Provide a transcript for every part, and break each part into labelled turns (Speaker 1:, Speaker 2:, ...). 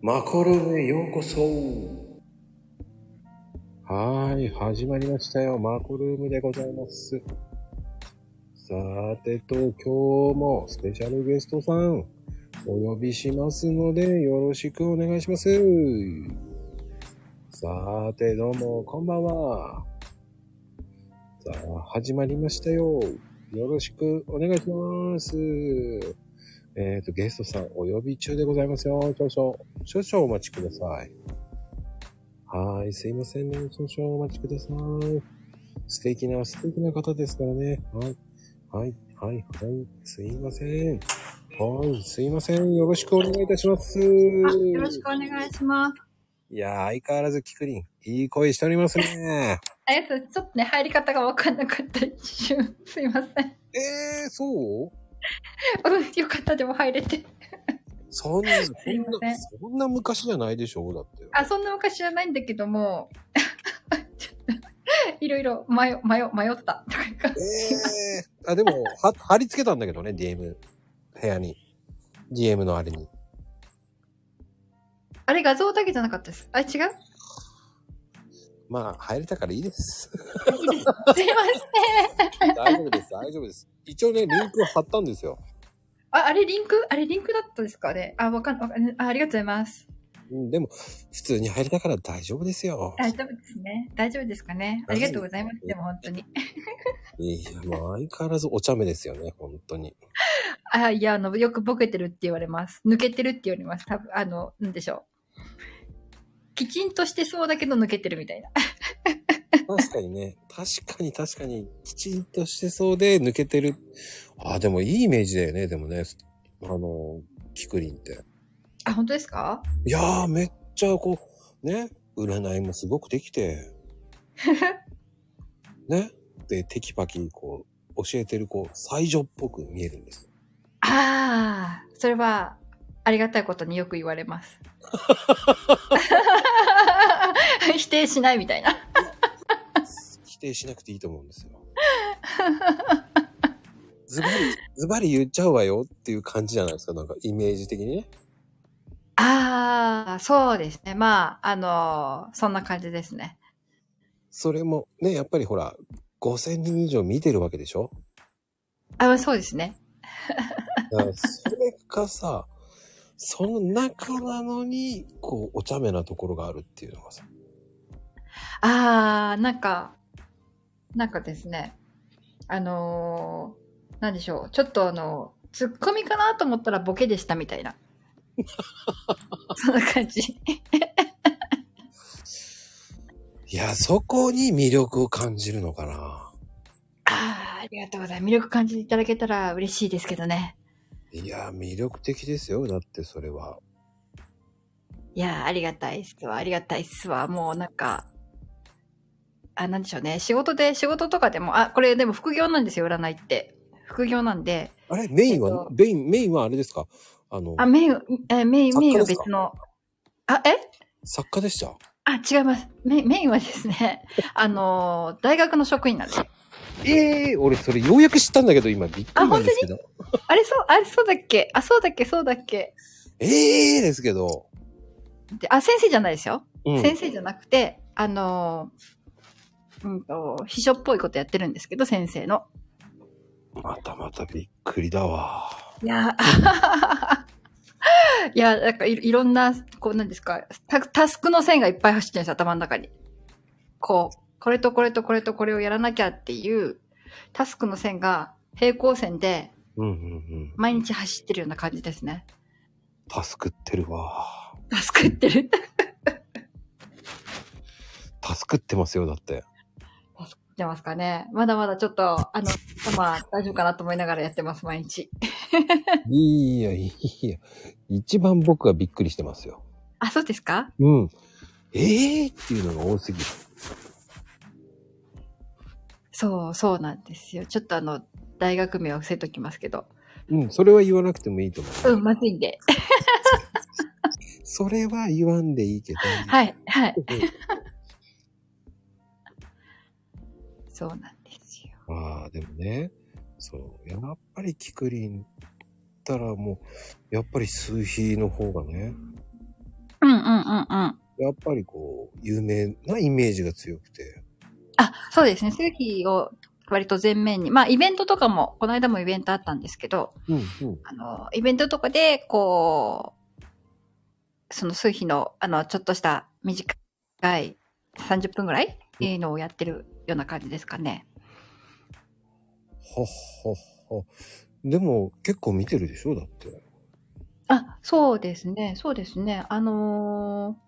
Speaker 1: マコルームへようこそはーい、始まりましたよ。マコルームでございます。さてと、今日もスペシャルゲストさん、お呼びしますので、よろしくお願いします。さて、どうも、こんばんは。さあ、始まりましたよ。よろしくお願いします。えっ、と、ゲストさんお呼び中でございますよ。少々、少々お待ちください。はーい、すいませんね。少々お待ちください。素敵な、素敵な方ですからね。はい、はい、はい、はい、すいません。はい、すいません。よろしくお願いいたします。
Speaker 2: あよろしくお願いします。
Speaker 1: いやー、相変わらずキクリン、いい声しておりますね。
Speaker 2: あやさん、ちょっとね、入り方が分かんなかった一瞬。 すいません。
Speaker 1: えー、そう
Speaker 2: うんよかった、でも入れて。
Speaker 1: そんな、そ
Speaker 2: いま
Speaker 1: ん
Speaker 2: せ
Speaker 1: な、
Speaker 2: ん
Speaker 1: そんな昔じゃないでしょうだって。
Speaker 2: あ、そんな昔じゃないんだけども、 いろいろ迷、迷、迷った。 とかいうか
Speaker 1: ええあ、でも、は、貼り付けたんだけどね、DM。部屋に。DM のあれに。
Speaker 2: あれ、画像だけじゃなかった です。あ、違ういいです。
Speaker 1: まあ、入れたからいい です。
Speaker 2: すいません。
Speaker 1: 大丈夫です、大丈夫です。一応ね、リンクを貼ったんですよ。
Speaker 2: あ、あれ、リンクあれ、リンクだったですかね。あ、わかん、わかん、あありがとうございます。
Speaker 1: うん、でも、普通に入れたから大丈夫ですよ。
Speaker 2: 大丈夫ですね。大丈夫ですかね。ありがとうございます。でも、本当に。
Speaker 1: いや、もう相変わらずお茶目ですよね、本当に。
Speaker 2: あ、いや、あの、よくボケてるって言われます。抜けてるって言われます。多分、あの、なんでしょう。きちんとしてそうだけど抜けてるみたいな。
Speaker 1: 確かにね、確かに確かに、きちんとしてそうで抜けてる。あ、でもいいイメージだよね、でもね。あの、キクリンって。
Speaker 2: あ、本当ですか
Speaker 1: いやー、めっちゃこう、ね、占いもすごくできて、ね。で、テキパキにこう、教えてるこう、最女っぽく見えるんですよ。
Speaker 2: ああ、それは、ありがたいことによく言われます。 否定しないみたいな。
Speaker 1: 否定しなくていいと思うんですよ。ズバリ、ズバリ言っちゃうわよっていう感じじゃないですか、なんかイメージ的にね。
Speaker 2: ああ、そうですね。まあ、あのそんな感じですね。
Speaker 1: それも、ね、やっぱりほら、5000人以上見てるわけでしょ
Speaker 2: あ、そうですね。
Speaker 1: だからそれがさ、その中なのに、こう、お茶目なところがあるっていうのがさ。
Speaker 2: あー、なんか、なんかですね、あのー、なんでしょう、ちょっとあの、ツッコミかなと思ったらボケでしたみたいな。 そんな感じ。
Speaker 1: いや、そこに魅力を感じるのかな。
Speaker 2: あー、ありがとうございます。魅力感じていただけたら嬉しいですけどね。
Speaker 1: いや、魅力的ですよ。だってそれは。
Speaker 2: いやー、ありがたいっすわ、ありがたいっすわ。もうなんか、あ、なんでしょうね。仕事で、仕事とかでも、あ、これでも副業なんですよ、占いって。副業なんで、
Speaker 1: あれメインは、
Speaker 2: えっと
Speaker 1: メイン、メインはあれですかあの、
Speaker 2: あ、メイン、えメイン、メインが
Speaker 1: 作家ですか
Speaker 2: 別の、あ、え
Speaker 1: 作家でした
Speaker 2: あ、違います。メメインはですね、あのー大学の職員なんです。
Speaker 1: ええ俺それようやく知ったんだけど、今びっくりなんですけど。
Speaker 2: あれ、そう、あれ、そうだっけあ、そうだっけそうだっけ
Speaker 1: ええですけど。
Speaker 2: であ、先生じゃないですよ。
Speaker 1: うん。
Speaker 2: 先生じゃなくて、あのーうんと、秘書っぽいことやってるんですけど、先生の。
Speaker 1: またまたびっくりだわ。
Speaker 2: いやー、 いや、なんかいいろんな、こう、なんですかタ、タスクの線がいっぱい走ってるんです、頭の中に。こう、これとこれとこれとこれをやらなきゃっていう、タスクの線が平行線で
Speaker 1: うんうんうん。
Speaker 2: 毎日走ってるような感じですね。
Speaker 1: 助ってるわ。
Speaker 2: 助かってる。
Speaker 1: 助ってますよ、だって。
Speaker 2: 助かってますかね。まだまだちょっと、あの、まあ、大丈夫かなと思いながらやってます、毎日。
Speaker 1: いいや、いいや。一番僕はびっくりしてますよ。
Speaker 2: あ、そうですか
Speaker 1: うん。ええっていうのが多すぎる。
Speaker 2: そう、そうなんですよ。ちょっとあの、大学名は伏せときますけど。
Speaker 1: うん、それは言わなくてもいいと思う。
Speaker 2: うん、まずいんで。
Speaker 1: それは言わんでいいけど。
Speaker 2: はい、はい。
Speaker 1: うん
Speaker 2: そうなんですよ。
Speaker 1: ま あでもね、そう、やっぱりキクリンったらもう、やっぱり数比の方がね、
Speaker 2: うんうんうんうん。
Speaker 1: やっぱりこう、有名なイメージが強くて。
Speaker 2: あ、そうですね。正規を割と前面に。まあ、イベントとかも、この間もイベントあったんですけど、
Speaker 1: うんうん。
Speaker 2: あの、イベントとかで、こう、その数日の、あの、ちょっとした短い30分ぐらいっていうのをやってるような感じですかね。
Speaker 1: ほっほっほ。でも結構見てるでしょだって。
Speaker 2: あ、そうですね。そうですね。あのー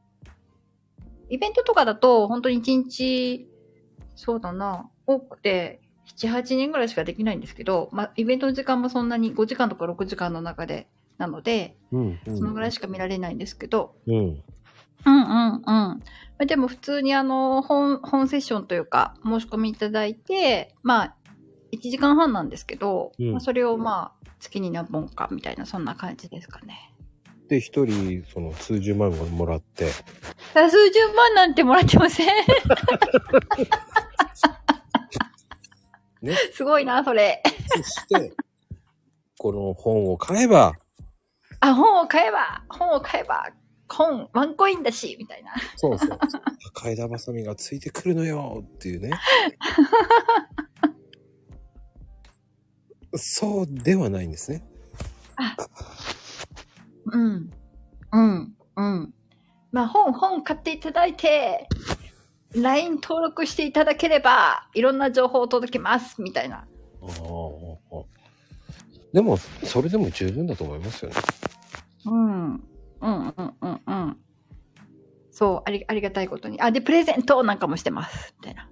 Speaker 2: イベントとかだと、本当に1日、そうだな、多くて、7、8人ぐらいしかできないんですけど、まあ、イベントの時間もそんなに5時間とか6時間の中で、なので、
Speaker 1: うん、うん。
Speaker 2: そのぐらいしか見られないんですけど、
Speaker 1: うん。
Speaker 2: うんうんうん。まあでも普通にあの、本、本セッションというか、申し込みいただいて、まあ、1時間半なんですけど、
Speaker 1: うん
Speaker 2: まあそれをまあ、月に何本かみたいな、そんな感じですかね。
Speaker 1: で、一人、その数十万もらって。
Speaker 2: 数十万なんてもらってません。
Speaker 1: ね
Speaker 2: すごいな、それ。
Speaker 1: そして、この本を買えば、
Speaker 2: あ、本を買えば、本を買えば、本、ワンコインだし、みたいな。
Speaker 1: そうそう。高枝バサミがついてくるのよっていうね。そうではないんですね。
Speaker 2: うん。うん。うん。まあ、本、本買っていただいて、LINE 登録していただければ、いろんな情報を届けます、みたいな。
Speaker 1: ああああああでも、それでも十分だと思いますよね。
Speaker 2: うん。うん、うん、うん、うん。そう、あり、ありがたいことに。あ、で、プレゼントなんかもしてます、みたいな。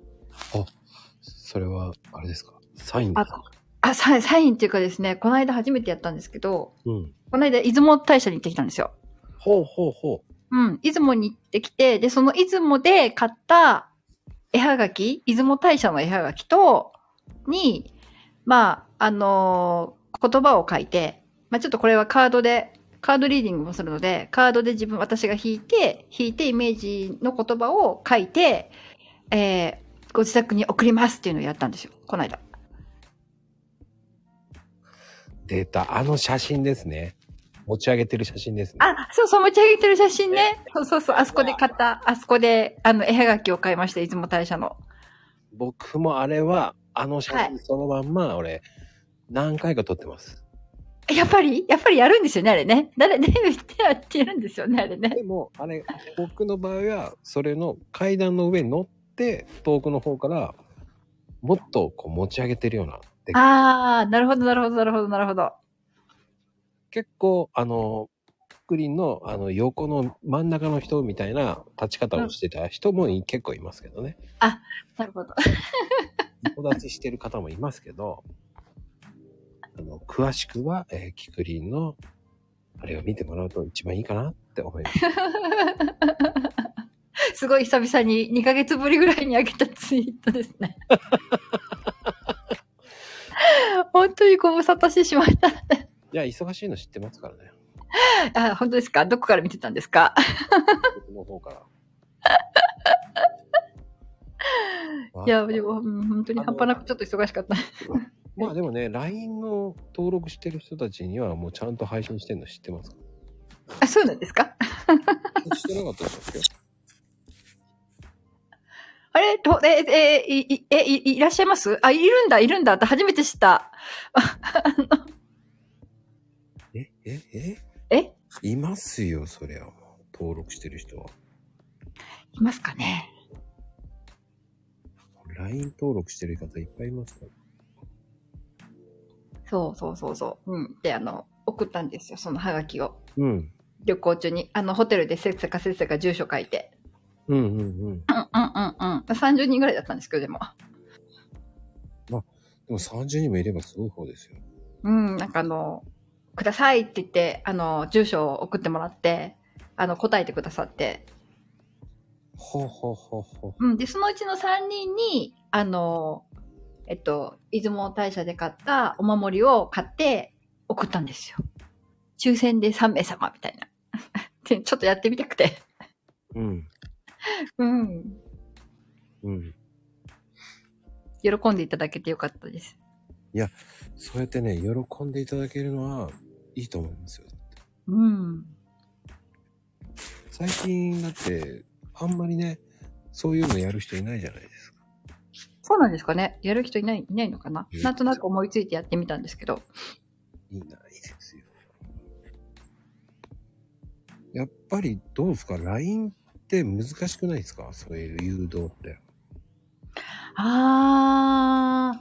Speaker 1: それは、あれですかサインで
Speaker 2: あ
Speaker 1: すか
Speaker 2: あ、サイン、サインっていうかですね、この間初めてやったんですけど、
Speaker 1: うん。
Speaker 2: この間、出雲大社に行ってきたんですよ。
Speaker 1: ほうほうほ
Speaker 2: うん、出雲に行ってきて、で、その出雲で買った絵はがき、出雲大社の絵はがきと、に、まあ、あのー言葉を書いて、まあ、ちょっとこれはカードで、カードリーディングもするので、カードで自分、私が引いて、引いてイメージの言葉を書いて、えーご自宅に送りますっていうのをやったんですよ、この間。
Speaker 1: う。出た。あの写真ですね。持ち上げてる写真ですね。
Speaker 2: あ、そうそう、持ち上げてる写真ね。そうそうそう、あそこで買った、あそこで、あの、絵はがきを買いました、出雲大社の。
Speaker 1: 僕もあれは、あの写
Speaker 2: は
Speaker 1: 真そのまんま、俺、何回か撮ってます。
Speaker 2: やっぱりやっぱりやるんですよね、あれね。誰、デビってやってるんですよね、あれね。
Speaker 1: でも、あれ、僕の場合は、それの階段の上に乗って、遠くの方から、もっとこう持ち上げてるような。で
Speaker 2: あー、なるほど、なるほど、なるほど、なるほど。
Speaker 1: 結構、あの、スクリーンのあの横の真ん中の人みたいな立ち方をしてた人もい結構いますけどね。
Speaker 2: なるほど。
Speaker 1: 友達してる方もいますけど、 あの、詳しくは、えーキクリンの、あれを見てもらうと一番いいかなって思います。
Speaker 2: すごい久々に2ヶ月ぶりぐらいに上げたツイートですね。 本当にご無沙汰してしまった。
Speaker 1: いや、忙しいの知ってますからね。
Speaker 2: あ、本当ですかどこから見てたんですか
Speaker 1: 僕の方から。まあ
Speaker 2: いや、でも、うん本当に半端なくちょっと忙しかった。
Speaker 1: まあでもね、LINE の登録してる人たちにはもうちゃんと配信してるの知ってますか
Speaker 2: あ、そうなんですから
Speaker 1: 知ってなかったですよ。
Speaker 2: あれと、え、え、え、い、いえ、い、いらっしゃいますあ、いるんだ、いるんだって初めて知った。
Speaker 1: え、え、え
Speaker 2: え
Speaker 1: いますよ、そりゃ。もう登録してる人は。
Speaker 2: いますかね
Speaker 1: LINE 登録してる方いっぱいいますから。
Speaker 2: そうそうそうそう。うん。で、あの、送ったんですよ、そのハガキを。
Speaker 1: うん。
Speaker 2: 旅行中に。あの、ホテルでせっせかせっせか住所書いて。
Speaker 1: うんうんうん。
Speaker 2: うんうんうんうん。30人ぐらいだったんですけど、でも。
Speaker 1: でも30人もいればすごい方ですよ。
Speaker 2: うん、なんかあの、くださいって言って、あの、住所を送ってもらって、あの、答えてくださって。
Speaker 1: ほうほうほうほう。
Speaker 2: うん。で、そのうちの3人に、あの、えっと、出雲大社で買ったお守りを買って送ったんですよ。抽選で3名様みたいな。 でちょっとやってみたくて。
Speaker 1: うん。
Speaker 2: うん。
Speaker 1: うん。
Speaker 2: 喜んでいただけてよかったです。
Speaker 1: そうやってね、喜んでいただけるのは、いいと思いますよ。
Speaker 2: うん。
Speaker 1: 最近だって、あんまりね、そういうのやる人いないじゃないですか。
Speaker 2: そうなんですかね。やる人いない、いないのかな
Speaker 1: うん
Speaker 2: なんとなく思いついてやってみたんですけど。
Speaker 1: いないですよ。やっぱりどうですか ?LINE って難しくないですかそういう誘導って。
Speaker 2: あー、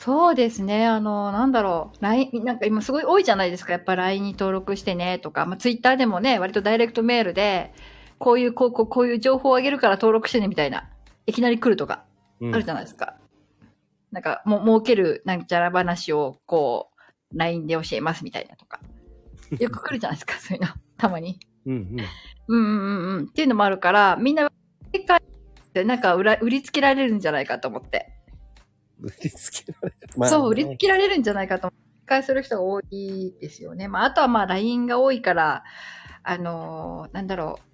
Speaker 2: そうですね。あの、なんだろう。LINE、なんか今すごい多いじゃないですか。やっぱ LINE に登録してねとか、まあ、Twitter でもね、割とダイレクトメールで、こういう、こう、こう、こういう情報をあげるから登録してねみたいな。いきなり来るとか、
Speaker 1: うん
Speaker 2: あるじゃないですか。なんか、も、儲けるなんちゃら話を、こう、LINE で教えますみたいなとか。よく来るじゃないですか、そう いうの。たまに。
Speaker 1: うんうん。
Speaker 2: うんうんうんうん。っていうのもあるから、みんな、世界でなんか売ら売りつけられるんじゃないかと思って。
Speaker 1: 売りつけられる。まあ
Speaker 2: そう、売りつけられるんじゃないかと思って。警戒する人が多いですよね。まあ、あとはまあ、LINE が多いから、あのーなんだろう。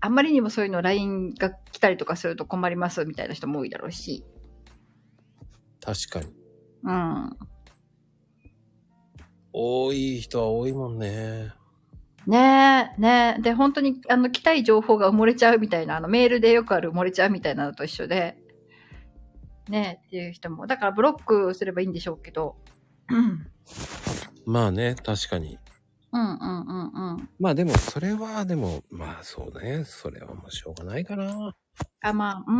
Speaker 2: あんまりにもそういうの LINE が来たりとかすると困りますみたいな人も多いだろうし。
Speaker 1: 確かに。
Speaker 2: うん。
Speaker 1: 多い人は多いもんね。
Speaker 2: ねえ、ねえ。で、本当に、あの、来たい情報が埋もれちゃうみたいな、あの、メールでよくある埋もれちゃうみたいなのと一緒で、ねえ、っていう人も。だから、ブロックすればいいんでしょうけど。うん。
Speaker 1: まあね、確かに。
Speaker 2: うんうんうんうん。
Speaker 1: まあでも、それは、でも、まあそうね、それはもうしょうがないかな。
Speaker 2: あ、まあ、う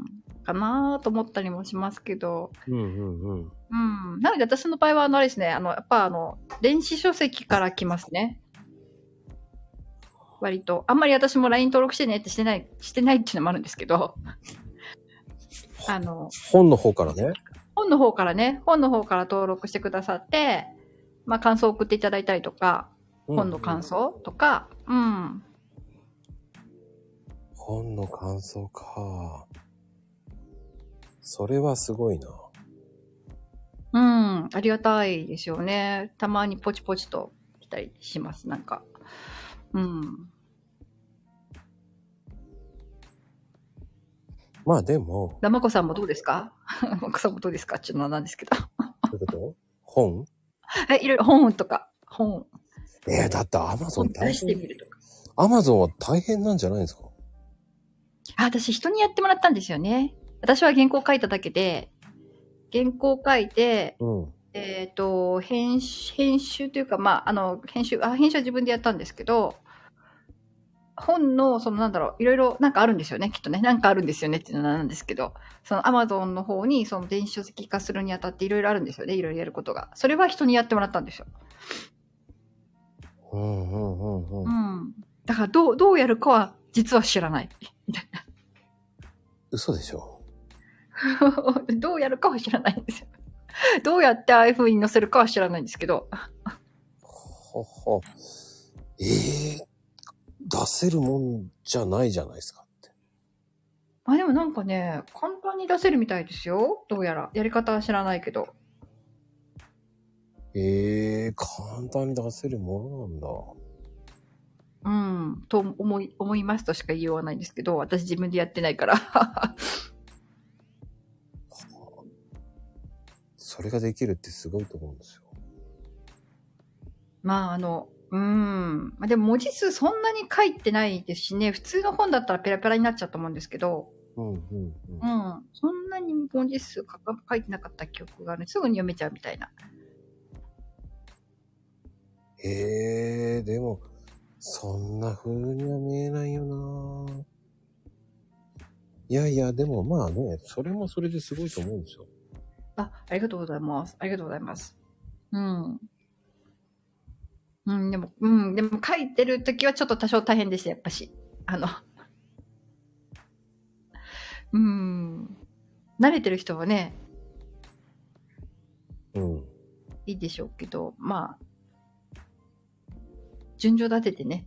Speaker 2: ん。かなと思ったりもしますけど。
Speaker 1: うんうんうん。
Speaker 2: うん。なので、私の場合は、あの、あれですね、あの、やっぱ、あの、電子書籍から来ますね。割と。あんまり私も LINE 登録してねってしてない、してないっていうのもあるんですけど。あの、
Speaker 1: 本の方からね。
Speaker 2: 本の方からね、本の方から登録してくださって、まあ感想を送っていただいたりとか、本の感
Speaker 1: 想。
Speaker 2: 想とか、うん。
Speaker 1: 本の感想か。それはすごいな。
Speaker 2: うん、ありがたいですよね。たまにポチポチと来たりします、なんか。うん。
Speaker 1: まあでも、
Speaker 2: ラマコさんもどうですか ラマコさんもどうですかちょっとなんですけど。
Speaker 1: どういうこと本
Speaker 2: え、いろいろ本とか、本、
Speaker 1: えー、だってアマゾ
Speaker 2: 本
Speaker 1: ン大
Speaker 2: 出して
Speaker 1: 変、
Speaker 2: みるとか。
Speaker 1: アマゾンは大変なんじゃないですか
Speaker 2: あ、私人にやってもらったんですよね。私は原稿書いただけで、原稿書いて、
Speaker 1: うん。
Speaker 2: えっ、と、編集、編集というか、まあ、あの、編集、あ、編集は自分でやったんですけど、本の、そのなんだろう、いろいろなんかあるんですよね、きっとね。なんかあるんですよねっていうのはなんですけど、その Amazon の方に、その電子書籍化するにあたっていろいろあるんですよね、いろいろやることが。それは人にやってもらったんですよ。
Speaker 1: うんうんうん
Speaker 2: う
Speaker 1: うん。
Speaker 2: ん。だから、どう、どうやるかは、実は知らない。
Speaker 1: 嘘でしょ
Speaker 2: どうやるかは知らないんですよ。どうやってああいう風に載せるかは知らないんですけど。
Speaker 1: ほほ。ええ出せるもんじゃないじゃないですかって。
Speaker 2: まあでもなんかね、簡単に出せるみたいですよ。どうやら。やり方は知らないけど。
Speaker 1: ええ簡単に出せるものなんだ。
Speaker 2: うん、と思い、思いますとしか言いようはないんですけど、私自分でやってないから。
Speaker 1: それができるってすごいと思うんですよ。
Speaker 2: まああの、うん。まあでも文字数そんなに書いてないですしね、普通の本だったらペラペラになっちゃうと思うんですけど、
Speaker 1: うんうんうん
Speaker 2: う。ん。そんなに文字数書か書いてなかった記憶がある。すぐに読めちゃうみたいな。
Speaker 1: ええでも、そんな風には見えないよないやいや、でもまあね、それもそれですごいと思うんですよ。
Speaker 2: あ、ありがとうございます。ありがとうございます。うん。うん、でも、うん、でも書いてるときはちょっと多少大変でした、やっぱし。あの、うん。慣れてる人はね、
Speaker 1: うん。
Speaker 2: いいでしょうけど、まあ、順序立ててね、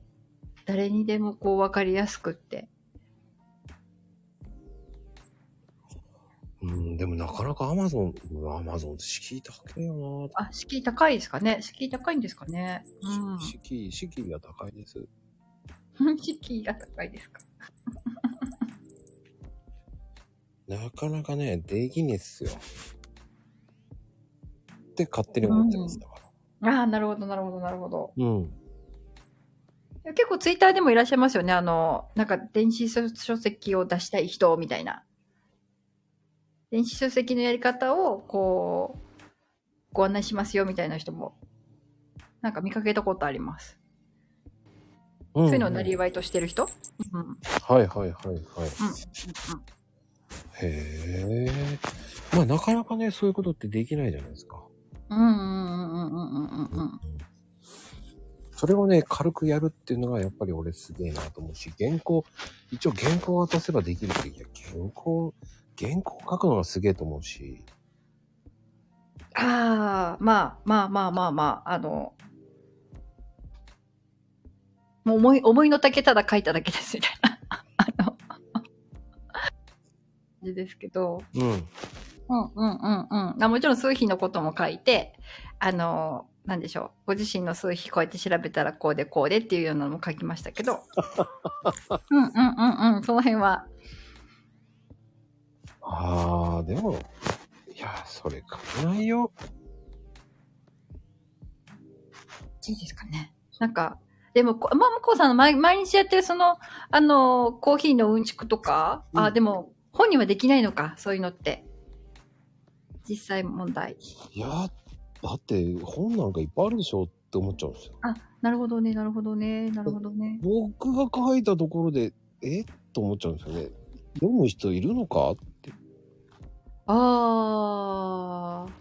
Speaker 2: 誰にでもこう分かりやすくって。
Speaker 1: うん、でもなかなかアマゾン、アマゾンって敷居高いよ
Speaker 2: あ、敷居高いですかね敷居高いんですかね
Speaker 1: なぁ。敷居、敷居が高いです。
Speaker 2: うん。敷居が高いですか
Speaker 1: なかなかね、できねえっすよ。って勝手に思ってますだから。
Speaker 2: ああ、なるほど、なるほど、なるほど。
Speaker 1: うん。
Speaker 2: 結構ツイッターでもいらっしゃいますよね。あの、なんか電子書書籍を出したい人みたいな。電子書籍のやり方を、こう、ご案内しますよみたいな人も、なんか見かけたことあります。
Speaker 1: うん
Speaker 2: そういうのをなりわいとしてる人うん。うん
Speaker 1: はいはいはいはい。へえ。まあなかなかね、そういうことってできないじゃないですか。
Speaker 2: うんうんうんうんうんうんうん。
Speaker 1: それをね、軽くやるっていうのがやっぱり俺すげえなと思うし、原稿、一応原稿を渡せばできるって、いや、原稿、原稿書くのがすげえと思うし、
Speaker 2: ああ、まあまあまあまあまあ、あの、もう思い、思いの丈ただ書いただけですみたいな。あの、感じですけど。
Speaker 1: うん。
Speaker 2: うんうんうんうんあ。もちろん数比のことも書いて、あの、なんでしょう。ご自身の数比こうやって調べたらこうでこうでっていうようなのも書きましたけ ど。うんうんうんうん。その辺は。
Speaker 1: ああ、でも、いや、それ書かないよ。
Speaker 2: いいですかね。なんか、でもこ、まあ、向こうさんの毎毎日やってるその、あの、コーヒーのうんちくとか、
Speaker 1: う
Speaker 2: あ、
Speaker 1: ん
Speaker 2: でも、本にはできないのか、そういうのって。実際問題。
Speaker 1: いや、だって本なんかいっぱいあるでしょって思っちゃうんですよ。
Speaker 2: あ、なるほどね、なるほどね、なるほどね。
Speaker 1: 僕が書いたところで、えと思っちゃうんですよね。読む人いるのかって。
Speaker 2: あー。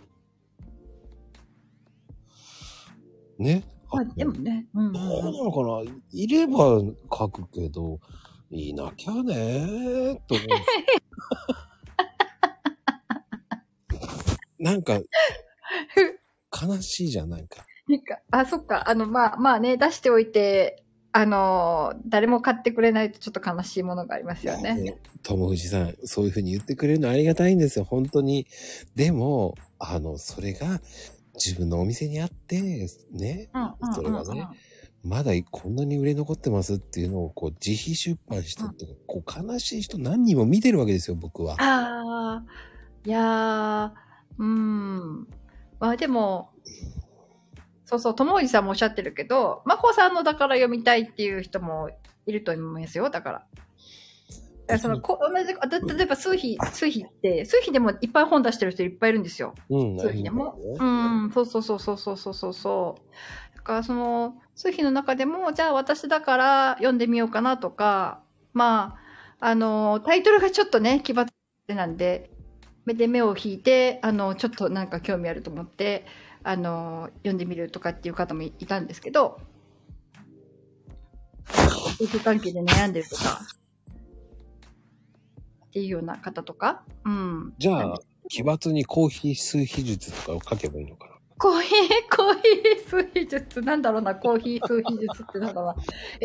Speaker 1: ね。
Speaker 2: まあ、でもね。うんうん
Speaker 1: そううんなのかないれば書くけど、いなきゃねーと思う。 なんか、悲しいじゃん、なんか。
Speaker 2: なんか、あ、そっか。あの、まあ、まあね、出しておいて、あのー、誰も買ってくれないとちょっと悲しいものがありますよね。
Speaker 1: ね友藤さん、そういうふうに言ってくれるのありがたいんですよ、本当に。でも、あの、それが自分のお店にあって、ね、
Speaker 2: うん、うん、
Speaker 1: それ
Speaker 2: うん
Speaker 1: がねまだこんなに売れ残ってますっていうのを、こう、自費出版してって、こう、悲しい人何人も見てるわけですよ、僕は。
Speaker 2: ああ、いやー、うーん。まあでも、そうそう、友藤さんもおっしゃってるけど、まこさんのだから読みたいっていう人もいると思いますよ、だから。だからそのこ同じあた例えば、数比、数比って、数比でもいっぱい本出してる人いっぱいいるんですよ。
Speaker 1: うん、
Speaker 2: 数比でも。
Speaker 1: ね
Speaker 2: うん、そうそうそうそうそうそうそうそう。だからその、数比の中でも、じゃあ私だから読んでみようかなとか、まあ、あの、タイトルがちょっとね、奇抜なんで、目で目を引いて、あの、ちょっとなんか興味あると思って、あの、読んでみるとかっていう方もいたんですけど、夫婦関係で悩んでるとか、っていうような方とか、うん。
Speaker 1: じゃあ、奇抜にコーヒー数比術とかを書けばいいのかな
Speaker 2: コーヒー、コーヒー数比術、なんだろうな、コーヒー数比術ってなんだろうな。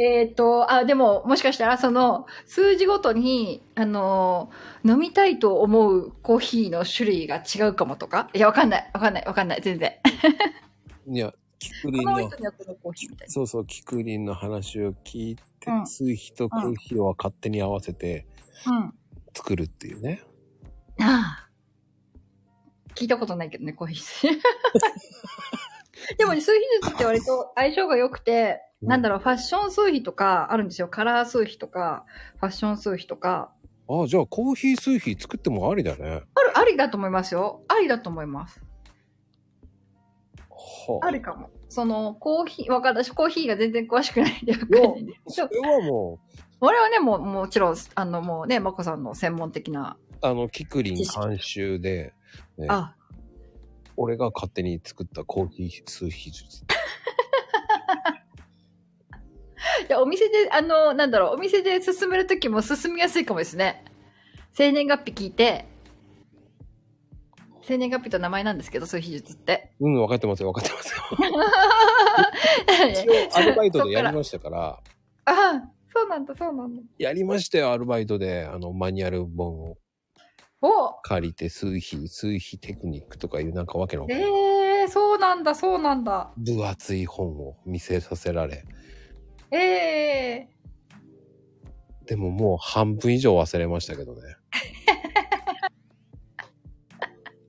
Speaker 2: えっと、あ、でも、もしかしたら、その、数字ごとに、あのー、飲みたいと思うコーヒーの種類が違うかもとかいや、わかんない、わかんない、わかんない、全然。
Speaker 1: いや、キクリ
Speaker 2: こ
Speaker 1: ン
Speaker 2: の
Speaker 1: の
Speaker 2: 人、にはこのコーヒーみたいな。
Speaker 1: そうそう、キクリンの話を聞いて、
Speaker 2: うん
Speaker 1: 数比とコーヒーを勝手に合わせて
Speaker 2: うん。
Speaker 1: 作るっていうね。
Speaker 2: ああ。聞いたことないけどね、コーヒー。 でもね、数比術って割と相性が良くて、
Speaker 1: うん
Speaker 2: なんだろう、ファッション数比とかあるんですよ。カラー数比とか、ファッション数比とか。
Speaker 1: ああ、じゃあコーヒー数比作ってもありだね。
Speaker 2: ある、ありだと思いますよ。ありだと思います。
Speaker 1: は
Speaker 2: ありかも。その、コーヒー、わかんない私コーヒーが全然詳しくないんで、わかんないんで。
Speaker 1: それはも
Speaker 2: 俺はね、もう、もちろん、あの、もうね、まこさんの専門的な、
Speaker 1: う、あの、キクリン監修で、ね、
Speaker 2: あ、
Speaker 1: 俺が勝手に作ったコーヒー数比術。
Speaker 2: いや、お店で、あの、なんだろう、お店で進めるときも進みやすいかもですね。生年月日聞いて、生年月日と名前なんですけど、そういう秘術 って。
Speaker 1: うん、分かってますよ、分かってますよ。一応、アルバイトでやりましたから、
Speaker 2: ああ、そうなんだ、そうなんだ。
Speaker 1: やりましたよ、アルバイトで、あの、マニュアル本を。
Speaker 2: お
Speaker 1: 借りて数比、数比テクニックとかいうなんかわけのわかんない
Speaker 2: ええそうなんだ、そうなんだ。
Speaker 1: 分厚い本を見せさせられ。
Speaker 2: ええ
Speaker 1: でももう半分以上忘れましたけど ね。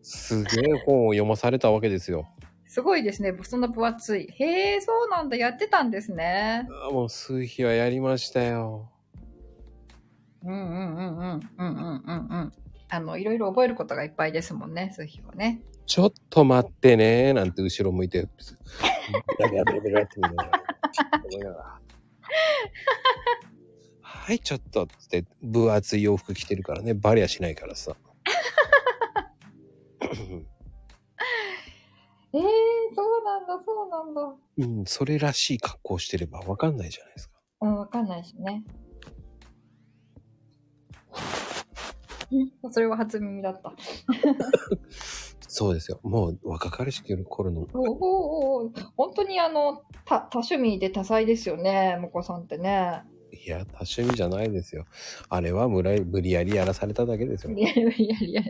Speaker 1: すげえ本を読まされたわけですよ。
Speaker 2: すごいですね。そんな分厚い。へえ、そうなんだ。やってたんですね。
Speaker 1: あーもう数日はやりましたよ。
Speaker 2: うんうんうんうん。うんうんうんうん。あの、いろいろ覚えることがいっぱいですもんね、数日はね。
Speaker 1: ちょっと待ってねーなんて後ろ向いて、ベラベラベラベラって見ながらちょっと思いながらはい、ちょっとって、分厚い洋服着てるからね、バレやしないから さ。
Speaker 2: ええそうなんだ、そうなんだ。
Speaker 1: うん、それらしい格好してればわかんないじゃないですか。
Speaker 2: うん、わかんないしね。それは初耳だった。
Speaker 1: そうですよ。もう若かりしき頃の、
Speaker 2: おーおーおー本当にあの、た多趣味で多彩ですよね、もこさんってね。
Speaker 1: いや、多趣味じゃないですよ。あれは無理無理やりやらされただけですよ。
Speaker 2: いやいやいやいや。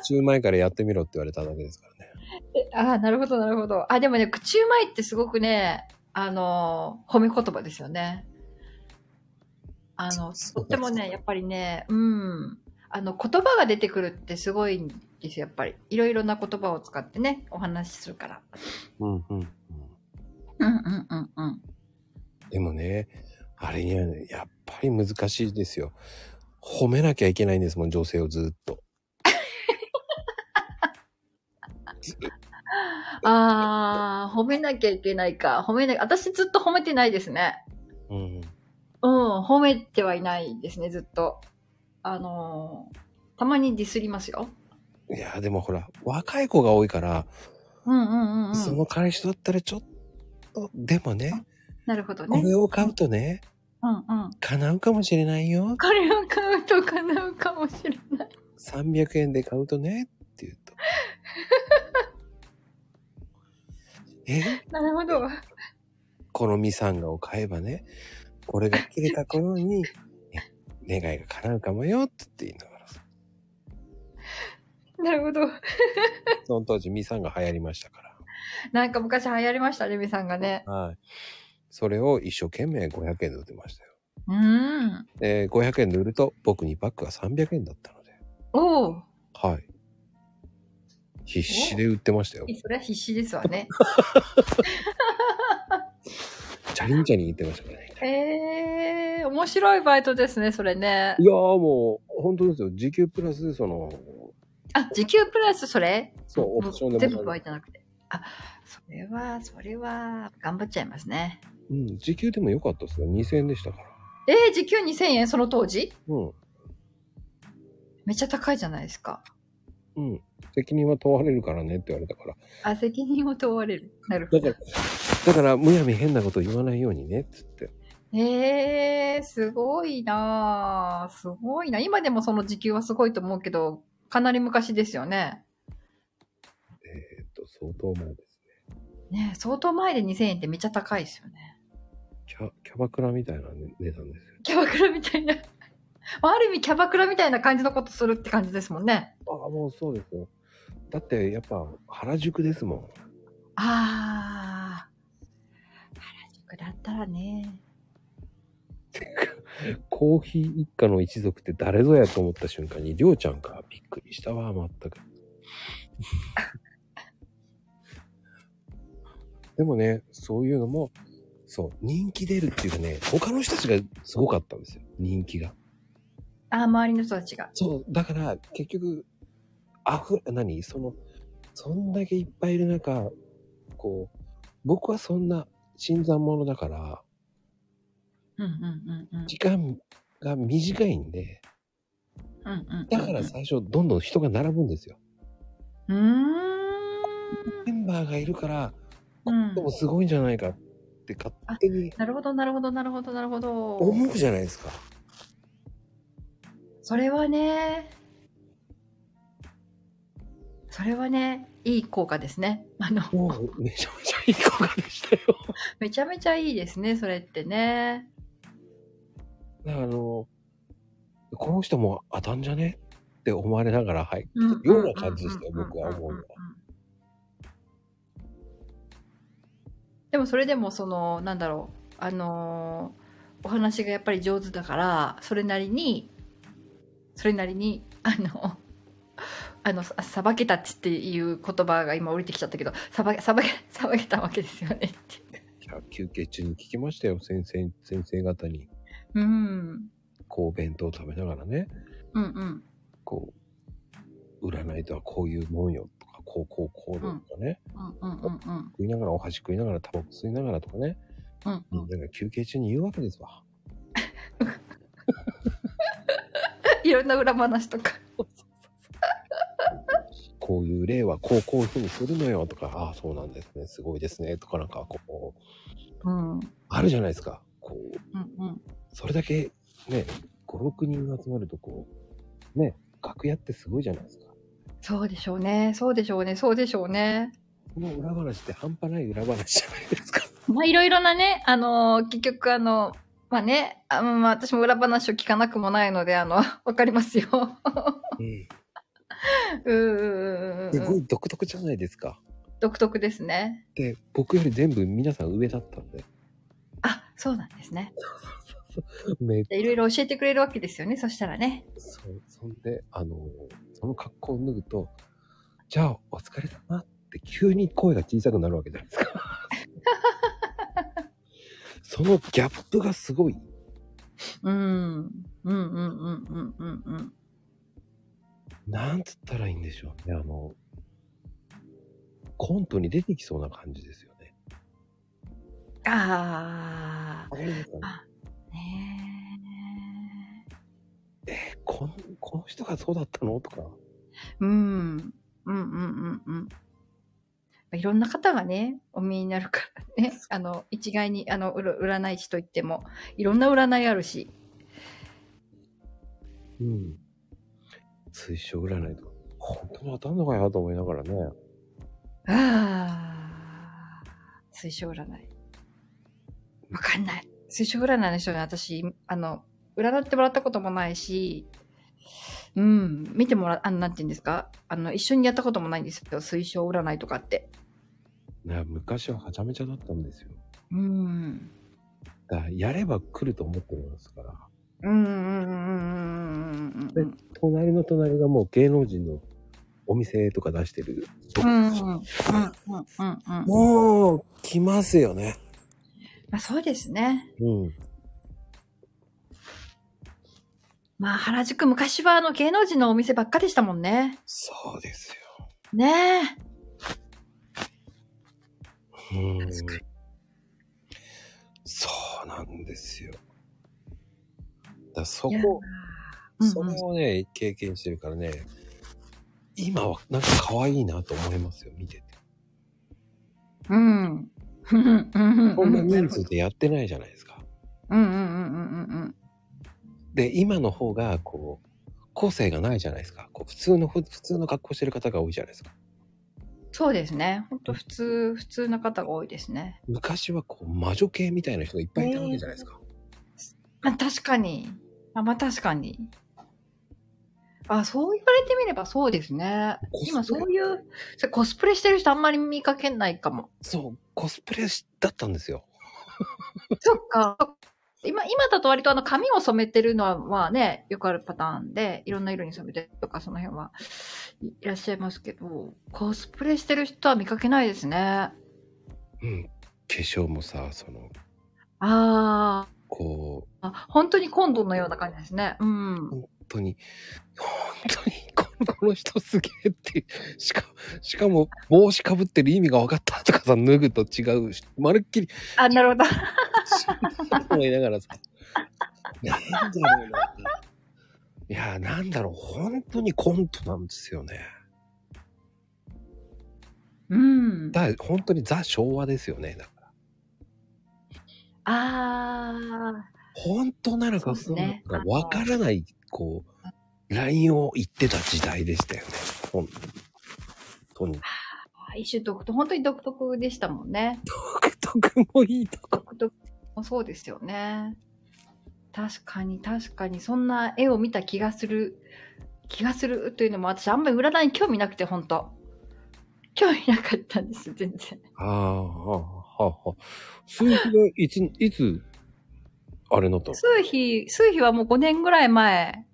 Speaker 1: 口うまいからやってみろって言われただけですからね。
Speaker 2: えああ、なるほど、なるほど。あ、でもね、口うまいってすごくね、あの、褒め言葉ですよね。あの、とってもね、やっぱりね、うん。あの、言葉が出てくるってすごいんですよ、やっぱり。いろいろな言葉を使ってね、お話しするから。
Speaker 1: うんうんうん。
Speaker 2: うんうんうんうん。
Speaker 1: でもね、あれにはね、やっぱり難しいですよ。褒めなきゃいけないんですもん、女性をずっと。
Speaker 2: ああ、褒めなきゃいけないか。褒めな私ずっと褒めてないですね。
Speaker 1: うん。
Speaker 2: うん、褒めてはいないですね、ずっと。あのーたまにディスりますよ。
Speaker 1: いや、でもほら、若い子が多いから、
Speaker 2: うんうんうん、う
Speaker 1: そ
Speaker 2: ん。
Speaker 1: の彼氏だったらちょっと、でもね、
Speaker 2: なるほど
Speaker 1: こ
Speaker 2: ね。
Speaker 1: れを買うとね、
Speaker 2: うんうん。
Speaker 1: 叶うかもしれないよ。
Speaker 2: これを買うと叶うかもしれない。
Speaker 1: 300円で買うとね、って言う と。え
Speaker 2: なるほど。うん
Speaker 1: このミサンガを買えばね、これが切れた頃に、ね願いが叶うかもよって言いながらさ。
Speaker 2: なるほど。
Speaker 1: その当時ミサンガ流行りましたか
Speaker 2: なんか昔流行りました、レミさんがね。
Speaker 1: ら。はい。それを一生懸命500円で売ってましたよ。
Speaker 2: うーん。
Speaker 1: で、500円で売ると僕にバッグが300円だったので。
Speaker 2: おお。
Speaker 1: はい。必死で売ってましたよ。
Speaker 2: それは必死ですわね。
Speaker 1: チャリンチャリン言ってましたからね。
Speaker 2: へえ、面白いバイトですね、それね
Speaker 1: い。やーもう、本当ですよ。時給プラス、その、
Speaker 2: あ、時給プラスそれ
Speaker 1: そう、オプションで
Speaker 2: 全
Speaker 1: も
Speaker 2: 部
Speaker 1: ら
Speaker 2: バ
Speaker 1: え
Speaker 2: イトなくて。あ、それは、それは、頑張っちゃいますね。
Speaker 1: るうん、時給でも良かったですよ。2000円でしたから。
Speaker 2: えー、時給2000円、その当時
Speaker 1: うん。
Speaker 2: めっちゃ高いじゃないですか。
Speaker 1: うん。責任は問われるからねって言われたから。
Speaker 2: あ、責任を問われる。なるほ
Speaker 1: だ
Speaker 2: ど。
Speaker 1: から、だから、むやみ変なこと言わないようにね、つって。
Speaker 2: えー、すごいなぁ。すごいな。今でもその時給はすごいと思うけど、かなり昔ですよね。
Speaker 1: えーっと、相当前ですね。
Speaker 2: ね相当前で2000円ってめっちゃ高いですよね。
Speaker 1: キャキャバクラみたいなね値段です
Speaker 2: キャバクラみたいな。 まあある意味キャバクラみたいな感じのことするって感じですもんね。
Speaker 1: よ。ああ、もうそうですよ。だって、やっぱ、原宿ですもん。
Speaker 2: あー。原宿だったらね。
Speaker 1: コーヒー一家の一族って誰ぞやと思った瞬間に、りょうちゃんか。びっくりしたわ、まったく。 でもね、そういうのも、そう、人気出るっていうかね、他の人たちがすごかったんですよ。人気が。
Speaker 2: あー、周りの人たちが。
Speaker 1: そう、だから、結局、あふ、何その、そんだけいっぱいいる中、こう、僕はそんな、新参者だから、
Speaker 2: うんうんうんうん。
Speaker 1: 時間が短いんで、
Speaker 2: うんうんうん
Speaker 1: だから最初、どんどん人が並ぶんですよ。
Speaker 2: うーん。
Speaker 1: メンバーがいるから、
Speaker 2: うん
Speaker 1: でもすごいんじゃないかって勝手に
Speaker 2: なるほど、なるほど、なるほど、なるほど。
Speaker 1: 思うじゃないですか。
Speaker 2: それはね、それはね、いい効果ですね。あの、
Speaker 1: もう、めちゃめちゃいい効果でしたよ。
Speaker 2: めちゃめちゃいいですね、それってね。
Speaker 1: だからあの、この人も当たんじゃねって思われながら、はい。
Speaker 2: うん
Speaker 1: ような感じでしたよ僕は思うのは。
Speaker 2: でもそれでもその、なんだろう、あのーお話がやっぱり上手だから、それなりに、それなりに、あの、あの、ささばけたちっていう言葉が今降りてきちゃったけど、さばけ、さばけ、さばけたわけですよねっていう。
Speaker 1: いや休憩中に聞きましたよ、先生、先生方に。
Speaker 2: うん。
Speaker 1: こう、弁当を食べながらね、
Speaker 2: うんうん。
Speaker 1: こう、占いとはこういうもんよとか、こう、こう、こうだとかね、
Speaker 2: うんうんうんうん。
Speaker 1: 食いながら、お箸食いながら、タバコ吸いながらとかね、
Speaker 2: うんう
Speaker 1: み
Speaker 2: ん
Speaker 1: ん。なが休憩中に言うわけですわ。
Speaker 2: いろんな裏話とか。
Speaker 1: こういう例はこう、こういうふうにするのよとか、ああ、そうなんですね、すごいですね、とかなんかこう、
Speaker 2: うん。うん
Speaker 1: あるじゃないですか。こう、
Speaker 2: うん。
Speaker 1: それだけね、5、6人が集まるとこう、ね、楽屋ってすごいじゃないですか。
Speaker 2: そうでしょうね。そうでしょうね。そうでしょうね。
Speaker 1: この裏話って半端ない裏話じゃないですか。
Speaker 2: まあ、いろいろなね、あのー結局あの、まあね、あのまあ、私も裏話を聞かなくもないので、あの、 わかりますよ。
Speaker 1: うん。
Speaker 2: うーん。
Speaker 1: すごい独特じゃないですか。
Speaker 2: 独特ですね。
Speaker 1: で、僕より全部皆さん上だったんで、
Speaker 2: あ、そうなんですね。
Speaker 1: めっ
Speaker 2: でいろいろ教えてくれるわけですよね。そしたらね。
Speaker 1: そう、そんで、あの、その格好を脱ぐと、じゃあお疲れ様って急に声が小さくなるわけじゃないです か。そのギャップがすごい。
Speaker 2: うん。うんうんうんうんうんうん。
Speaker 1: なんつったらいいんでしょうね。あの、コントに出てきそうな感じですよね。
Speaker 2: あ
Speaker 1: わかりますかね
Speaker 2: あ。ね
Speaker 1: えこの、この人がそうだったのとか。
Speaker 2: え。うん。うんうんうんうん。まあいろんな方がね、お見えになるからね。あの、一概に、あの、うら占い師といっても、いろんな占いあるし。
Speaker 1: うん。推奨占いとか、本当に当たんのかよと思いながらね。
Speaker 2: ああ。推奨占い。わかんない。推奨占いの人に私、あの、占ってもらったこともないし、うん、見てもら、あの、なんて言うんですかあの、一緒にやったこともないんですよ。推奨占いとかって。
Speaker 1: ね昔ははちゃめちゃだったんですよ。
Speaker 2: うん。
Speaker 1: だからやれば来ると思ってますから。
Speaker 2: うん、うん、うん、うん、うん、
Speaker 1: 隣の隣がもう芸能人のお店とか出してる。
Speaker 2: うん、うん、うん、うん、うん。ま
Speaker 1: もう、来ますよね。
Speaker 2: あ、そうですね。
Speaker 1: うん。
Speaker 2: まあ、原宿昔はあの、芸能人のお店ばっかでしたもんね。
Speaker 1: そうです
Speaker 2: ねえ。
Speaker 1: よ。うん
Speaker 2: 確かに
Speaker 1: そうなんですよ。だからそ
Speaker 2: いや
Speaker 1: こ、
Speaker 2: うん
Speaker 1: それをね、経験してるからね、今はなんか可愛いなと思いますよ、見てて。
Speaker 2: うん。うん、うん、
Speaker 1: こ
Speaker 2: うんん。
Speaker 1: な人数でやってないじゃないですか。
Speaker 2: うん、うん、うん、うん、うん、うん。
Speaker 1: で、今の方が、こう、個性がないじゃないですか。こう普通の、ふ普通の格好してる方が多いじゃないですか。
Speaker 2: そうですね。本当普通、普通の方が多いですね。
Speaker 1: 昔はこう、魔女系みたいな人がいっぱいいたわけじゃないですか。
Speaker 2: まあ確かに。あまあ確かに。あ、そう言われてみればそうですね。
Speaker 1: コスプレ
Speaker 2: 今そういう、それコスプレしてる人あんまり見かけないかも。
Speaker 1: そう、コスプレだったんですよ。
Speaker 2: そっか。今、今だと割とあの髪を染めてるのは、まあね、よくあるパターンで、いろんな色に染めてるとか、その辺はいいらっしゃいますけど、コスプレしてる人は見かけないですね。あ
Speaker 1: うん。化粧もさ、その、
Speaker 2: あー。
Speaker 1: こう、
Speaker 2: あ本当に今度のような感じですね。うん。
Speaker 1: 本当に、本当にこの、この人すげえって、しか、しかも帽子かぶってる意味が分かったとかさ、脱ぐと違うし、まるっきり、
Speaker 2: あ、なるほど。
Speaker 1: 思いながら さ、なんだろうな。いや、なんだろう、本当にコントなんですよね。
Speaker 2: うん。
Speaker 1: だから本当にザ昭和ですよね。だから
Speaker 2: あ
Speaker 1: 本当なのか
Speaker 2: そう
Speaker 1: そ
Speaker 2: です
Speaker 1: うな
Speaker 2: ね
Speaker 1: のか分からない、こう、ラインを言ってた時代でしたよね。本当に。
Speaker 2: あ、一種独特、本当に独特でしたもんね。
Speaker 1: 独特もいいとこ。
Speaker 2: 独特もそうですよね。確かに、確かに、そんな絵を見た気がする、気がするというのも、私、あんまり占いに興味なくて、本当興味なかったんですよ、全然。
Speaker 1: ああ、はあ、はあ。数日はいつ、いつ、あれなったの
Speaker 2: 数日、数日はもう5年ぐらい前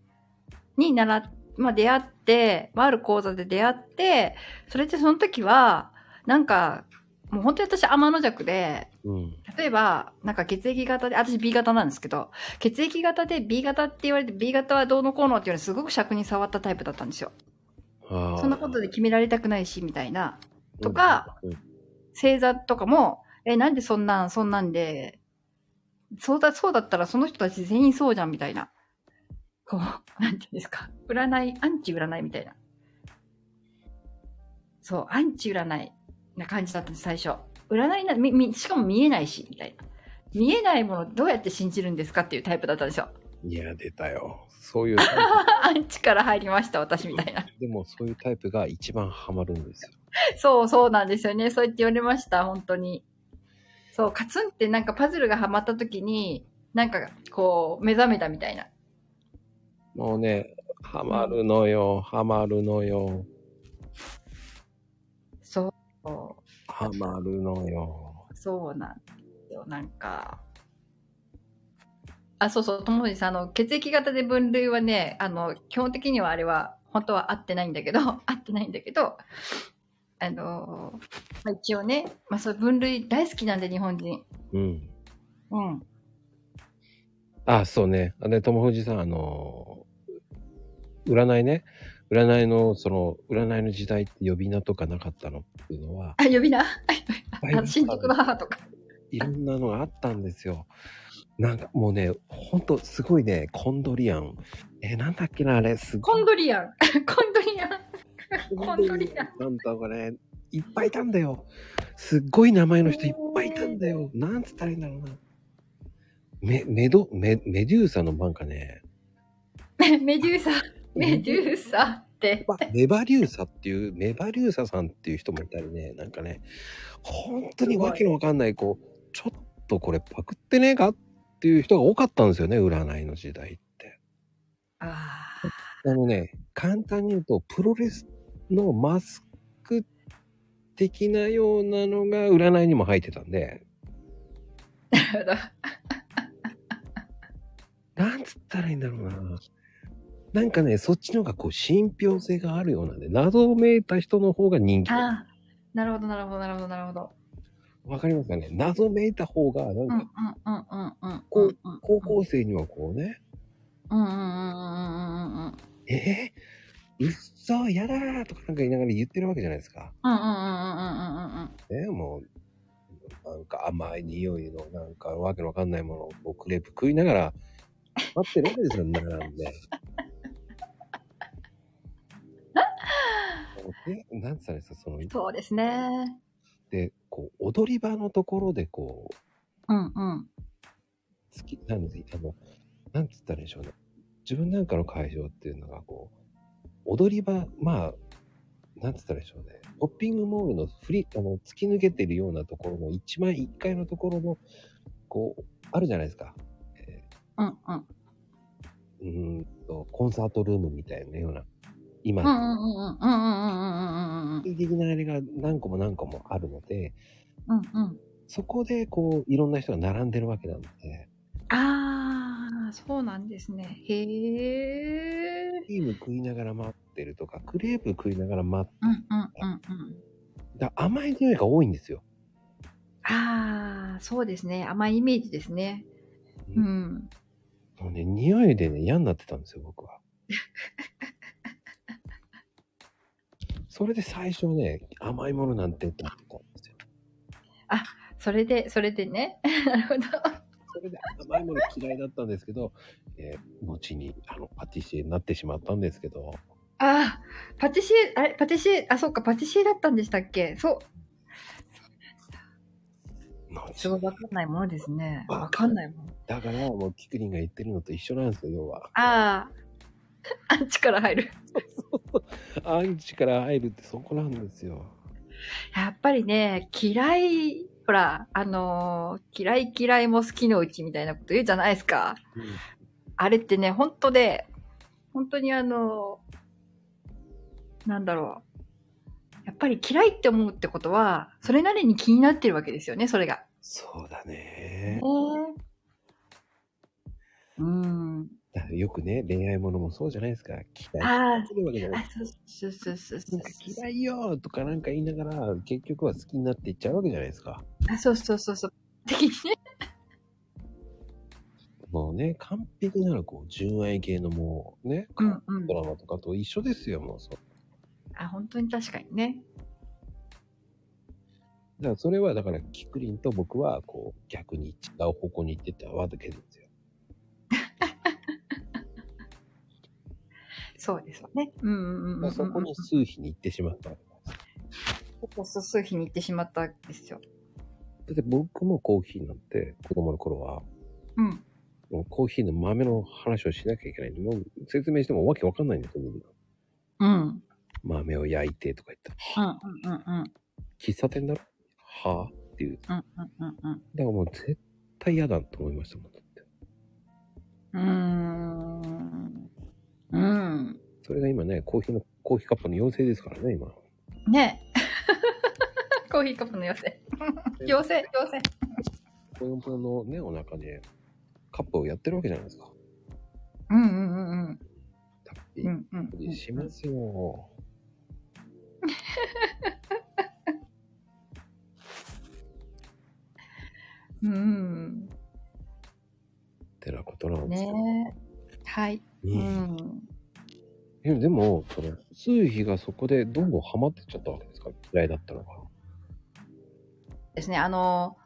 Speaker 2: に習っまあ、出会って、まあ、ある講座で出会って、それでその時は、なんか、もう本当に私天の弱で、
Speaker 1: うん。
Speaker 2: 例えば、なんか血液型で、私 B 型なんですけど、血液型で B 型って言われて、B 型はどうのこうのっていうのはすごく尺に触ったタイプだったんですよ。
Speaker 1: ああ。
Speaker 2: そんなことで決められたくないし、みたいな。
Speaker 1: うん
Speaker 2: とか、
Speaker 1: うん
Speaker 2: 星座とかも、え、なんでそんなん、そんなんで、そうだ、そうだったらその人たち全員そうじゃんみたいな。こう、 なんていうんですか。占い、アンチ占いみたいな。そう、アンチ占いな感じだったんです、最初。占いな、み、み、しかも見えないし、みたいな。見えないものどうやって信じるんですかっていうタイプだったんですよ。
Speaker 1: いや、出たよ。そういうタイ
Speaker 2: アンチから入りました、私みたいな。
Speaker 1: プ。でも、そういうタイプが一番ハマるんですよ。
Speaker 2: そうそうなんですよね。そう言って言われました、本当に。そう、カツンってなんかパズルがハマった時に、なんかこう、目覚めたみたいな。
Speaker 1: もうね、ハマるのよ、ハマるのよ、
Speaker 2: そう、
Speaker 1: ハマるのよ。
Speaker 2: そうなんですよ、なんか。あ、そうそう、ともじさん、あの、血液型で分類はね、あの、基本的にはあれは、本当は合ってないんだけど、 合ってないんだけど、あの、まあ、一応ね、まあそういう分類大好きなんで、日本人。
Speaker 1: うん。
Speaker 2: うん。
Speaker 1: あ、そうね。あれ、ともふじさん、あのー、占いね。占いの、その、占いの時代って呼び名とかなかったのっていうのは、
Speaker 2: あ、呼び名
Speaker 1: だいぶ
Speaker 2: あ新宿の母とか。
Speaker 1: いろんなのがあったんですよ。なんかもうね、ほんとすごいね、コンドリアン。えーなんだっけな、あれ、すご
Speaker 2: コ
Speaker 1: い
Speaker 2: ンドリアン。コンドリアン。コンドリアン。
Speaker 1: なんだこれ、いっぱいいたんだよ。すっごい名前の人いっぱいいたんだよ。なんつったらいいんだろうな。メ、メド、メ、メデューサの番かね。
Speaker 2: メメデューサ、メデューサって。
Speaker 1: まあメバリューサっていう、メバリューサさんっていう人もいたりね、なんかね、本当にわけのわかんない、こう、ちょっとこれパクってねえかっていう人が多かったんですよね、占いの時代って。
Speaker 2: あ
Speaker 1: あのね、簡単に言うと、プロレスのマスク的なようなのが占いにも入ってたんで、
Speaker 2: あ、なるほど。
Speaker 1: なんつったらいいんだろうな。なんかね、そっちの方がこう信憑性があるようなんで、謎をめいた人の方が人気。わ
Speaker 2: あーなるほど、なるほど、なるほど、なるほど。
Speaker 1: かりますかね謎めいた方が、なん
Speaker 2: うん、うん
Speaker 1: か、、
Speaker 2: うん、うん、うん。
Speaker 1: こ
Speaker 2: うん、うん、
Speaker 1: 高校生にはこうね、
Speaker 2: うん、うん、うん、うん、うん、うん、うん、うん、うん、
Speaker 1: えー、うっそ、やだーとかなんか言いながら言ってるわけじゃないですか。
Speaker 2: うん、うん。
Speaker 1: ね、もう、なんか甘い匂いの、なんかわけのわかんないものをこうクレープ食いながら待ってるわけですよ、並んで。え、なんつったらいいですか、その、
Speaker 2: そうですね。
Speaker 1: で、こう、踊り場のところで、こう、
Speaker 2: うん、うん。
Speaker 1: 好き、なんで、あの、なんつったらいいんでしょうね。自分なんかの会場っていうのが、こう、踊り場、まあ、なんつったらいいんでしょうね。ポッピングモールのフリ、あの、突き抜けてるようなところの、一枚一階のところの、こう、あるじゃないですか。
Speaker 2: うん、うん。
Speaker 1: うーんと、コンサートルームみたいなような、今、
Speaker 2: うん、うん、うん、うん、うん、うん、うん、うん、うん、うん、
Speaker 1: 的なあれが何個も何個もあるので、
Speaker 2: うん、うん。
Speaker 1: そこで、こう、いろんな人が並んでるわけなので、
Speaker 2: ああ、そうなんですね。へえ。
Speaker 1: クリーム食いながら待ってるとか、クレープ食いながら待って、
Speaker 2: うん、うん、うん、うん。
Speaker 1: だ甘い匂いが多いんですよ。
Speaker 2: ああ、そうですね。甘いイメージですね。うん。
Speaker 1: もうね、匂いでね、嫌になってたんですよ、僕 は。それで最初はね、甘いものなんてってなってたんですよ。
Speaker 2: それで、それでね。 なるほど。
Speaker 1: それで甘いもの嫌いだったんですけど、えー後にあのパティシエになってしまったんですけど、
Speaker 2: ああ、パティシエ、あれ、パティシエ、あ、そうか、パティシエだったんでしたっけそう。すごいわかんないものですね。わかんないもん。
Speaker 1: だからもうキクリンが言ってるのと一緒なんですよ、要は。
Speaker 2: ああ、アンチから入る。
Speaker 1: アンチから入るってそこなんですよ。
Speaker 2: やっぱりね、嫌い、ほら、あのー嫌い嫌いも好きのうちみたいなこと言うじゃないですか。あれってね、本当で、本当にあの、なんだろう。やっぱり嫌いって思うってことは、それなりに気になってるわけですよね、それが。
Speaker 1: そうだね。
Speaker 2: うん。
Speaker 1: だからよくね、恋愛ものもそうじゃないですか。嫌い。
Speaker 2: ああ、
Speaker 1: するわけじゃない
Speaker 2: あ、そうそうそうそうそ
Speaker 1: な
Speaker 2: う
Speaker 1: か
Speaker 2: ん
Speaker 1: 嫌いよとかなんか言いながら、結局は好きになっていっちゃうわけじゃないですか。
Speaker 2: あ、そうそうそうそう。的にね。
Speaker 1: もうね、完璧なるこう、純愛系のもうね、
Speaker 2: うんうん
Speaker 1: ド。ラマとかと一緒ですよ、もうそう。
Speaker 2: あ、本当に確かにね。
Speaker 1: だからそれはだから、キクリンと僕はこう、逆に違う方向に行ってたわけですよ。
Speaker 2: そうですよね。うんうんうんうん、うん。
Speaker 1: そこに数比に行ってしまったわけです。
Speaker 2: そうそう数日に行ってしまったんですよ。
Speaker 1: だって僕もコーヒーなんて、子供の頃は、
Speaker 2: うん。
Speaker 1: もうコーヒーの豆の話をしなきゃいけないんで、もう説明してもわけわかんないんですよ、みんな。
Speaker 2: うん。うん
Speaker 1: 豆を焼いてとか言ったら、
Speaker 2: うんうんうん。
Speaker 1: 喫茶店だろはぁっていう。
Speaker 2: うんうんう
Speaker 1: だ
Speaker 2: ん
Speaker 1: からもう絶対嫌だと思いましたもん。だって
Speaker 2: うん。うーん。うん。
Speaker 1: それが今ね、コーヒーの、コーヒーカップの妖精ですからね、今。
Speaker 2: ね コーヒーカップの妖精。妖精、妖精。
Speaker 1: ポヨンポヨンのね、お腹でカップをやってるわけじゃないですか。
Speaker 2: うんうんうんうん。
Speaker 1: たっぷり
Speaker 2: う、んう
Speaker 1: た
Speaker 2: ん
Speaker 1: っぷ
Speaker 2: うん
Speaker 1: りしますよ。
Speaker 2: うん。
Speaker 1: ってなことなんですけ
Speaker 2: ね
Speaker 1: ど。
Speaker 2: はい。う
Speaker 1: うん
Speaker 2: ん。
Speaker 1: えでも、その、数日がそこでどんどんハマってっちゃったわけですか嫌いだったのが。
Speaker 2: ですね、あの、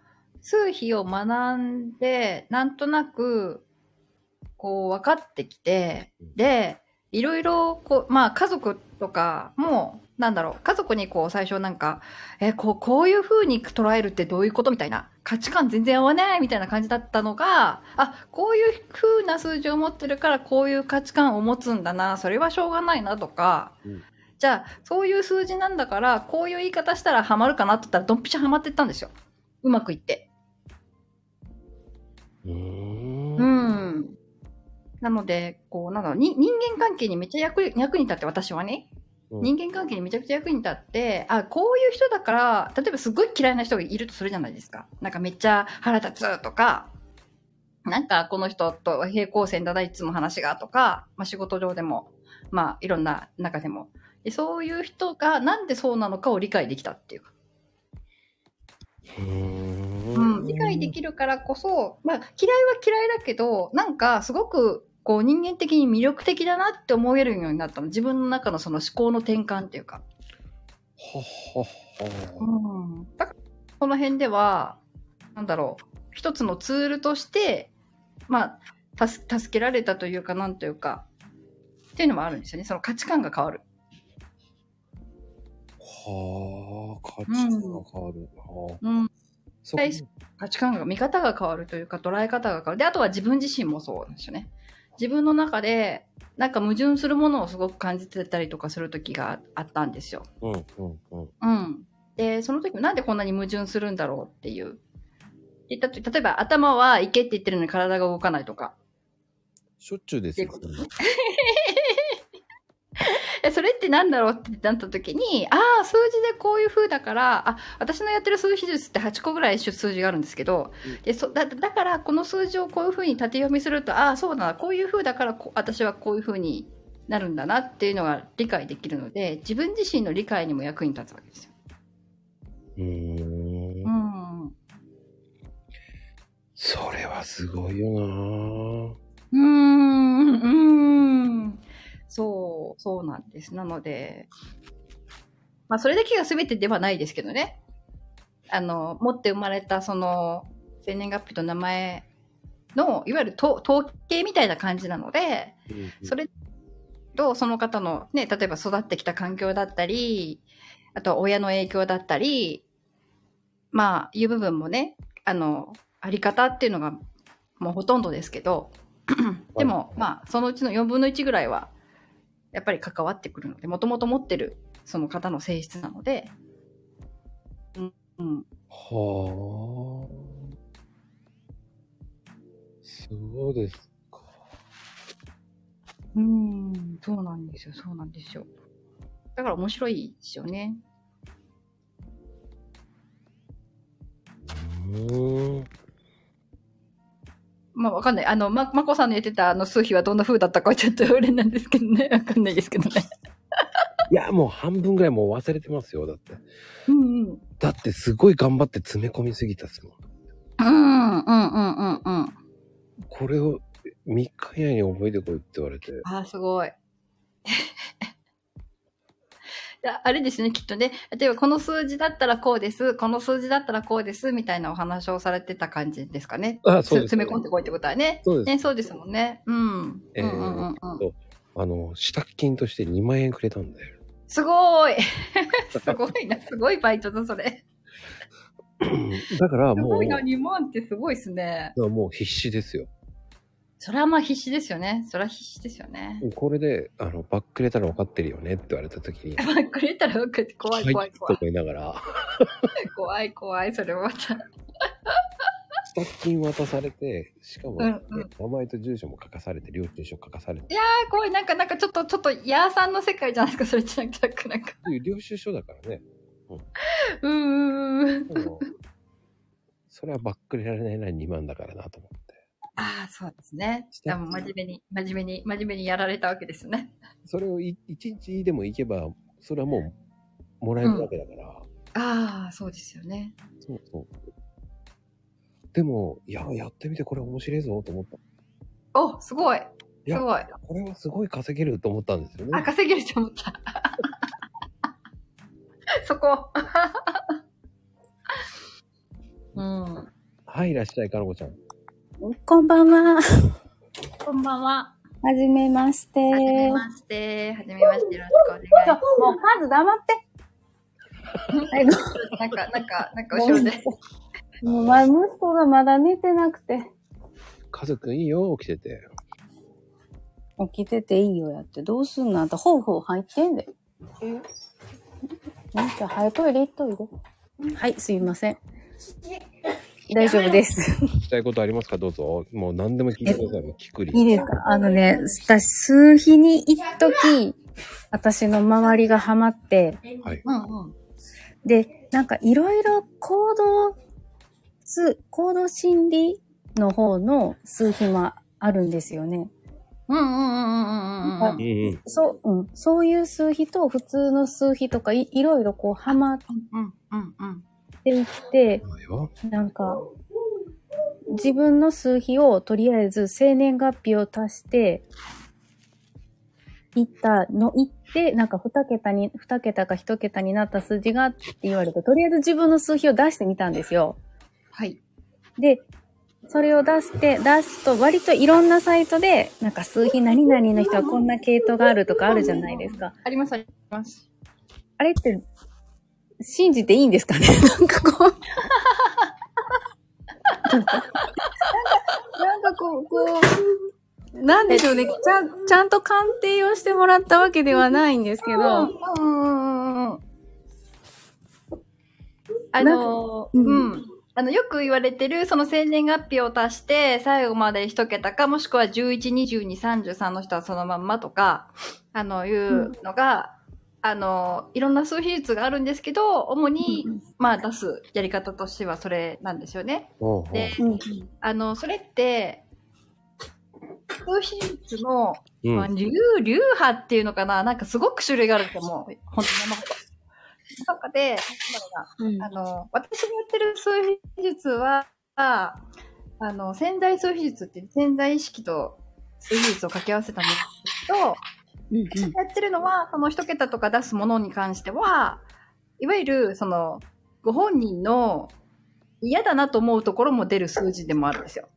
Speaker 2: 数比を学んで、なんとなく、こう、分かってきて、で、いろいろ、こう、まあ、家族とかも、なんだろう、家族にこう、最初なんか、え、こう、こういう風に捉えるってどういうことみたいな、価値観全然合わないみたいな感じだったのが、あ、こういう風な数字を持ってるから、こういう価値観を持つんだな、それはしょうがないなとか、
Speaker 1: うん
Speaker 2: じゃあ、そういう数字なんだから、こういう言い方したらハマるかなって言ったら、ドンピシャハマってったんですよ。うまくいって。
Speaker 1: うーん。
Speaker 2: う。ん。なので、こう、なんだろう、に人間関係にめっちゃ役役に立って、私はね。
Speaker 1: うん
Speaker 2: 人間関係にめちゃくちゃ役に立って、あ、こういう人だから、例えばすごい嫌いな人がいるとするじゃないですか。なんかめっちゃ腹立つとか、なんかこの人と平行線だないつも話がとか、まあ仕事上でも、まあいろんな中でも。でそういう人がなんでそうなのかを理解できたっていうか
Speaker 1: うー
Speaker 2: うん、理解できるからこそ、まあ、嫌いは嫌いだけどなんかすごくこう人間的に魅力的だなって思えるようになったの自分の中のその思考の転換っていう
Speaker 1: は
Speaker 2: か、
Speaker 1: っはっは。
Speaker 2: うん、だからこの辺ではなんだろう一つのツールとして、まあ、助助けられたというかなんというかっていうのもあるんですよねその価値観が変わる。
Speaker 1: はあ、価値観が変わる。はあ
Speaker 2: うん
Speaker 1: そこに
Speaker 2: 価値観が見方が変わるというか捉え方が変わるであとは自分自身もそうなんですよね自分の中でなんか矛盾するものをすごく感じてたりとかする時があったんですよ、
Speaker 1: うんうんうん。
Speaker 2: うん、でその時もなんでこんなに矛盾するんだろうっていうでたと例えば頭は行けって言ってるのに体が動かないとか
Speaker 1: しょっちゅうですよ。
Speaker 2: っ
Speaker 1: う
Speaker 2: えそれってなんだろうってなった時にああ数字でこういう風だからあ私のやってる数比術って8個ぐらい数字があるんですけど、
Speaker 1: うん
Speaker 2: でそだだからこの数字をこういう風に縦読みするとああそうだなこういう風だからこ私はこういう風になるんだなっていうのが理解できるので自分自身の理解にも役に立つわけですよ。
Speaker 1: ー。
Speaker 2: うんん
Speaker 1: それはすごいよなぁ
Speaker 2: うーん、うーん。そう、そうなんです。なので、まあ、それだけが全てではないですけどね。あの、持って生まれた、その、生年月日と名前の、いわゆる統統計みたいな感じなので、それと、その方のね、例えば育ってきた環境だったり、あとは親の影響だったり、まあ、いう部分もね、あの、あり方っていうのが、もうほとんどですけど、でも、まあ、そのうちの4分の1ぐらいは、やっぱり関わってくるので、もともと持ってる、その方の性質なので、うん、うん、
Speaker 1: はあ。そうですか。
Speaker 2: うん、そうなんですよ、そうなんですよ。だから面白いですよね。
Speaker 1: うーん。
Speaker 2: ままあ、わかんない。あの、ま、まこさんの言ってたあの数比はどんな風だったかはちょっとあれなんですけどね。 わかんないですけどね。
Speaker 1: いや、もう半分ぐらいもう忘れてますよ。だって。
Speaker 2: うんうん。
Speaker 1: だってすごい頑張って詰め込みすぎたっすもん。
Speaker 2: うんうんうんうんうん。
Speaker 1: これを3日以内に覚えてこいって言われて。
Speaker 2: ああ、す ごい。いやあれですね、きっとね。例えば、この数字だったらこうです、この数字だったらこうです、みたいなお話をされてた感じですかね。
Speaker 1: あ、
Speaker 2: つ
Speaker 1: そうです。
Speaker 2: 詰め込んでこいってことはね。
Speaker 1: そうです。
Speaker 2: ね、そうですもんね。うん。
Speaker 1: え
Speaker 2: うんうんうん
Speaker 1: ー
Speaker 2: うん
Speaker 1: とあの、支度金として2万円くれたんだよ。
Speaker 2: すごい すごいな、すごいバイトだ、それ。
Speaker 1: だから
Speaker 2: す
Speaker 1: も
Speaker 2: ご
Speaker 1: う、
Speaker 2: いな、
Speaker 1: だか
Speaker 2: 2万ってすごいですね。
Speaker 1: らもう必死ですよ。
Speaker 2: それはまあ必死ですよね。それは必死ですよ ね。
Speaker 1: これで、あの、バックれたら分かってるよねって言われた時に、
Speaker 2: まあ、くれたらよくて怖い怖い怖
Speaker 1: はいと。思いながら、
Speaker 2: 怖い怖い、それはま た。
Speaker 1: 支度金渡されて、しかも、
Speaker 2: うんうん
Speaker 1: 名前と住所も書かされて、領収書書かされて、
Speaker 2: 怖い、なんか、なんか、ちょっと、ちょっと、ヤーさんの世界じゃないですか、それじゃなくて、なんか。
Speaker 1: 領収書だからね、
Speaker 2: うーん。
Speaker 1: もうそれはバックれられないな2万だからなと思って。
Speaker 2: ああ、そうですね。でも、真面目に、真面目に、真面目にやられたわけですね。
Speaker 1: それをい一日でも行けば、それはもう、もらえるわけだから、
Speaker 2: ああ、そうですよね。
Speaker 1: そうそう。でも、いや、やってみてこれ面白いぞと思った。い
Speaker 2: お、すごい。す
Speaker 1: や、
Speaker 2: ごい。
Speaker 1: これはすごい稼げると思ったんですよ
Speaker 2: あ、
Speaker 1: ね。
Speaker 2: 稼げると思った。 そこ。 うん。
Speaker 1: はい、いらっしゃい、かのこちゃん。
Speaker 3: こんばんは。は
Speaker 2: こんばんは。
Speaker 3: じめまして。
Speaker 2: はじめ
Speaker 3: も
Speaker 2: まして。はじめまして。よろしくお願いしま
Speaker 3: う、まず黙って。
Speaker 2: す。なんか、なんか、なんか、後ろで。
Speaker 3: もう、ま息子がまだ寝てなくて。
Speaker 1: 家族いいよ、起きてて。
Speaker 3: 起きてていいよやって。どうすんのあんた、ほうほう入ってんで。えなんか、早トイレ行っといで。はい、すいません。大丈夫です。
Speaker 1: 聞きたいことありますかどうぞ。もう何でも聞いてください。もう聞くり。
Speaker 3: いいですかあのね、私、数日に一時、私の周りがハマって、
Speaker 2: うんうん。
Speaker 3: で、なんかいろいろ行動数、行動心理の方の数比もあるんですよね。
Speaker 2: うんうんうんうんうんうんうん
Speaker 1: う。んうん。
Speaker 3: そう、うん。そういう数比と普通の数比とかいいろいろこうハマっ
Speaker 2: うんうんうん。
Speaker 3: ていって、
Speaker 1: そうよ。
Speaker 3: なんか、自分の数比をとりあえず生年月日を足して、いったの、いって、なんか二桁に、二桁か一桁になった数字がって言われて、とりあえず自分の数比を出してみたんですよ。
Speaker 2: はい。
Speaker 3: で、それを出して、出すと、割といろんなサイトで、なんか数比何々の人はこんな系統があるとかあるじゃないですか。
Speaker 2: ありますあります。
Speaker 3: あれって、信じていいんですかね なんかこう。なんかこう、こう、なんでしょうね。ちゃん、ちゃんと鑑定をしてもらったわけではないんですけど、
Speaker 2: うん。あの、
Speaker 3: うん
Speaker 2: うん。あの、よく言われてる、その生年月日を足して、最後まで一桁か、もしくは11、22、33の人はそのまんまとか、あの、いうのが、あの、いろんな数比率があるんですけど、主に、まあ、出すやり方としてはそれなんですよね。
Speaker 1: うんうん
Speaker 2: で
Speaker 3: うん、
Speaker 2: あの、それって、数比率の、
Speaker 1: うん
Speaker 2: まあ、流、流派っていうのかななんかすごく種類があると思う。本当に山ほど。その中で、なんだろうなあの、私がやってる数比術は、あの、潜在数比術って潜在意識と数比術を掛け合わせたものと、やってるのは、その一桁とか出すものに関しては、いわゆる、その、ご本人の嫌だなと思うところも出る数字でもあるんですよ。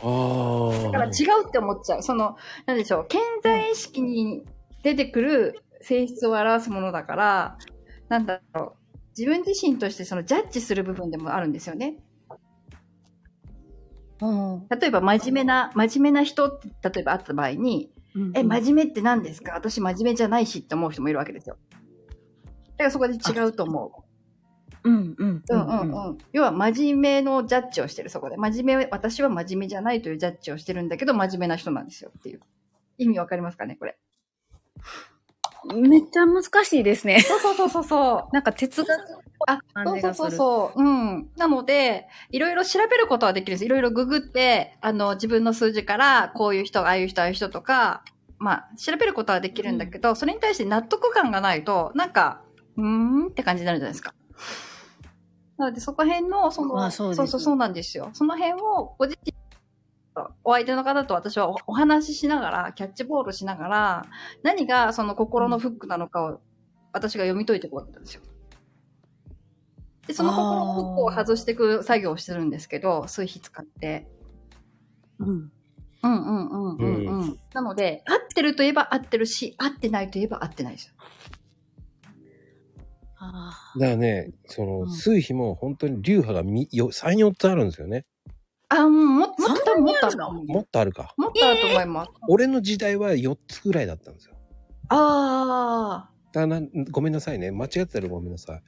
Speaker 2: だから
Speaker 1: あ
Speaker 2: 違うって思っちゃう。その、なんでしょう、健在意識に出てくる性質を表すものだから、なんだろう、自分自身としてそのジャッジする部分でもあるんですよね。
Speaker 3: うん。
Speaker 2: 例えば、真面目な、真面目な人って、例えばあった場合に、え、真面目って何ですか私真面目じゃないしって思う人もいるわけですよ。だからそこで違うと思う。
Speaker 3: うん、うん、
Speaker 2: うんうんうん、要は真面目のジャッジをしてるそこで真面目私は真面目じゃないというジャッジをしてるんだけど真面目な人なんですよっていう意味わかりますかねこれ
Speaker 3: うん。めっちゃ難しいですね。
Speaker 2: そうそうそうそうそう
Speaker 3: なんか哲学
Speaker 2: あ、
Speaker 3: 感
Speaker 2: そう
Speaker 3: じ
Speaker 2: そ
Speaker 3: が
Speaker 2: う
Speaker 3: す
Speaker 2: そ
Speaker 3: る
Speaker 2: うそう。うん。なので、いろいろ調べることはできるんです。いろいろググって、あの、自分の数字から、こういう人、ああいう人、ああいう人とか、まあ、調べることはできるんだけど、それに対して納得感がないと、なんか、うーんって感じになるじゃないですか。なので、そこ辺の、その、
Speaker 4: まあそうです
Speaker 2: そうそうそうなんですよ。その辺を、ご自身と、お相手の方と私はおお話ししながら、キャッチボールしながら、何がその心のフックなのかを、私が読み解いていこうだったんですよ。で、その心のフックを外していく作業をしてるんですけど、数比使って。
Speaker 4: うん。
Speaker 2: うんうんうんうんうん。なので、合ってるといえば合ってるし、合ってないといえば合ってないですよ。
Speaker 4: あ
Speaker 1: だからね、その、
Speaker 4: うん
Speaker 1: 数比も本当に流派がみよ3、4つあるんですよね。
Speaker 2: あ、もうもっと、もっと多分もっとある
Speaker 4: そんなにある
Speaker 1: もっとあるか。
Speaker 2: もっとあると思います。
Speaker 1: 俺の時代は4つぐらいだったんですよ。
Speaker 2: あ
Speaker 1: だなごめんなさいね。間違ってたらごめんなさい。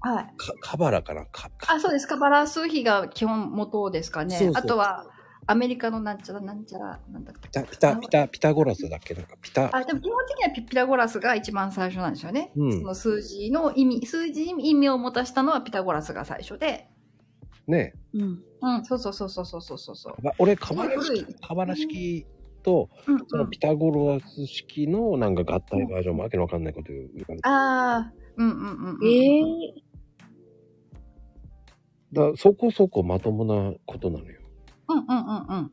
Speaker 2: あ、はい。
Speaker 1: か、カバラかなか、か
Speaker 2: あ、そうですか。バランス比が基本元ですかね。
Speaker 1: そうそう
Speaker 2: あとは、アメリカのなんちゃらなんちゃら、なんだっけ
Speaker 1: ピ。タ、ピタ、ピタ、ピタゴラスだっけなんか、ピタ。
Speaker 2: あ、でも基本的にはピピタゴラスが一番最初なんですよね。
Speaker 1: うん
Speaker 2: その数字の意味、数字に意味を持たしたのはピタゴラスが最初で。
Speaker 1: ね
Speaker 4: ーうん。
Speaker 2: うん、そうそうそうそうそうそうそうそう
Speaker 1: え。。か俺、カバラ
Speaker 2: 古い
Speaker 1: 式、カバラ式と、
Speaker 2: うん
Speaker 1: そのピタゴラス式のなんか合体バージョンもわけのわかんないこと言う感じ。
Speaker 2: ああ、うんうんうん。
Speaker 3: ええ
Speaker 1: だそこそこまともなことなのよ。
Speaker 2: うんうんうんうん。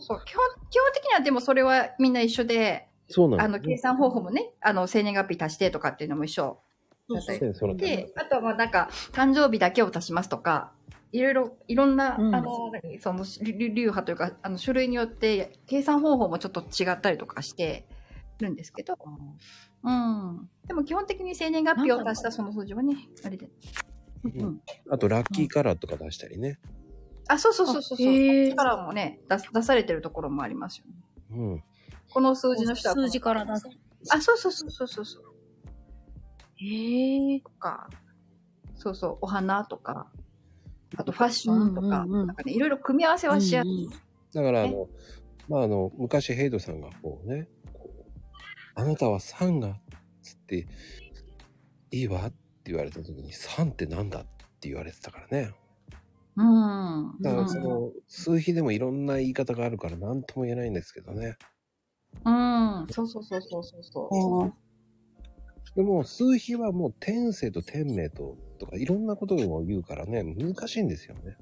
Speaker 2: そう基本基本的にはでもそれはみんな一緒で、
Speaker 1: そうなの
Speaker 2: あの計算方法もね、あの生年月日足してとかっていうのも一緒だったり
Speaker 1: そうそうそう
Speaker 2: で、あとはまあなんか、誕生日だけを足しますとか、いろいろ、いろんな、
Speaker 4: うん
Speaker 2: あの、何その、流流派というか、あの、種類によって、計算方法もちょっと違ったりとかしてるんですけど、うん。でも基本的に生年月日を足したその数字はね、あれで。
Speaker 1: うん
Speaker 2: うん
Speaker 1: あと、ラッキーカラーとか出したりね。
Speaker 2: あ、そうそうそうそうそう。
Speaker 3: あへー
Speaker 2: だからもね出す、出されてるところもありますよね。
Speaker 1: うん。
Speaker 2: この数字の人はこの
Speaker 3: 数字から出す。
Speaker 2: あ、そうそうそうそうそうそう。
Speaker 3: ええ
Speaker 2: とか、そうそう、お花とか、あとファッションとか、
Speaker 4: うんうんうん
Speaker 2: なんかね、いろいろ組み合わせはしやすい。
Speaker 1: だから、あ
Speaker 2: ね
Speaker 1: の、まあ、あの、昔、ヘイドさんがこうね、こうあなたは3が、つって、いいわって言われた時に、3ってなんだって言われてたからね。
Speaker 2: うん。
Speaker 1: だから、その、数比でもいろんな言い方があるから、なんとも言えないんですけどね。
Speaker 2: うん。そうそうそうそうそうそ
Speaker 4: うん
Speaker 1: でも、数比はもう、天性と天命と、とか、いろんなことを言うからね、難しいんですよね。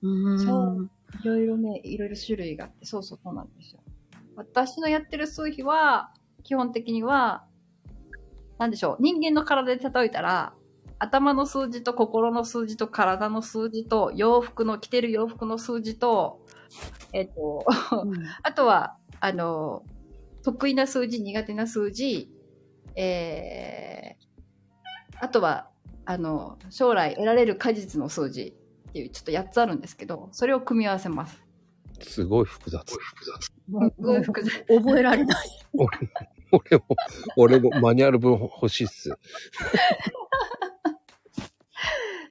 Speaker 4: うん。
Speaker 2: そうう。いろいろね、いろいろ種類があって、そうそうそうなんですよ。私のやってる数比は、基本的には、なんでしょう、人間の体で例えたら、頭の数字と心の数字と体の数字と洋服の着てる洋服の数字と、えっと、
Speaker 4: うん
Speaker 2: あとは、あの、得意な数字、苦手な数字、えー、あとは、あの、将来得られる果実の数字っていう、ちょっと8つあるんですけど、それを組み合わせます。
Speaker 1: すごい複雑。
Speaker 4: も
Speaker 2: すごい複雑。
Speaker 4: う覚えられない。
Speaker 1: 俺も、 俺も、俺もマニュアル分欲しいっす。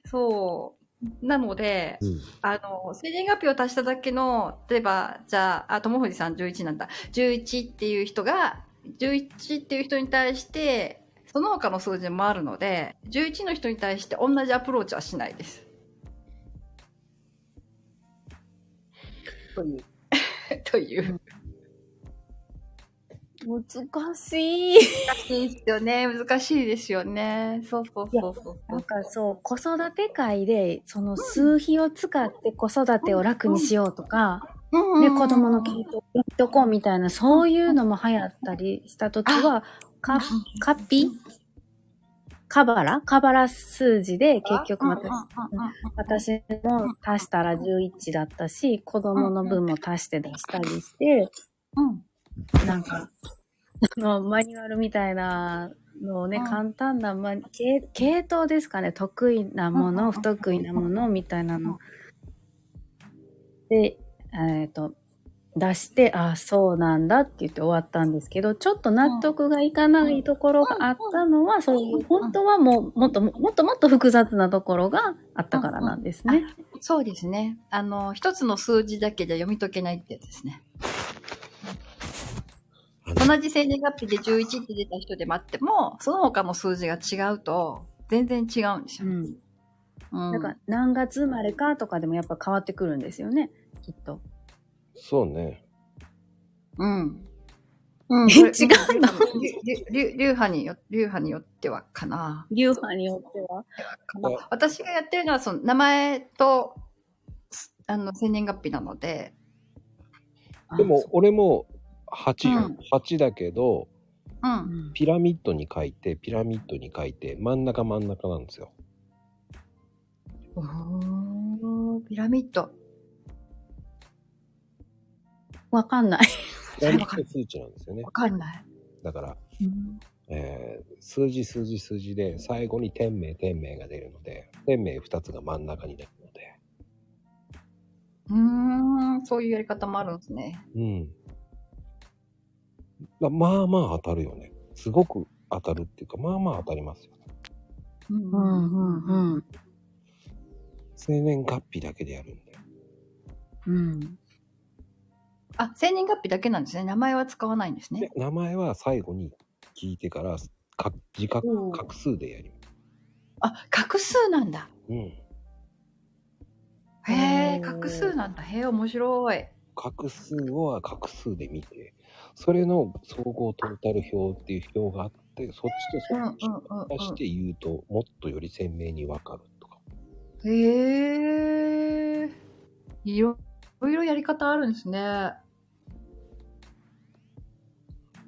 Speaker 2: そう。なので、
Speaker 1: うん。
Speaker 2: あの、生年月日を足しただけの、例えば、じゃあ、あ、友藤さん11なんだ。11っていう人が、11っていう人に対して、その他の数字もあるので、11の人に対して同じアプローチはしないです。という。 という。
Speaker 3: 難しい。
Speaker 2: 難しいですよね。難しいですよね。そうそうそうそう
Speaker 3: なんかそう、子育て会で、その数比を使って子育てを楽にしようとか、
Speaker 2: う
Speaker 3: ね、子供の毛糸をっとこうみたいな、そういうのも流行ったりした時は、か、カッピカバラカバラ数字で結局私、私も足したら11だったし、子供の分も足して出したり して、
Speaker 2: うん。
Speaker 3: なんか、あの、マニュアルみたいなのをね、
Speaker 2: うん
Speaker 3: 簡単な、ま、系系統ですかね、得意なも
Speaker 2: うんうんうん
Speaker 3: の、不得意なものみたいなの。で、えっ、と、出して、ああ、そうなんだって言って終わったんですけど、ちょっと納得がいかないところがあったのは、そういう、本当はもう、もっとも、もっともっと複雑なところがあったからなんですね。
Speaker 2: そうですね。あの、一つの数字だけじゃ読み解けないってやつですね。
Speaker 1: あの
Speaker 2: 同じ生年月日で11って出た人で待っても、その他の数字が違うと、全然違うんですよ。
Speaker 5: ん。
Speaker 3: うん
Speaker 5: なんか、何月生まれかとかでもやっぱ変わってくるんですよね、きっと。
Speaker 1: そうね。
Speaker 2: うん。うん、
Speaker 3: え
Speaker 2: これ
Speaker 3: 違うの
Speaker 2: りゅりゅ流派によ、流派によってはかな。
Speaker 5: 流派によっては。
Speaker 2: かな私がやってるのは、その名前と、すあの、生年月日なので、
Speaker 1: でも
Speaker 3: あ、
Speaker 1: 俺も8よ、
Speaker 2: うん
Speaker 1: 8だけど、
Speaker 2: う。
Speaker 3: そうんうん
Speaker 1: ピラミッドに書いて、ピラミッドに書いて、真ん中真ん中なんですよ。
Speaker 2: おーピラミッド。
Speaker 5: わかんない。
Speaker 1: ピラミッド数値なんですよね
Speaker 2: わ。かんない。
Speaker 1: だから、
Speaker 2: うん
Speaker 1: えー数字数字数字で、最後に天命天命が出るので、天命2つが真ん中になるので。
Speaker 2: うーん、そういうやり方もあるんですね。
Speaker 1: うん。ままあまあ当たるよね。すごく当たるっていうか、まあまあ当たりますよ。
Speaker 2: う
Speaker 5: う。んうん
Speaker 1: 生年月日だけでやるんで。
Speaker 5: うん。
Speaker 2: あ、生年月日だけなんですね。名前は使わないんですね
Speaker 1: で。名前は最後に聞いてから、か自覚、
Speaker 2: うん
Speaker 1: 画数でやります。
Speaker 2: あ、画数なんだ。
Speaker 1: うん。
Speaker 2: へえ、
Speaker 5: おー
Speaker 2: 画数なんだ。へえ、面白い。
Speaker 1: 画数は画数で見て、それの総合トータル表っていう表があって、そっちと
Speaker 2: うんうん
Speaker 1: そっちを
Speaker 2: うん
Speaker 1: 出して言うと、もっとより鮮明にわかるとか。
Speaker 2: うん。へえ。いろいろいろやり方あるんですね。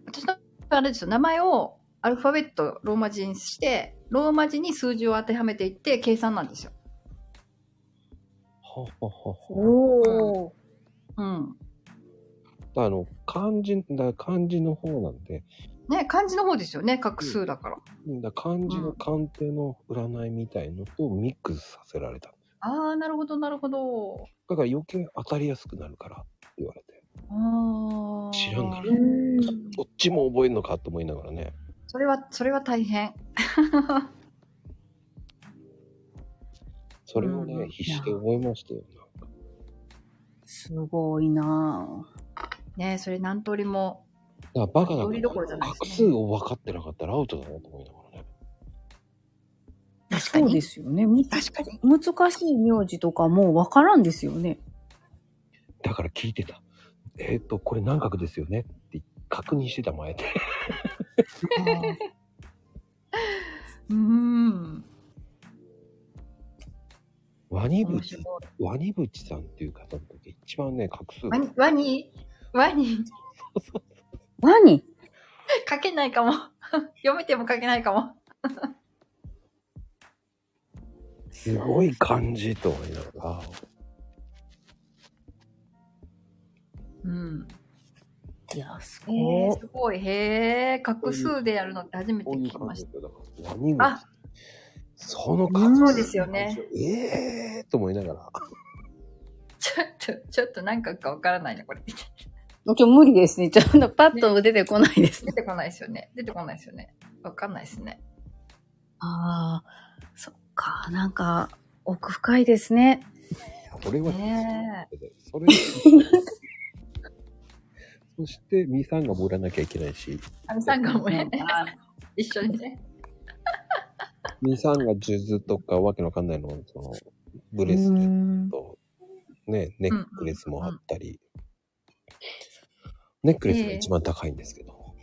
Speaker 2: 私のあれですよ。名前をアルファベットローマ字にして、ローマ字に数字を当てはめていって計算なんですよ。
Speaker 1: はあはあはあ
Speaker 5: おー。
Speaker 2: うん。
Speaker 1: あの、漢字、だ漢字の方なんで、
Speaker 2: ね、漢字の方ですよね。画数だから。
Speaker 1: だ漢字の鑑定の占いみたいのとミックスさせられた。
Speaker 2: ああ、なるほど、なるほど。
Speaker 1: だから余計当たりやすくなるからって言われて、
Speaker 2: ああ。
Speaker 1: 知らんがな
Speaker 5: うん。
Speaker 1: どっちも覚えるのかと思いながらね。
Speaker 2: それは、それは大変。
Speaker 1: それをね、
Speaker 3: うん
Speaker 1: 必死で覚えましたよ。なんか
Speaker 5: すごいなぁ。
Speaker 2: ねそれ何通りも。
Speaker 1: だからバカだ
Speaker 2: ど
Speaker 1: か
Speaker 2: り
Speaker 1: ら
Speaker 2: どころじゃない
Speaker 1: 画
Speaker 2: です
Speaker 1: 数
Speaker 2: ね。
Speaker 1: を分かってなかったらアウトだなと思いながらね。
Speaker 2: 確か
Speaker 5: そうで
Speaker 2: に。
Speaker 5: すよね。み
Speaker 2: 確かに。
Speaker 5: 難しい名字とかもうわからんですよね。
Speaker 1: だから聞いてた。えっ、と、これ何画ですよねって確認してた前 で。
Speaker 2: うーん。
Speaker 1: ワニブ
Speaker 2: 面
Speaker 1: チ
Speaker 2: 白い、。
Speaker 1: ワニブチさんっていう方の時一番ね、画数
Speaker 2: ワ
Speaker 1: が
Speaker 2: ニ、ワニ、ワニ、
Speaker 5: ワニ
Speaker 2: 書けないかも。 読めても書けないかも。
Speaker 1: すごい漢字と思いながら。
Speaker 2: うん。
Speaker 5: いや、す
Speaker 2: へ
Speaker 5: ご
Speaker 2: え
Speaker 5: い。
Speaker 2: すごい。へえ、画数でやるのって初めて
Speaker 1: こう
Speaker 2: 聞
Speaker 1: いう
Speaker 2: き
Speaker 1: 感
Speaker 2: まし
Speaker 1: じ
Speaker 2: た。
Speaker 1: だから。ワニブチ
Speaker 2: あ
Speaker 1: その
Speaker 2: そう
Speaker 1: 数
Speaker 2: ですよね。
Speaker 1: ええー、と思いながら。
Speaker 2: ちょっと、ちょっと何画かわからないな、これ。
Speaker 5: 今日無理ですね。ちょっとパッと出てこないですね。
Speaker 2: 出てこないですよね。出てこないですよね。わかんないですね。
Speaker 5: ああ、そっか。なんか、奥深いですね。
Speaker 1: 俺は、
Speaker 2: ね
Speaker 1: それ、そして、ミさんが盛らなきゃいけないし、
Speaker 2: あみさんがもね、 一緒にね。
Speaker 1: ミさんが数珠とかわけのわかんないのを、その、ブレスレット、ね、ネックレスもあったり、ネックレスが一番高いんですけど。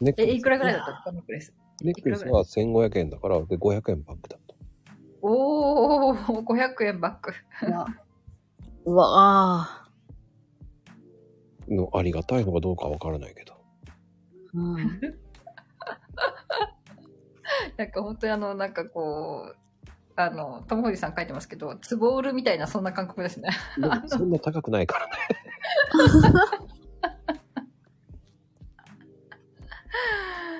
Speaker 1: ネック
Speaker 2: え、
Speaker 1: レ
Speaker 2: い
Speaker 1: ス
Speaker 2: くらぐらいだったのこのネックレス。
Speaker 1: ネックレスは1500円だから、で、500円バックだと。
Speaker 2: おー、500円バック。
Speaker 5: うわあ。
Speaker 1: のありがたいのかどうかわからないけど。
Speaker 5: うん
Speaker 2: なんか本当にあの、なんかこう、あの、友堀さん書いてますけど、ツボ売るみたいなそんな感覚ですね。
Speaker 1: でもそんな高くないから ね。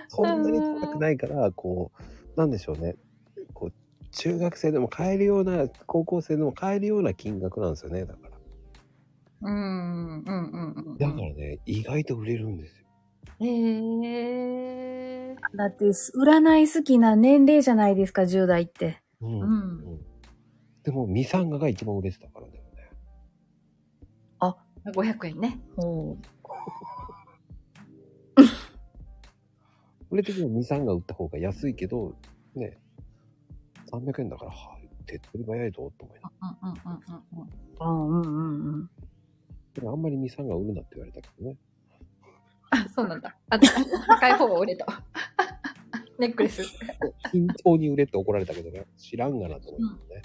Speaker 1: そんなに高くないから、こう、なんでしょうね。こう、中学生でも買えるような、高校生でも買えるような金額なんですよね。だから。
Speaker 2: うーん、うん、うん、うん。
Speaker 1: だからね、意外と売れるんですよ。
Speaker 2: へえー。
Speaker 5: だって、占い好きな年齢じゃないですか、10代って。
Speaker 1: うん。
Speaker 2: うん。
Speaker 1: でも、ミサンガが一番売れてたからだよね。
Speaker 2: 500円ね。
Speaker 5: お
Speaker 1: 俺的に2、3が売った方が安いけど、ね、300円だから、はい、手っ取り早いぞ、と思いなが
Speaker 2: うんうんうんうんうん。
Speaker 3: ああ、うんうんうん。
Speaker 1: らでもあんまり2、3が売るなって言われたけどね。
Speaker 2: あ、そうなん だ。 あ、高い方は俺と。 ネックレス。
Speaker 1: 均等に売れって怒られたけどね、知らんがなと思いながら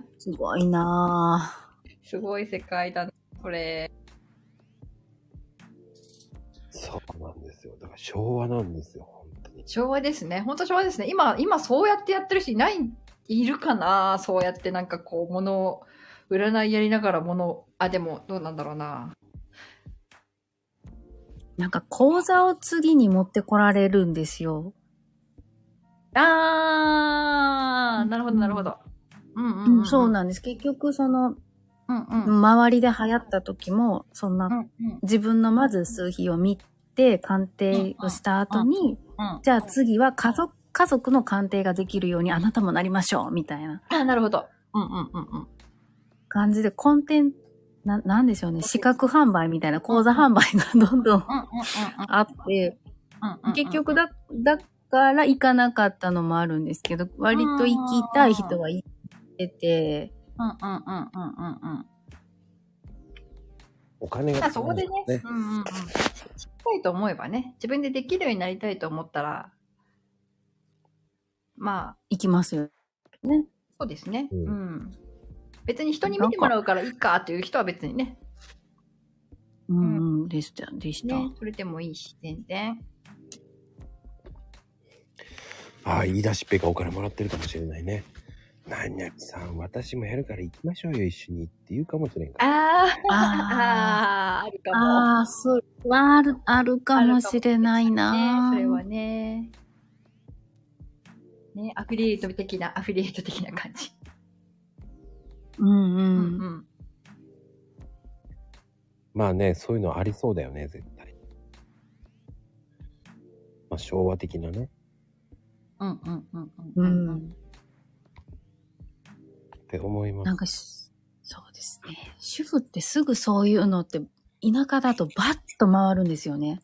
Speaker 1: ね。
Speaker 3: すごいなあ
Speaker 2: すごい世界だな、これ。
Speaker 1: そうなんですよ。だから昭和なんですよ、本当に。
Speaker 2: 昭和ですね。本当昭和ですね。今、今そうやってやってる人いない、いるかなそうやってなんかこう、物を、占いやりながら物を、あ、でも、どうなんだろうな。
Speaker 3: なんか講座を次に持ってこられるんですよ。
Speaker 2: あー、なるほど、なるほど。うんうん、うん
Speaker 3: そうなんです。結局、その、
Speaker 2: うんうん。
Speaker 3: 周りで流行った時も、そんな、
Speaker 2: うんうん。
Speaker 3: 自分のまず数比を見て、鑑定をした後に、
Speaker 2: うん。
Speaker 3: じゃあ次は家族、家族の鑑定ができるようにあなたもなりましょう、みたいな
Speaker 2: あ、なるほど。うんうんうんうん。
Speaker 3: 感じで、コンテン、な、なんでしょうね、視覚販売みたいな、講座販売がどんどん
Speaker 2: うんうん
Speaker 3: あって、
Speaker 2: うんうん。
Speaker 3: 結局だ、だから行かなかったのもあるんですけど、割と行きたい人は行ってて、
Speaker 2: うんうんうんうんうんうん。
Speaker 1: お金が、
Speaker 2: まあそこでね、うんうんうん。したいと思えばね、自分でできるようになりたいと思ったら、まあ、
Speaker 3: 行きますよ。
Speaker 2: そうですね。
Speaker 1: う
Speaker 2: うんん。別に人に見てもらうからいいかっていう人は別にね、
Speaker 3: うん、でした、でした。
Speaker 2: ね、それでもいいし、全然。
Speaker 1: ああ、言い出しっぺがお金もらってるかもしれないね。何々さん、私もやるから行きましょうよ、一緒にって言うかもしれんから。
Speaker 2: あ あ
Speaker 3: あ
Speaker 2: ー、ある
Speaker 3: あ、
Speaker 2: かも。
Speaker 3: ああ、そう、ある、あるかもしれないな。
Speaker 2: ね、それはね。ね、アフィリエイト的な、アフィリエイト的な感じ。
Speaker 3: うん
Speaker 2: う
Speaker 3: うん
Speaker 2: うん
Speaker 1: まあね、そういうのありそうだよね、絶対。まあ、昭和的なね。
Speaker 2: うんうんうん
Speaker 3: う
Speaker 2: うんん。
Speaker 1: って思いま
Speaker 3: なん
Speaker 1: す。
Speaker 3: かし、そうですね。主婦ってすぐそういうのって、田舎だとバッと回るんですよね。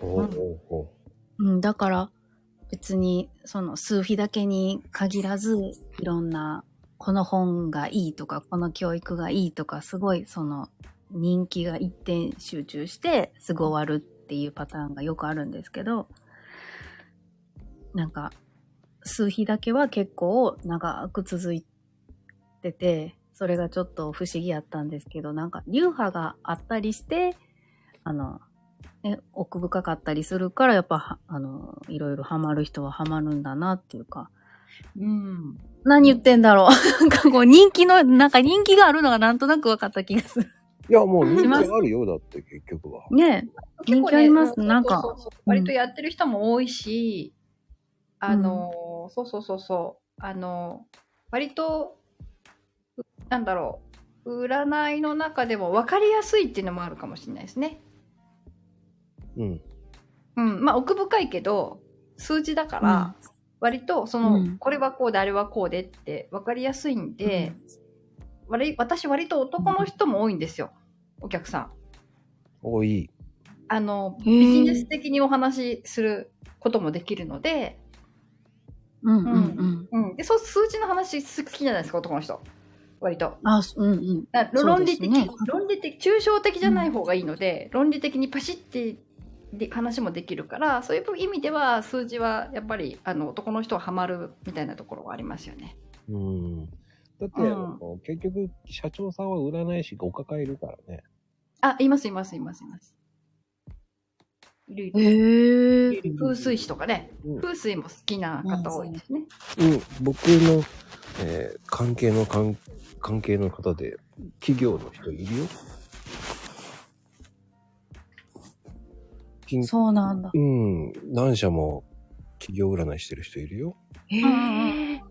Speaker 1: ほうほうほ
Speaker 3: うん、だから、別に、その、数比だけに限らず、いろんな、この本がいいとか、この教育がいいとか、すごい、その、人気が一点集中して、すぐ終わるっていうパターンがよくあるんですけど、なんか、数比だけは結構長く続いてて、それがちょっと不思議やったんですけど、なんか、流派があったりして、あの、ね、奥深かったりするから、やっぱは、あの、いろいろハマる人はハマるんだなっていうか、
Speaker 2: うん。
Speaker 3: 何言ってんだろう。 なんかこう、人気の、なんか人気があるのがなんとなく分かった気がする。
Speaker 1: う。いや、もう人
Speaker 3: します
Speaker 1: 気あるよ、だって結局は。
Speaker 3: ね
Speaker 2: 結構
Speaker 3: 人気あ
Speaker 2: ね、
Speaker 3: ります
Speaker 2: う
Speaker 3: なんか
Speaker 2: そうそうそう割とやってる人も多いし、あの、そうそうそうそう、あの、割と、うなんだろう、占いの中でも分かりやすいっていうのもあるかもしれないですね。
Speaker 1: うん。
Speaker 2: うん、まあ奥深いけど、数字だから、割とその、
Speaker 3: うん
Speaker 2: これはこうで、あれはこうでって分かりやすいんで、割り私割と男の人も多いんですよ、お客さん。
Speaker 1: 多い。
Speaker 2: あの、
Speaker 3: へー
Speaker 2: ビジネス的にお話しすることもできるので、
Speaker 3: うんうんうん。
Speaker 2: うん。で、そう、数字の話好きじゃないですか、男の人。割と。
Speaker 3: あ、そうんうん。
Speaker 2: だから
Speaker 3: そう
Speaker 2: 論
Speaker 3: で
Speaker 2: 理
Speaker 3: す
Speaker 2: 的、
Speaker 3: ね
Speaker 2: 論理的、抽象的じゃない方がいいので、論理的にパシッてで話もできるから、そういう意味では数字はやっぱりあの男の人はハマるみたいなところはありますよね。
Speaker 1: うん。だって、
Speaker 2: うん
Speaker 1: あの結局、社長さんは占い師がお抱えいるからね。
Speaker 2: あ、いますいますいますいます。いるいる
Speaker 3: へえ。
Speaker 2: 風水師とかね、
Speaker 1: うん
Speaker 2: 風水も好きな方多いですね。
Speaker 1: うん、僕の、えー関係の関関係の方で、企業の人いるよ。金
Speaker 3: そうなんだ。
Speaker 1: うん、何社も企業占いしてる人いるよ。
Speaker 3: へ
Speaker 2: うんうん
Speaker 3: え。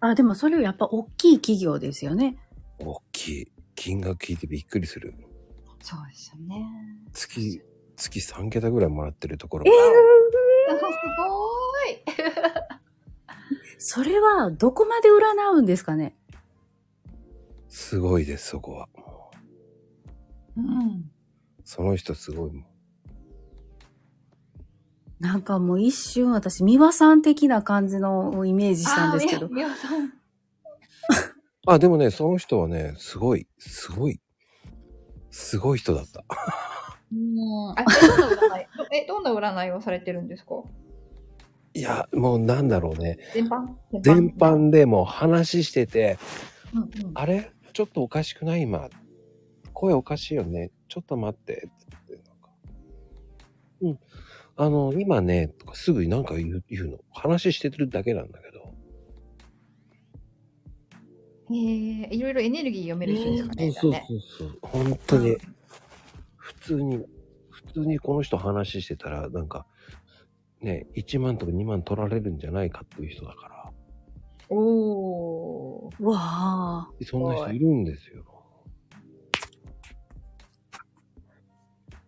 Speaker 3: あ、でもそれはやっぱ大きい企業ですよね。
Speaker 1: 大きい。金額聞いてびっくりする。
Speaker 2: そうですよね。
Speaker 1: 月、月3桁ぐらいもらってるところ。
Speaker 2: あすごーい。
Speaker 3: それはどこまで占うんですかね
Speaker 1: すごいです、そこは。
Speaker 2: うん。
Speaker 1: その人すごいもん。
Speaker 3: なんかもう一瞬私、美輪さん的な感じのをイメージしたんですけど。
Speaker 2: みやさん。
Speaker 1: あ、でもね、その人はね、すごい、すごい、すごい人だった。
Speaker 2: うん。あ、えどんな占いどえ、どんな占いをされてるんですか
Speaker 1: いや、もうなんだろうね。
Speaker 2: 全般
Speaker 1: 全。般でもう話してて、
Speaker 2: うんうん
Speaker 1: あれちょっとおかしくない今。声おかしいよね。ちょっと待って。ってなんかうん。あの、今ね、とかすぐなんか言う言うの。話してるだけなんだけど。
Speaker 2: えー、いろいろエネルギー読める人ですかね。
Speaker 1: そう
Speaker 2: じゃあね
Speaker 1: そうそうそう。本当に、普通に、普通にこの人話してたら、なんか、ね、1万とか2万取られるんじゃないかっていう人だから。
Speaker 2: おー。
Speaker 3: うわあ。
Speaker 1: そんな人いるんですよ。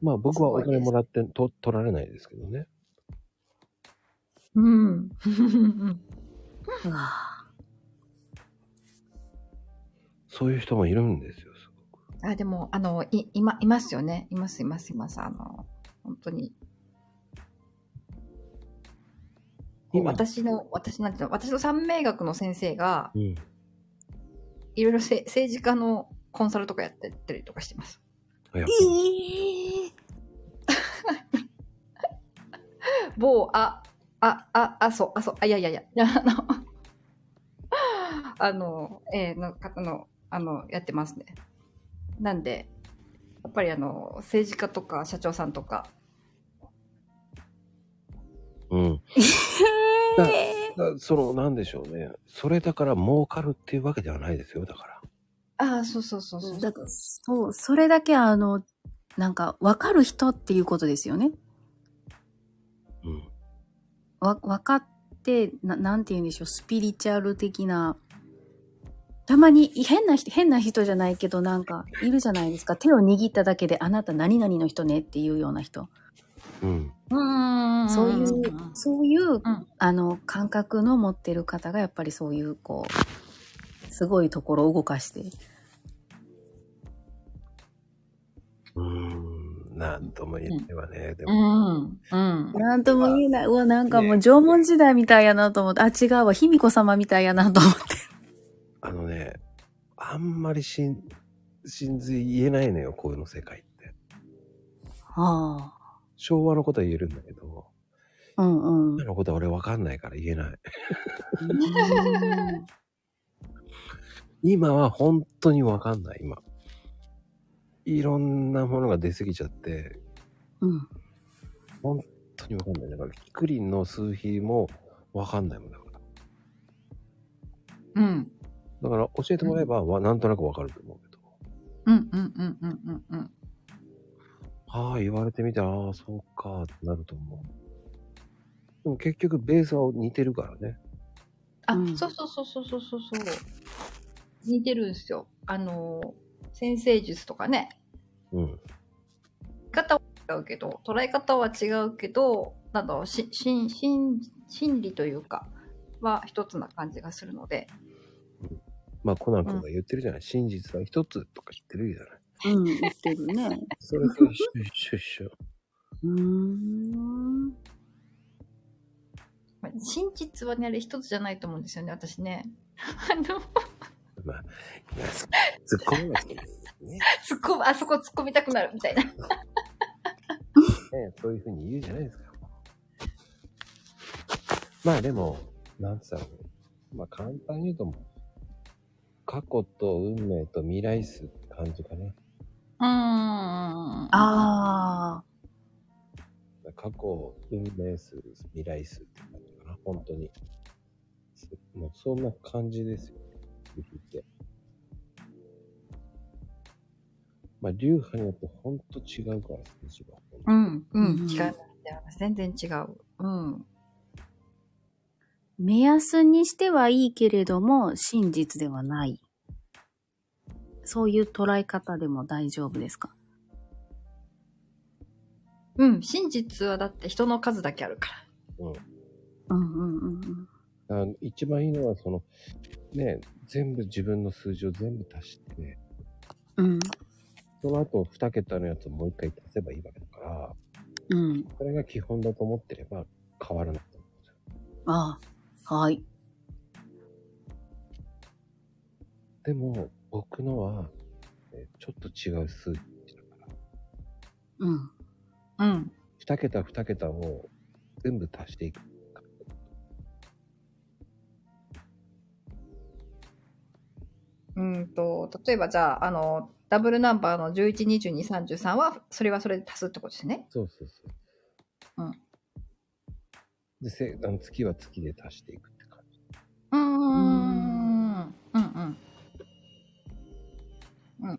Speaker 1: まあ僕はお金もらってと取られないですけどね。
Speaker 2: うん。
Speaker 3: うわあ。
Speaker 1: そういう人もいるんですよ、すごく。
Speaker 2: あ、でも、あの、い、いま、いますよね。います、います、います。あの、本当に。
Speaker 1: 今
Speaker 2: 私の、私なんていうの、私の三名学の先生が、
Speaker 1: うん。
Speaker 2: いろいろせ政治家のコンサルとかやってったりとかしてます。
Speaker 1: やっぱ
Speaker 2: 某、あ、あ、あ、あ、そう、あ、そう、あ、いやいやい や、あの、あの、えーの方の、あの、やってますね。なんで、やっぱりあの、政治家とか社長さんとか、
Speaker 1: うん。だだその、なんでしょうね。それだから儲かるっていうわけではないですよ、だから。
Speaker 2: ああ、そうそうそうそう。
Speaker 3: だから、そう、それだけあの、なんか、わかる人っていうことですよね。
Speaker 1: うん。
Speaker 3: わ、分かって、ななんて言うんでしょう、スピリチュアル的な、たまに変な人、変な人じゃないけど、なんか、いるじゃないですか。手を握っただけで、あなた何々の人ねっていうような人。
Speaker 1: うん。
Speaker 2: うん
Speaker 3: そういう
Speaker 2: うん、
Speaker 3: そういう、
Speaker 2: ん
Speaker 3: あの、感覚の持ってる方が、やっぱりそういう、こう、すごいところを動かして。
Speaker 1: うーん。なんとも言ってはね、で
Speaker 2: う
Speaker 1: も。
Speaker 2: ん。うん。
Speaker 3: なんとも言えない。うわ、なんかもう縄文時代みたいやなと思って、あ、違うわ、卑弥呼様みたいやなと思って。
Speaker 1: あのね、あんまりしん、真髄言えないのよ、こういうの世界って。
Speaker 3: あ
Speaker 1: 昭和のことは言えるんだけど、
Speaker 3: あ。うんうん
Speaker 1: 今。のことは俺わかんないから言えない。今は本当にわかんない、今。いろんなものが出すぎちゃって、
Speaker 3: うん。
Speaker 1: 本当にわかんない。だから、キクリンの数比もわかんないもんだから。
Speaker 2: うん。
Speaker 1: だから、教えてもらえば、わなんとなくわかると思うけど。
Speaker 2: うん。うん。うん。うん。うん。うん。
Speaker 1: ああ、言われてみて、ああ、そうか、ってなると思う。でも結局、ベースは似てるからね。
Speaker 2: あ、
Speaker 3: うん
Speaker 2: そうそうそうそうそうそうそう。似てるんですよ。あのー、先生術とかね。
Speaker 1: うん。
Speaker 2: 言い方は違うけど、捉え方は違うけど、など、し、しん、しん、心理というか、は一つな感じがするので。
Speaker 1: まあ、コナン君が言ってるじゃない。真実は一つとか言ってるじゃない。
Speaker 3: うん、言ってるね。
Speaker 1: それと一緒一緒一緒。
Speaker 3: うーん。
Speaker 2: まあ真実はね、あれ一つじゃないと思うんですよね、私ね。あの、
Speaker 1: まあ、いや、そ突っ込めないですね。
Speaker 2: 突っ込む、あそこ突っ込みたくなるみたいな。
Speaker 1: ね、そういうふうに言うじゃないですか。まあでも、なんつうの、まあ簡単に言うともう、過去と運命と未来数って感じかね。
Speaker 2: うーん。
Speaker 3: ああ。
Speaker 1: 過去、運命数、未来数って感じかな、本当に。すもうそんな感じですよ、流派って。まあ流派によって本当違うから、数字が。
Speaker 2: うん、うん
Speaker 3: う、ん
Speaker 2: 違います。全然違う。うん。
Speaker 3: 目安にしてはいいけれども、真実ではない。そういう捉え方でも大丈夫ですか
Speaker 2: うん、真実はだって人の数だけあるから。
Speaker 3: うんうんうんうん。
Speaker 1: あの一番いいのは、その、ね、全部自分の数字を全部足して、
Speaker 3: うん。
Speaker 1: その後2桁のやつをもう一回足せばいいわけだから、
Speaker 3: うん。
Speaker 1: これが基本だと思ってれば変わらないと思う。
Speaker 3: ああ、はい。
Speaker 1: でも、僕のは、えーちょっと違う数字だから、
Speaker 3: うん。
Speaker 2: うん。
Speaker 1: 二桁二桁を全部足していく。
Speaker 2: うんと、例えばじゃあ、あの、ダブルナンバーの11、22、33は、それはそれで足すってことですね。
Speaker 1: そうそうそう。
Speaker 2: うん。
Speaker 1: で、せあの月は月で足していくって感じ。
Speaker 2: うーん。うんうん。うんうん。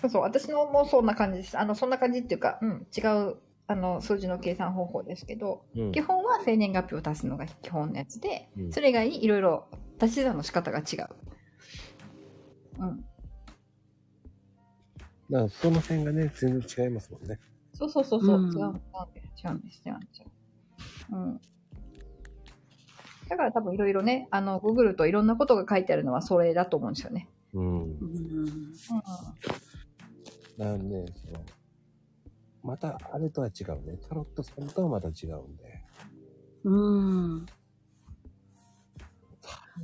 Speaker 2: そうそう、私のもそんな感じです。あの、そんな感じっていうか、うん、違う、あの、数字の計算方法ですけど、
Speaker 1: うん
Speaker 2: 基本は生年月日を足すのが基本のやつで、
Speaker 1: うん
Speaker 2: それ以外にいろいろ足し算の仕方が違う。うん。
Speaker 1: だからその辺がね、全然違いますもんね。
Speaker 2: そうそうそうそう、
Speaker 3: うん
Speaker 2: 違うんです、違うんです、違うんです、違うんです。うん。だから多分いろいろね、あの、ググるといろんなことが書いてあるのはそれだと思うんですよね。
Speaker 1: うん。
Speaker 3: うん。
Speaker 1: なんで、その、またあれとは違うね。タロットさんとはまた違うんで。
Speaker 3: うん。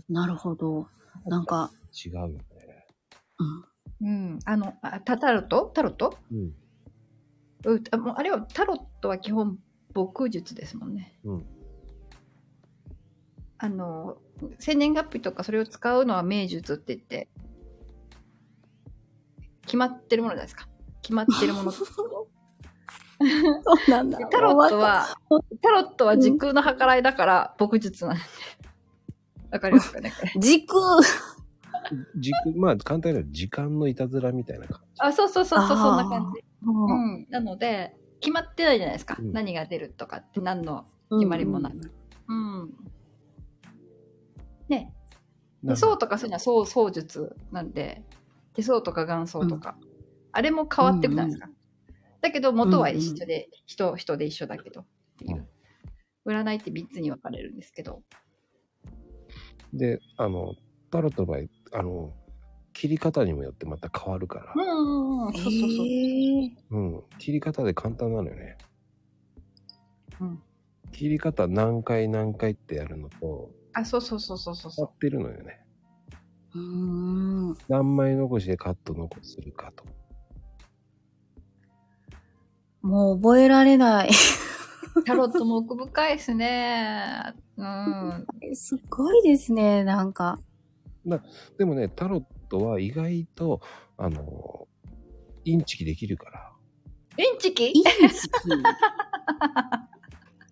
Speaker 3: なるほど。なんか、
Speaker 1: 違うよね。
Speaker 3: うん。
Speaker 2: うん。あの、あタタロットタロット
Speaker 1: うん。
Speaker 2: うんあもうあれはタロットは基本、牧術ですもんね。
Speaker 1: うん。
Speaker 2: あの、生年月日とかそれを使うのは命術って言って、決まってるものじゃないですか。決まってるもの。
Speaker 3: そうなんだ
Speaker 2: タ ロット、は、タロットは時空の計らいだから、牧術なんで。わかりますかねこれ
Speaker 3: 時空
Speaker 1: 時空、まあ簡単に言うと時間のいたずらみたいな感
Speaker 2: あ、そうそうそうそう、
Speaker 3: あー
Speaker 2: そんな感じ。う。
Speaker 3: うん
Speaker 2: なので、決まってないじゃないですか。
Speaker 1: うん
Speaker 2: 何が出るとかって、何の
Speaker 3: ん
Speaker 2: 決まりもない。うん。ね、
Speaker 1: じ。
Speaker 2: 手相とかそういうのはそう、相術なんで、手相とか元相とか、あれも変わってくじゃないですか。だけど、元は一緒で、人、人で一緒だけど、っていう。占いって3つに分かれるんですけど。
Speaker 1: で、あの、タロットの場合、あの、切り方にもよってまた変わるから
Speaker 2: う、ん、うん、そうそうそう。
Speaker 3: え
Speaker 1: うん。切り方で簡単なのよね。
Speaker 2: うん
Speaker 1: 切り方何回何回ってやるのと、
Speaker 2: あ、そうそうそうそうそう
Speaker 1: 変
Speaker 2: そ
Speaker 1: わってるのよね。
Speaker 3: ーうん。
Speaker 1: 何枚残しでカット残するかと。
Speaker 3: もう覚えられない。
Speaker 2: う。タロットも奥深いですね。うん。
Speaker 3: すごいですね、なんか。
Speaker 1: でもね、タロットは意外と、あの、インチキできるから。
Speaker 2: インチ
Speaker 3: イ
Speaker 2: キ
Speaker 3: ンチキ。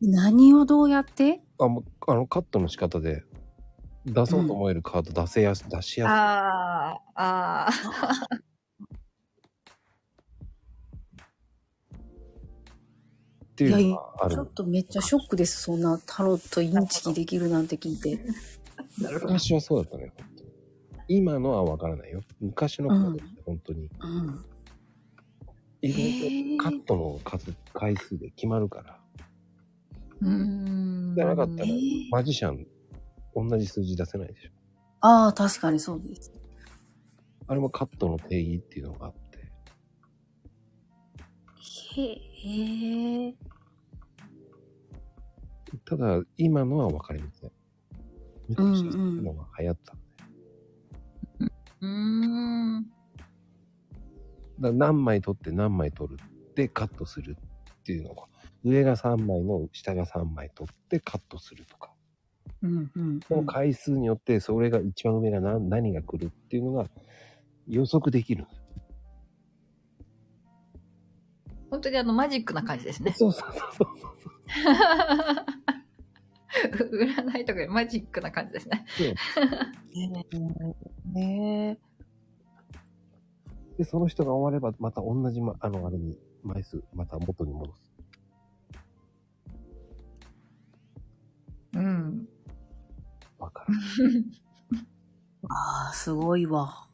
Speaker 3: 何をどうやって
Speaker 1: あ、もう、あの、カットの仕方で、出そうと思えるカード出せやす、出しや
Speaker 2: ああ、ああ。
Speaker 1: すいっていう
Speaker 3: いや
Speaker 1: のがあ
Speaker 3: ちょ
Speaker 1: る
Speaker 3: っ。とめっちゃショックです。そんなタロットインチキできるなんて聞いて。
Speaker 2: なるほど。
Speaker 1: 昔はそうだったね、本当に。今のはわからないよ。昔のカードって本当に、
Speaker 3: うん。
Speaker 1: 意外とカットの数、回数で決まるから。
Speaker 2: うん
Speaker 1: じゃなかったら
Speaker 3: えー、
Speaker 1: マジシャン、同じ数字出せないでしょ。
Speaker 3: ああ、確かにそうです。
Speaker 1: あれもカットの定義っていうのがあって。
Speaker 3: へえ。
Speaker 1: ただ、今のは分かりません。
Speaker 3: うん
Speaker 1: 昔そういうのが流行った。
Speaker 2: うん。
Speaker 1: だから何枚取って何枚取るってカットするっていうのが、上が3枚の下が3枚取ってカットするとか。
Speaker 3: うんうん。
Speaker 1: その回数によって、それが一番上が何何が来るっていうのが予測できる。
Speaker 2: 本当にあのマジックな感じですね。
Speaker 1: そうそうそうそう。
Speaker 2: 占いとかよりマジックな感じですね。
Speaker 3: ねえ。
Speaker 1: で、その人が終われば、また同じ、ま、あの、あれに、枚数、また元に戻す。
Speaker 2: うん。
Speaker 1: わからん。
Speaker 3: ああ、すごいわ。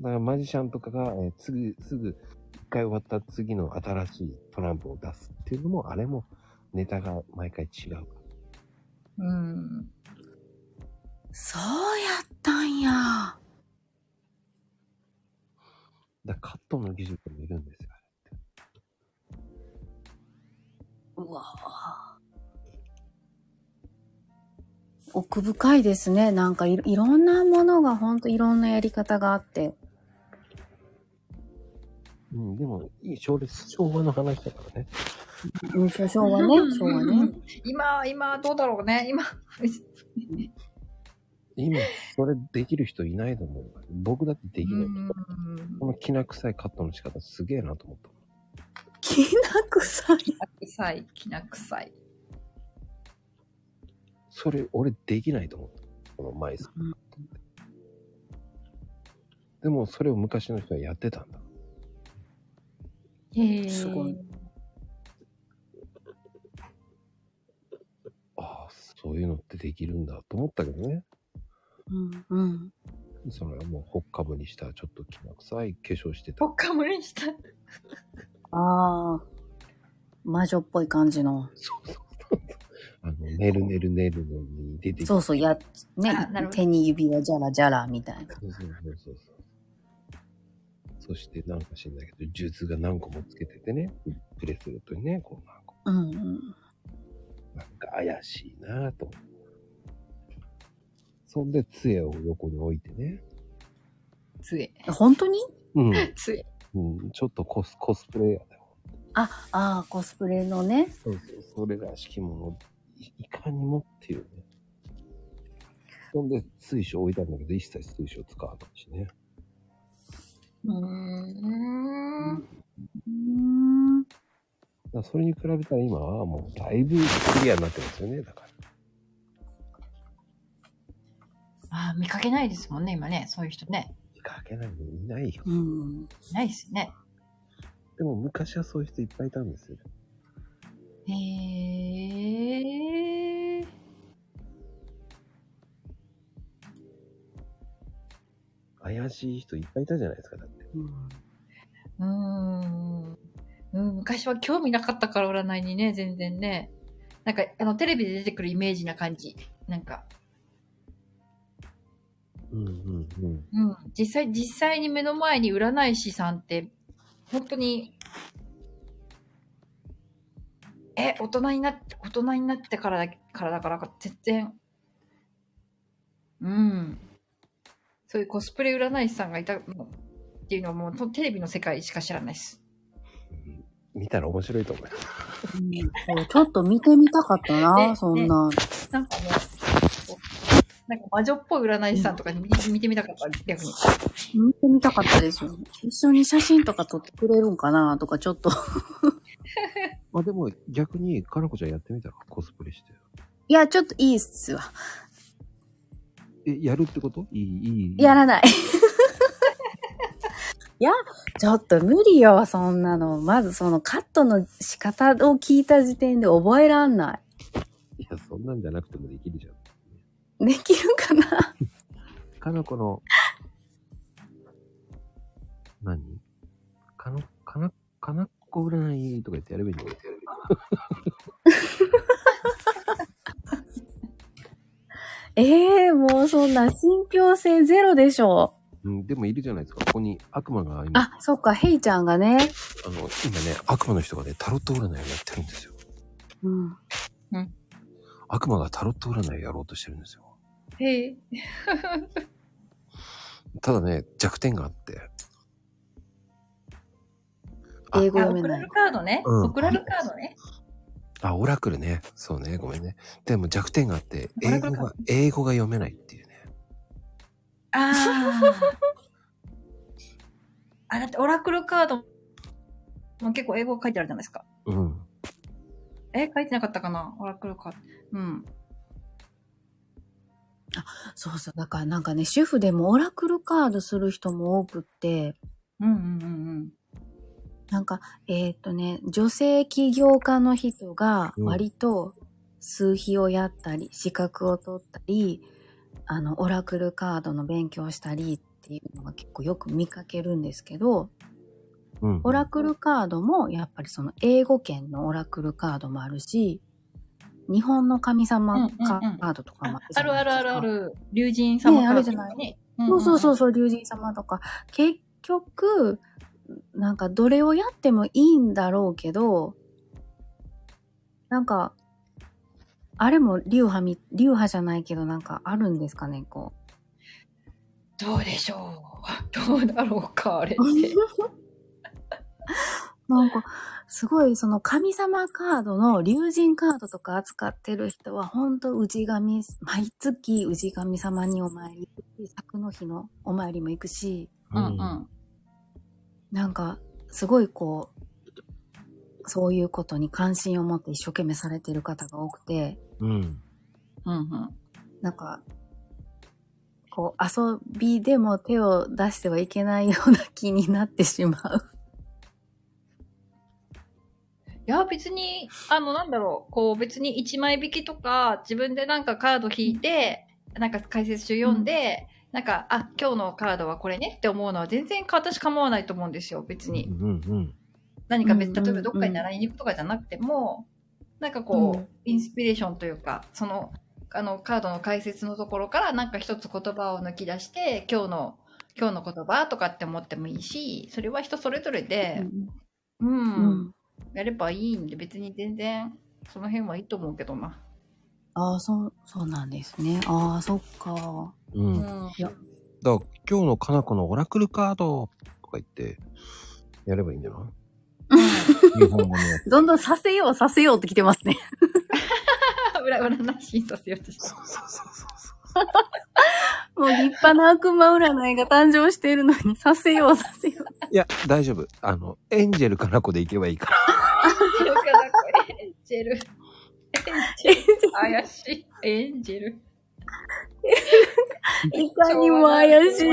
Speaker 1: だからマジシャンとかが、えーすぐ、すぐ、一回終わった次の新しいトランプを出すっていうのも、あれも、ネタが毎回違う。
Speaker 2: うん。
Speaker 3: そうやったんや。
Speaker 1: だからカットの技術もいるんですよ。
Speaker 3: うわ奥深いですね。なんかいろいろんなものがほんといろんなやり方があって。
Speaker 1: うん、でも、いい昭烈、昭和の話だからね。
Speaker 3: うん昭昭和ね、昭和ね。
Speaker 2: 今、今、どうだろうね。今、
Speaker 1: 今、それできる人いないと思う。僕だってできない。
Speaker 2: うん
Speaker 1: このきな臭いカットの仕方すげえなと思った。
Speaker 3: きな臭い。
Speaker 2: 臭い、きな臭い。
Speaker 1: それ、俺できないと思った。この前さ、
Speaker 3: うん
Speaker 1: でも、それを昔の人はやってたんだ。
Speaker 5: へえ。
Speaker 3: すごい。
Speaker 1: ああ、そういうのってできるんだと思ったけどね。
Speaker 3: うん、うん。
Speaker 1: その、もう、ほっかぶにした、ちょっときな臭い化粧してた
Speaker 2: ほ。っかむりにした。
Speaker 3: ああ。魔女っぽい感じの。
Speaker 1: そうそうそう。あの、ねるねるねるのに出てきて。
Speaker 3: そうそう、や、
Speaker 2: あ
Speaker 3: ね
Speaker 2: なるほど、
Speaker 3: 手に指輪じゃらじゃらみたいな。
Speaker 1: そうそうそうそうそう。そして、なんか知んないけど、術が何個もつけててね、ブレスレットにね、こう何個も。
Speaker 3: うん、うん。
Speaker 1: なんか怪しいなぁと。そんで、杖を横に置いてね。
Speaker 2: 杖。
Speaker 3: 本当に
Speaker 1: うん。
Speaker 2: 杖。
Speaker 1: うん、ちょっとコスコスプレイヤーだよ。
Speaker 3: あ、ああ、コスプレのね。
Speaker 1: そうそう、それらしきものをい、いかにもっていうね。そんで、水晶置いたんだけど、一切水晶使わないしね。
Speaker 2: うーん。
Speaker 3: うーん。
Speaker 1: だからそれに比べたら今はもうだいぶクリアになってますよね、だから。
Speaker 2: あー見かけないですもんね、今ね。そういう人ね。
Speaker 1: 見かけないのいないよ。
Speaker 3: うん。
Speaker 2: いないですよね。
Speaker 1: でも昔はそういう人いっぱいいたんですよ。
Speaker 2: へえ。
Speaker 1: 怪しい人いっぱいいたじゃないですか、だって。
Speaker 3: うん
Speaker 2: うーん。うん、昔は興味なかったから占いにね、全然ね。なんか、あの、テレビで出てくるイメージな感じ。なんか、
Speaker 1: うんうんうん。
Speaker 2: うん。実際、実際に目の前に占い師さんって、本当に、え、大人になって、大人になってからだ、からだからか、全然、うん。そういうコスプレ占い師さんがいたのっていうのはもうとテレビの世界しか知らないです。
Speaker 1: 見たら面白いと思います。
Speaker 3: そうちょっと見てみたかったな、
Speaker 2: ね
Speaker 3: そんな。
Speaker 2: なんかね、こうなんか魔女っぽい占い師さんとかに見,、見てみたかった、逆に。
Speaker 3: 見てみたかったですよ。一緒に写真とか撮ってくれるんかなとか、ちょっと。
Speaker 1: まあでも逆に、かなこちゃんやってみたらコスプレして。
Speaker 3: いや、ちょっといいっすわ。
Speaker 1: え、やるってこといい、いい。
Speaker 3: やらない。 いや、ちょっと無理よ、そんなの。まずそのカットの仕方を聞いた時点で覚えらんない
Speaker 1: や、そんなんじゃなくてもできるじゃん。
Speaker 3: い。できるかな
Speaker 1: かなこの、何かな、かな、かなっこ占いとか言ってやればいいんだよ。
Speaker 3: ええもうそんな信憑性ゼロでしょ。
Speaker 1: うん、でもいるじゃないですか。ここに悪魔が今、あ
Speaker 3: あ、そっか、ヘイちゃんが
Speaker 1: の、
Speaker 3: ね。
Speaker 1: 今ね、悪魔の人がね、タロット占いをやってるんですよ。
Speaker 3: うん。
Speaker 1: 悪魔がタロット占いをやろうとしてるんですよ。
Speaker 2: へえ。
Speaker 1: ただね、弱点があって。あ
Speaker 3: 英語
Speaker 2: あ
Speaker 3: 読
Speaker 2: 送
Speaker 3: め
Speaker 2: ら
Speaker 3: な
Speaker 2: れ
Speaker 3: い
Speaker 2: る。カードね。
Speaker 1: うん
Speaker 2: 送られるカードね。
Speaker 1: あ、オラクルね。そうね、ごめんね。でも弱点があって、
Speaker 2: オ
Speaker 1: 英
Speaker 2: ラク
Speaker 1: 語
Speaker 2: ルか
Speaker 1: が、英語が読めないっていうね。
Speaker 2: あーあ。だってオラクルカードも結構英語書いてあるじゃないですか。
Speaker 1: うん。
Speaker 2: え、書いてなかったかなオラクルカード。うん。
Speaker 3: そうそう。だからなんかね、主婦でもオラクルカードする人も多くって、
Speaker 2: うんうんうん
Speaker 3: なんか、えーっとね、女性起業家の人が
Speaker 1: うん
Speaker 3: 割と数比をやったり、資格を取ったり、あの、オラクルカードの勉強したりっていうのが結構よく見かけるんですけど、
Speaker 1: うん。
Speaker 3: オラクルカードもやっぱりその英語圏のオラクルカードもあるし、日本の神様カ
Speaker 2: うんうんうん
Speaker 3: ードとか
Speaker 2: あ
Speaker 3: もあるじ
Speaker 2: あ
Speaker 3: ゃ
Speaker 2: るある
Speaker 3: な
Speaker 2: ある
Speaker 3: いですか
Speaker 2: ある。竜神様
Speaker 3: ね
Speaker 2: か
Speaker 3: あ
Speaker 2: ら
Speaker 3: る
Speaker 2: と
Speaker 3: じゃ
Speaker 2: か
Speaker 3: ない
Speaker 2: ね。
Speaker 3: そうそうそううそう、竜神様とか。結局、なんかどれをやってもいいんだろうけど、なんか、あれも流派み、流派じゃないけどなんかあるんですかね、こ
Speaker 2: どうでしょう。どうだろうか、あ れって。
Speaker 3: う。なんか、すごいその神様カードの竜神カードとか扱ってる人は、ほんと氏神、毎月氏神様にお参り行くし、作の日のお参りも行くし、
Speaker 2: うんうん。
Speaker 3: なんか、すごいこう、そういうことに関心を持って一生懸命されてる方が多くて、
Speaker 1: うん。
Speaker 2: うんうん。
Speaker 3: なんか、こう、遊びでも手を出してはいけないような気になってしまう。
Speaker 2: いや、別に、あの、なんだろう。こう、別に1枚引きとか、自分でなんかカード引いて、なんか解説書読んで、なんか、あ、今日のカードはこれねって思うのは全然私構わないと思うんですよ、別に。
Speaker 1: うんうん。
Speaker 2: 何か別、
Speaker 3: うんうん
Speaker 2: 例
Speaker 3: う
Speaker 2: え
Speaker 3: ん
Speaker 2: ばどっかに習いに行くとかじゃなくても、なんかこう、
Speaker 3: うん
Speaker 2: インスピレーションというか、その、あの、カードの解説のところから、なんか一つ言葉を抜き出して、今日の、今日の言葉とかって思ってもいいし、それは人それぞれで、うん、
Speaker 3: うん。
Speaker 2: やればいいんで、別に全然、その辺はいいと思うけどな。
Speaker 3: ああ、そう、そうなんですね。ああ、そっか。
Speaker 1: う。
Speaker 2: うん
Speaker 1: だから今日のかなこのオラクルカードとか言って、やればいいんじゃ ない日本語のやつ。
Speaker 3: どんどんさせよう、させようって来て ますね。
Speaker 2: 裏占い審査せようとして。
Speaker 1: そうそうそうそうそう。
Speaker 3: もう立派な悪魔占いが誕生しているのに、させよう、させ よう。
Speaker 1: いや、大丈夫。あの、エンジェルかなこで行けばいいから。
Speaker 2: エンジェルかなこれエンジェル。エンジェル。怪しい。エンジェル。
Speaker 3: いかにも怪しい。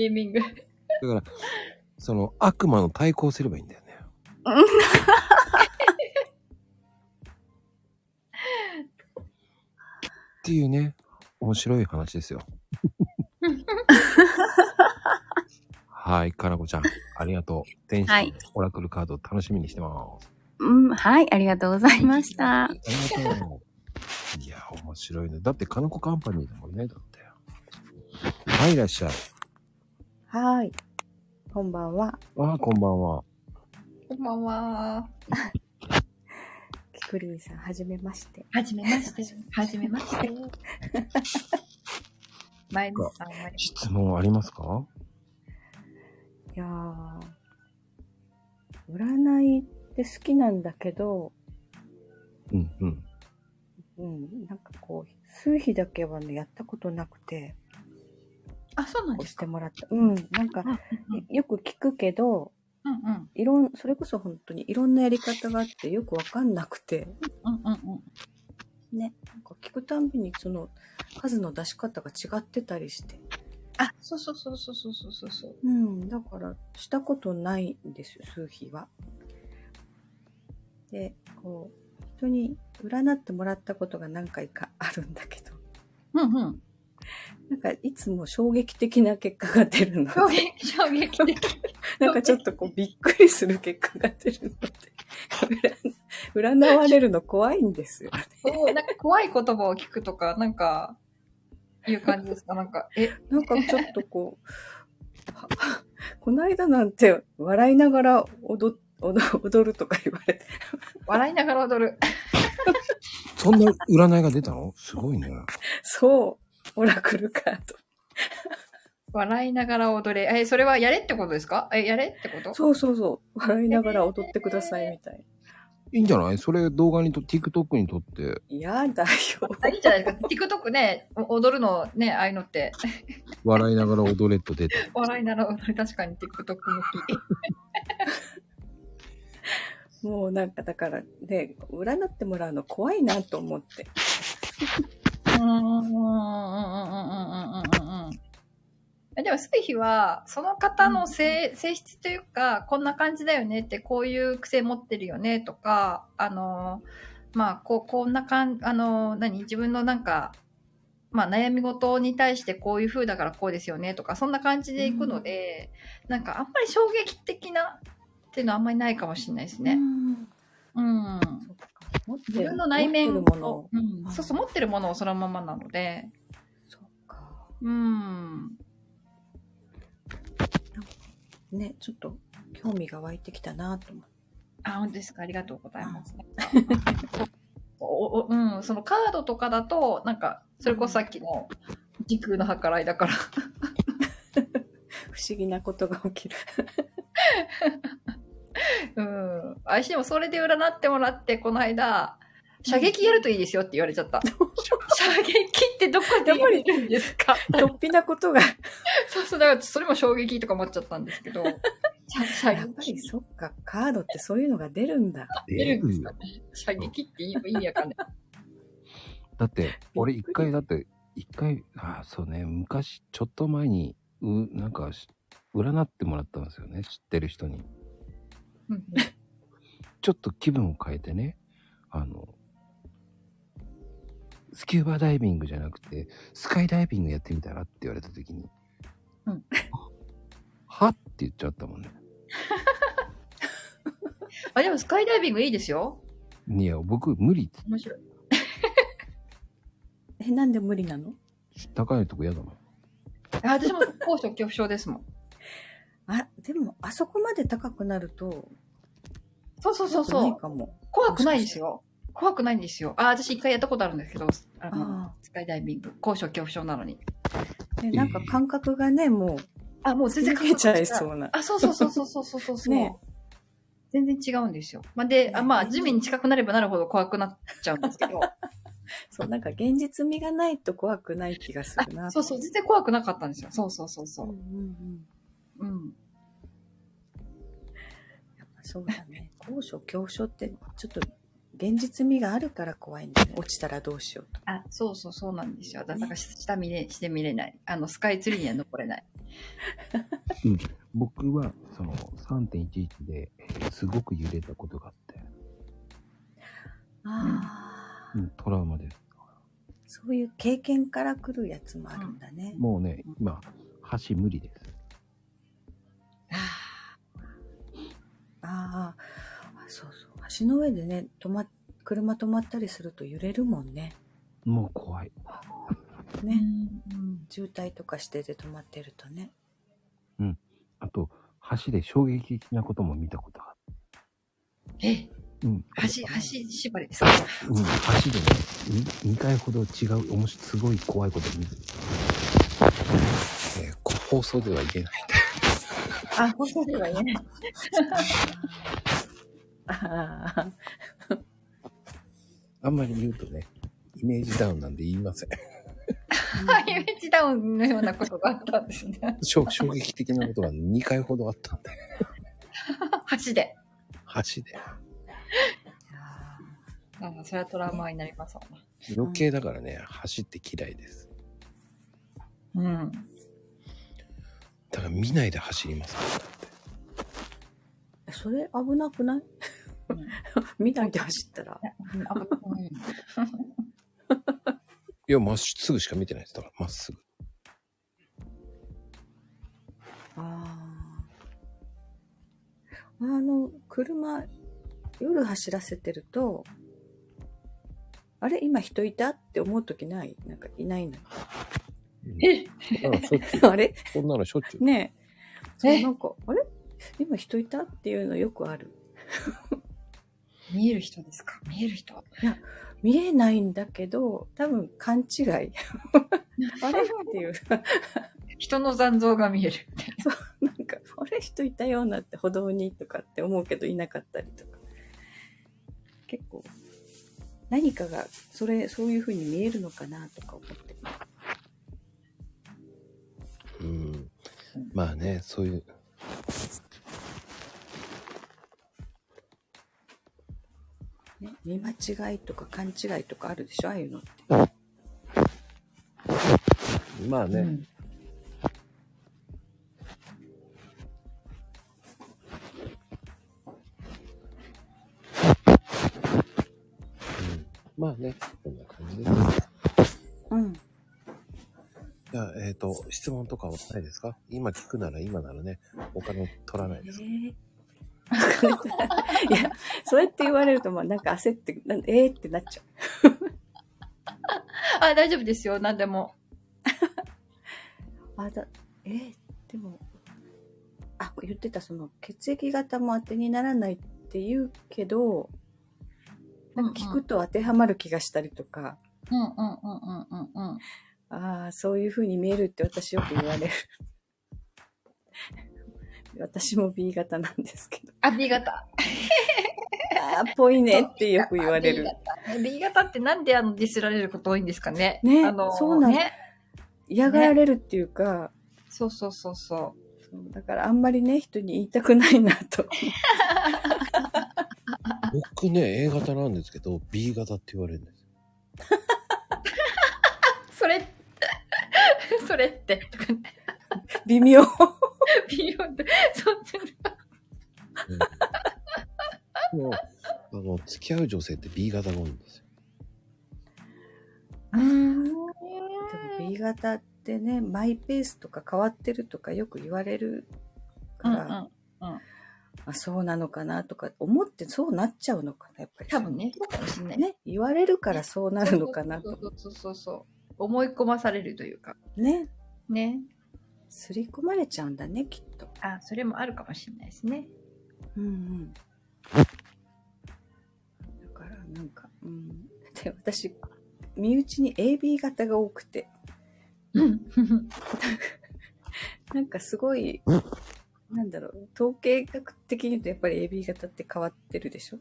Speaker 2: ネーミング。
Speaker 1: だから、その悪魔の対抗すればいいんだよね。っていうね、面白い話 ですよ。はい、かなこちゃん、ありがとう。天使の
Speaker 3: はい
Speaker 1: オラクルカード楽しみにしてます。
Speaker 3: うん、はい、ありがとうございました。
Speaker 1: ありがとう。いや、面白いね。だって、かなこカンパニーだもんね、だって。はい、いらっしゃい。
Speaker 6: はーい。こんばんは。
Speaker 1: ああ、こんばんは。
Speaker 2: こんばんは。
Speaker 6: キクリンさん、はじめまして。
Speaker 2: はじめまして。はじめま して。まゆみさんは、
Speaker 1: 質問ありますか
Speaker 6: いやー、占いって好きなんだけど、
Speaker 1: うん、うん。
Speaker 6: うん、なんかこう、数日だけはね、やったことなくて、
Speaker 2: あ、そうなん
Speaker 6: こう
Speaker 2: で
Speaker 6: し
Speaker 2: す
Speaker 6: て
Speaker 2: か。
Speaker 6: もらった。うん、なんか、よく聞くけど、
Speaker 2: うんうん。
Speaker 6: いろん、それこそ本当にいろんなやり方があってよくわかんなくて、
Speaker 2: うんうんうん。
Speaker 6: ね、なんか聞くたんびにその数の出し方が違ってたりして、
Speaker 2: あ、そうそうそうそうそうそうそう。
Speaker 6: うん、だからしたことないんですよ、数日は。で、こう、人に占ってもらったことが何回かあるんだけど、
Speaker 2: うんうん。
Speaker 6: なんかいつも衝撃的な結果が出るの
Speaker 2: 衝
Speaker 6: で、
Speaker 2: 撃、衝撃的。
Speaker 6: なんかちょっとこうびっくりする結果が出るので、 占占われるの怖いんですよね。
Speaker 2: そう、なんか怖い言葉を聞くとか、なんか、いう感じですか。なんか、え、
Speaker 6: なんかちょっとこう、は この間なんて笑いながら踊踊踊るとか言われて、
Speaker 2: 笑いながら踊る。
Speaker 1: そんな占いが出たのすごいね。
Speaker 6: そう、オラクルカード。
Speaker 2: 笑いながら踊れ。え、それはやれってことですかえ、やれってこと
Speaker 6: そうそうそう。笑いながら踊ってくださいみたい。
Speaker 1: いいんじゃないそれ動画にと、TikTok に撮って、
Speaker 6: やだよ。
Speaker 2: あ、いいじゃないですか。TikTok ね、お踊るのね、ああいうのって。
Speaker 1: 笑いながら踊れと出て。
Speaker 2: 笑いながら踊れ、確かに TikTok 向き。
Speaker 6: もうなんかだからね、占ってもらうの怖いなと思って。
Speaker 2: うんうんうんうんうんうんうんうんえでも、スピヒは、その方の性,、性質というか、こんな感じだよねって、こういう癖持ってるよねとか、あの、まあ、こう、こんな感あの、何自分のなんか、まあ、悩み事に対してこういう風だからこうですよねとか、そんな感じでいくので、なんか、あんまり衝撃的なっていうのはあんまりないかもしれないです
Speaker 6: う
Speaker 2: ね。
Speaker 6: ん
Speaker 2: うん。
Speaker 6: そっか持ってる
Speaker 2: 自分の内面
Speaker 6: 持
Speaker 2: を
Speaker 6: ってるものを。
Speaker 2: うん、そうそう、持ってるものをそのままなので、
Speaker 6: そっか。
Speaker 2: うん。
Speaker 6: ね、ちょっと興味が湧いてきたなと思って。
Speaker 2: あ、本当ですか。ありがとうござい ます。おおうん、そのカードとかだと、なんか、それこそさっきの時空の計らいだから、
Speaker 6: 不思議なことが起きる。
Speaker 2: うん。私でもそれで占ってもらって、この間、射撃やるといいですよって言われちゃ った。射撃ってどこでやれるんですか
Speaker 6: 突飛なことが。やっ
Speaker 2: そうそう、だからそれも衝撃とか思っちゃったんですけど、射射
Speaker 6: ぱり
Speaker 2: 撃。
Speaker 6: そっか、カードってそういうのが出るんだ。
Speaker 2: 出るんですかね。射撃って意味わかんない。
Speaker 7: だって、俺一回、だって、一回、ああ、そうね、昔、ちょっと前に、う、なんかし、占ってもらったんですよね、知ってる人に。
Speaker 2: うん
Speaker 7: ちょっと気分を変えてね、あの、スキューバダイビングじゃなくて、スカイダイビングやってみたらって言われた時に、
Speaker 2: うん
Speaker 7: はって言っちゃったもんね。
Speaker 2: あ、でもスカイダイビングいいですよ。
Speaker 7: いや、僕無理って、
Speaker 2: 面白い。
Speaker 6: え、なんで無理なの
Speaker 7: 高いとこ嫌だもん。
Speaker 2: あ、私も高所恐怖症ですもん。
Speaker 6: あ、でも、あそこまで高くなると、
Speaker 2: そうそうそう
Speaker 6: な
Speaker 2: そ。
Speaker 6: いうかも。
Speaker 2: 怖くないですよ。怖くないんですよ。あ、私一回やったことあるんですけど、あの、
Speaker 6: あ
Speaker 2: スカイダイビング、高所恐怖症なのに。
Speaker 6: あ。ね、なんか感覚がね、もう、
Speaker 2: あ、もう全然
Speaker 6: 逃げちゃい
Speaker 2: 違う。
Speaker 6: そうな。
Speaker 2: あ、そうそうそうそうそうそうそうそう。
Speaker 6: ね
Speaker 2: 全然違うんですよ。まあ、で、あまあ、地面に近くなればなるほど怖くなっちゃうんですけど、
Speaker 6: そう、なんか現実味がないと怖くない気がするな。
Speaker 2: そうそう、全然怖くなかったんですよ。そうそうそう
Speaker 6: うん
Speaker 2: そ
Speaker 6: うんうん。
Speaker 2: う。うん。
Speaker 6: やっぱそうだね。 高所恐怖症って、ちょっと、現実味があるから怖いんだよね。落ちたらどうしようとか。
Speaker 2: あ、そうそうそうなんですよ。だから、下見れ、して見れない。あの、スカイツリーには残れない。
Speaker 7: 僕は、その、3.11ですごく揺れたことがあって、
Speaker 6: ああ、
Speaker 7: うんトラウマです。
Speaker 6: そういう経験から来るやつもあるんだね。
Speaker 7: もうね、今、橋無理です。
Speaker 6: ああ、そうそう。橋の上でね、止ま、車止まったりすると揺れるもんね。
Speaker 7: もう怖い。
Speaker 6: ね。
Speaker 2: うん。
Speaker 6: 渋滞とかしてて止まってるとね。
Speaker 7: あと、橋で衝撃的なことも見たことがあ
Speaker 2: え、
Speaker 7: る。うん。
Speaker 2: 橋、橋縛りですか
Speaker 7: うん、橋でね、2, 回ほど違う、おもし、すごい怖いこと見る。
Speaker 1: えーこ放送では言えない。
Speaker 2: あ、本当では言えない。
Speaker 6: ああ、
Speaker 1: あんまり言うとね、イメージダウンなんで言いません。
Speaker 2: イメージダウンのようなことがあったんですね。
Speaker 1: 衝衝撃的なことが2回ほどあったんで、
Speaker 2: 橋で。
Speaker 1: 橋で。
Speaker 2: あーそれはトラウマになりますわな。
Speaker 1: 余計だからね、橋って嫌いです。
Speaker 2: うん。
Speaker 1: だから見ないで走ります。
Speaker 6: それ危なくない
Speaker 2: うん
Speaker 6: 見ないで走ったら。
Speaker 2: あうん
Speaker 1: いや、まっすぐしか見てないです。だから、まっすぐ。
Speaker 6: ああ。あの、車、夜走らせてると、あれ今人いたって思うときないなんかいないの
Speaker 2: え
Speaker 1: そんなのしょっちゅう
Speaker 6: あれ
Speaker 1: そんなのしょっちゅう。
Speaker 6: ねえ。そう、
Speaker 2: え
Speaker 6: なんか、あれ今人いたっていうのよくある。
Speaker 2: 見える人ですか見える人。
Speaker 6: 見えないんだけど、多分勘違い。 あれっていう。
Speaker 2: 人の残像が見える。
Speaker 6: なんか、あれ人いたようなって歩道にとかって思うけどいなかったりとか。結構、何かが、それ、そういう風に見えるのかなとか思って。
Speaker 1: うん。まあね、そういう。
Speaker 6: ね、見間違いとか勘違いとかあるでしょああいうのって。
Speaker 1: まあね、
Speaker 2: うん
Speaker 1: まあね、こんな感じです。
Speaker 6: うん。
Speaker 1: じゃあ、えっ、と、質問とかはないですか今聞くなら今ならね、お金取らないです。
Speaker 6: えーいや、そうやって言われると、まあなんか焦って、なんえーってなっちゃう。
Speaker 2: あ、大丈夫ですよ。何でも。
Speaker 6: あだえーでもあ言ってたその血液型も当てにならないって言うけど、なんか聞くと当てはまる気がしたりとか、
Speaker 2: うんうんうんうんうんうん。
Speaker 6: ああ、そういう風に見えるって私よく言われる。 私も B 型なんですけ ど。
Speaker 2: あ、B 型。
Speaker 6: ああ、ぽいねってよく言われる。
Speaker 2: あ B 型。B 型ってなんであのディスられること多いんですかね。
Speaker 6: ね
Speaker 2: あの
Speaker 6: そうなの
Speaker 2: ね。
Speaker 6: 嫌がられるっていうか、
Speaker 2: そうそうそうそ
Speaker 6: そうだからあんまりね、人に言いたくないなと。
Speaker 1: 僕ね、A 型なんですけど、B 型って言われるんですよ。
Speaker 2: う。それ、 それって、とかね
Speaker 6: 微妙。
Speaker 2: 微妙で、そう
Speaker 1: うん でもあの、付き合う女性って B 型が多いんですよ。
Speaker 6: でも B 型ってね、マイペースとか変わってるとかよく言われるか
Speaker 2: うんう
Speaker 6: ら、
Speaker 2: ん。
Speaker 6: あそうなのかなとか思ってそうなっちゃうのかな、やっぱり。
Speaker 2: 多分ね、そうかもしんない。
Speaker 6: ね、言われるからそうなるのかなと。
Speaker 2: そうそうそうそう。思い込まされるというか。
Speaker 6: ね、
Speaker 2: ね。
Speaker 6: 刷り込まれちゃうんだね、きっと。
Speaker 2: あ、それもあるかもしれないですね。
Speaker 6: うんうん。だから、なんか、うん。 で、私、身内に AB 型が多くて、
Speaker 2: うん。
Speaker 6: なんかすごい、なんだろう、統計学的に言うとやっぱり AB 型って変わってるでしょ、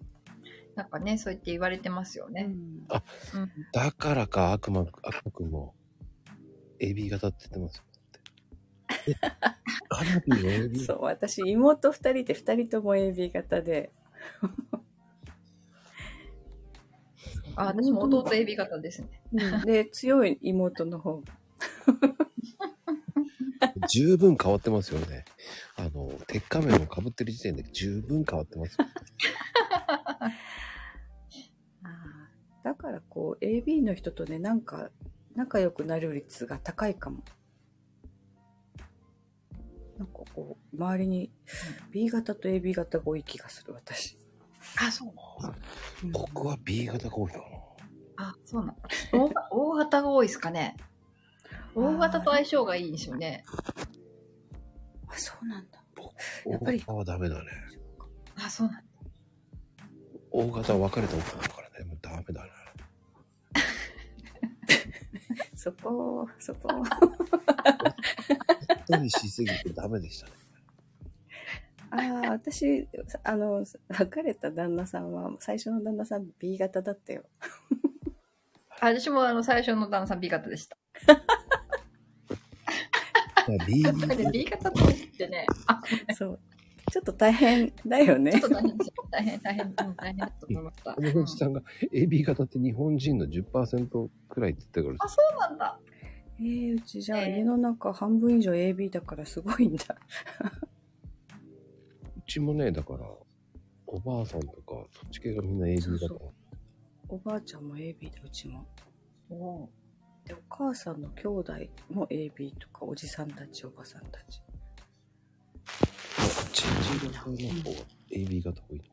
Speaker 2: なんかね、そう言って言われてますよ
Speaker 6: う
Speaker 2: ね。
Speaker 6: ん
Speaker 1: だからか、悪魔、悪魔くんも、AB 型って言ってますよ。だってえカナビー AB
Speaker 6: そう、私、妹2人で2人とも AB 型で、
Speaker 2: あ、私も弟 AB 型ですね。
Speaker 6: で、強い妹の方が。
Speaker 1: 十分変わってますよね。あの、鉄仮面を被ってる時点で十分変わって ます。
Speaker 6: だからこう、AB の人とね、なんか、仲良くなる率が高いかも。なんかこう、周りに B 型と AB 型が多い気がする、私。
Speaker 2: あ、そう。
Speaker 6: うん
Speaker 1: 僕は B 型が多いかな。
Speaker 2: あ、そうなの。大大型が多いですかね。大型と相性がいいんですよね。
Speaker 6: あ、そうなんだ。や
Speaker 1: 大
Speaker 6: っぱり
Speaker 1: 型はダメだね。
Speaker 2: あ、そうなの。
Speaker 1: 大型は分かれた奥だからね。もうダメだね。
Speaker 6: そこ、そこ。
Speaker 1: 一人しすぎてダメでした ね。
Speaker 6: ああ、私、あの、別れた旦那さんは、最初の旦那さん B 型だったよ。
Speaker 2: あ私もあの最初の旦那さん B 型でした。
Speaker 1: だから B
Speaker 2: やっぱりね B 型とってね、あ、
Speaker 6: そう。ちょっと大変だよ
Speaker 2: ちょっ
Speaker 6: ね
Speaker 2: と。大変ですよ。大変、大変、うん大変だと思いました。
Speaker 1: このおじさんが AB 型って日本人の10%くらいって言ってた
Speaker 2: あ、
Speaker 1: か
Speaker 2: そうなんだ。
Speaker 6: えー、うちじゃあ
Speaker 2: えー
Speaker 6: 家の中半分以上 AB だからすごいんだ。
Speaker 1: ら、うちもね、だから、おばあさんとか、そっち系がみんな AB
Speaker 6: そう
Speaker 1: 型。
Speaker 6: おばあちゃんも AB だ、うちも。
Speaker 2: お
Speaker 6: で、お母さんの兄弟も AB とか、おじさんたち、おばさんたち。
Speaker 1: チェンジ型の方が AB 型多いのか。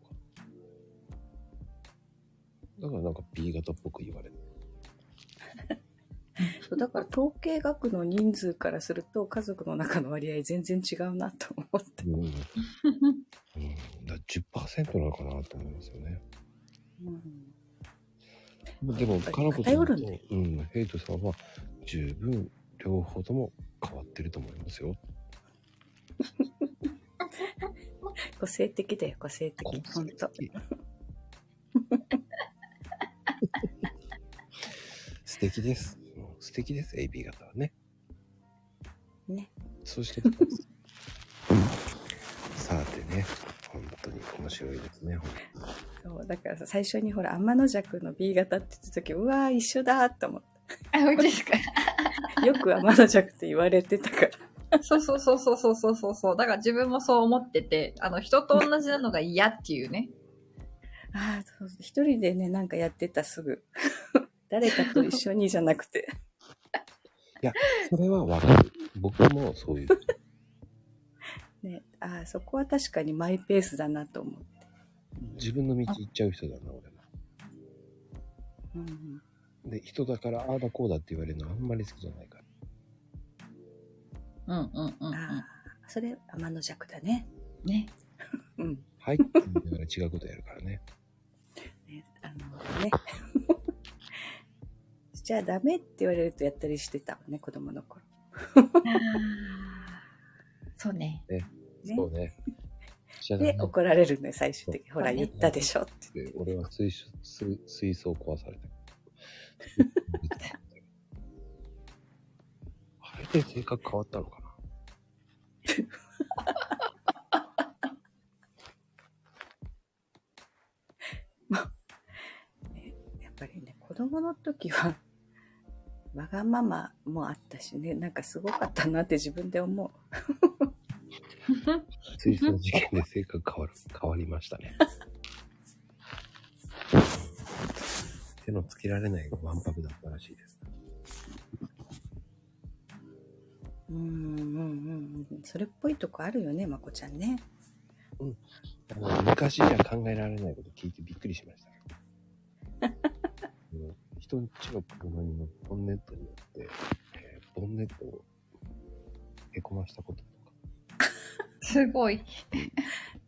Speaker 1: だからなんか B 型っぽく言われる。
Speaker 6: そうだから統計学の人数からすると、家族の中の割合全然違う なと思って。
Speaker 1: うん。うん、だから10%なのかなと思いますよね。
Speaker 6: うん
Speaker 1: でも、
Speaker 6: ぱり
Speaker 1: かなこさん
Speaker 6: 偏
Speaker 1: と
Speaker 6: るんだよ、
Speaker 1: うん、ヘイトさんは十分両方とも変わってると思いますよ。
Speaker 6: 個性的だよ、個性的。ほんと。
Speaker 1: 素敵です。うん素敵です、AB 型はね。
Speaker 6: ね。
Speaker 1: そして、 さてね、本当に面白いですね。本
Speaker 6: そう、だからさ最初にほら、天の弱の B 型って言った時、うわー、一緒だーと思っ
Speaker 2: あ、本当ですか。
Speaker 6: て。よく天の弱って言われてたから。
Speaker 2: そうそうそうそうそうそうそうそう。だから自分もそう思ってて、あの人と同じなのが嫌っていうね。
Speaker 6: ああ、そう、一人でね、なんかやってた、すぐ。 誰かと一緒にじゃなくて。
Speaker 1: 当それはわかる。僕もそういう。
Speaker 6: ね、ああ、そこは確かにマイペースだなと思う。
Speaker 1: 自分の道行っちゃう人だな、俺も。
Speaker 6: うん、
Speaker 1: で、人だから、ああだこうだって言われるのあんまり好きじゃないから。
Speaker 2: うんうんうん、うん。
Speaker 6: ああ、それ、天の弱だね。
Speaker 2: ね。
Speaker 6: うん。
Speaker 1: はいって言いながら違うことやるからね。
Speaker 6: ね、あのね。 しちゃダメって言われるとやったりしてたもんね、子供の頃。
Speaker 2: そうね。
Speaker 6: ね
Speaker 1: そうね。知らな
Speaker 6: で
Speaker 1: い、っ
Speaker 6: 怒られるのよ、最終的に。ほら、
Speaker 2: そう
Speaker 6: 言ったでしょって。
Speaker 1: て、俺は水槽、水水槽壊された。あれで性格変わったのかな
Speaker 6: やっぱりね、子供の時は、わがままもあったしね、なんかすごかったなって自分で思う。
Speaker 1: 水槽事件で性格変わる、変わりましたね。手のつけられないワンパクだったらしいです。
Speaker 6: うんうんうんうん。それっぽいとこあるよね、まこちゃんね。
Speaker 1: あの昔じゃ考えられないこと聞いてびっくりしました。もう人んちの車に乗ってボンネットに乗って、えーボンネットをへこましたこととか。
Speaker 2: すごい。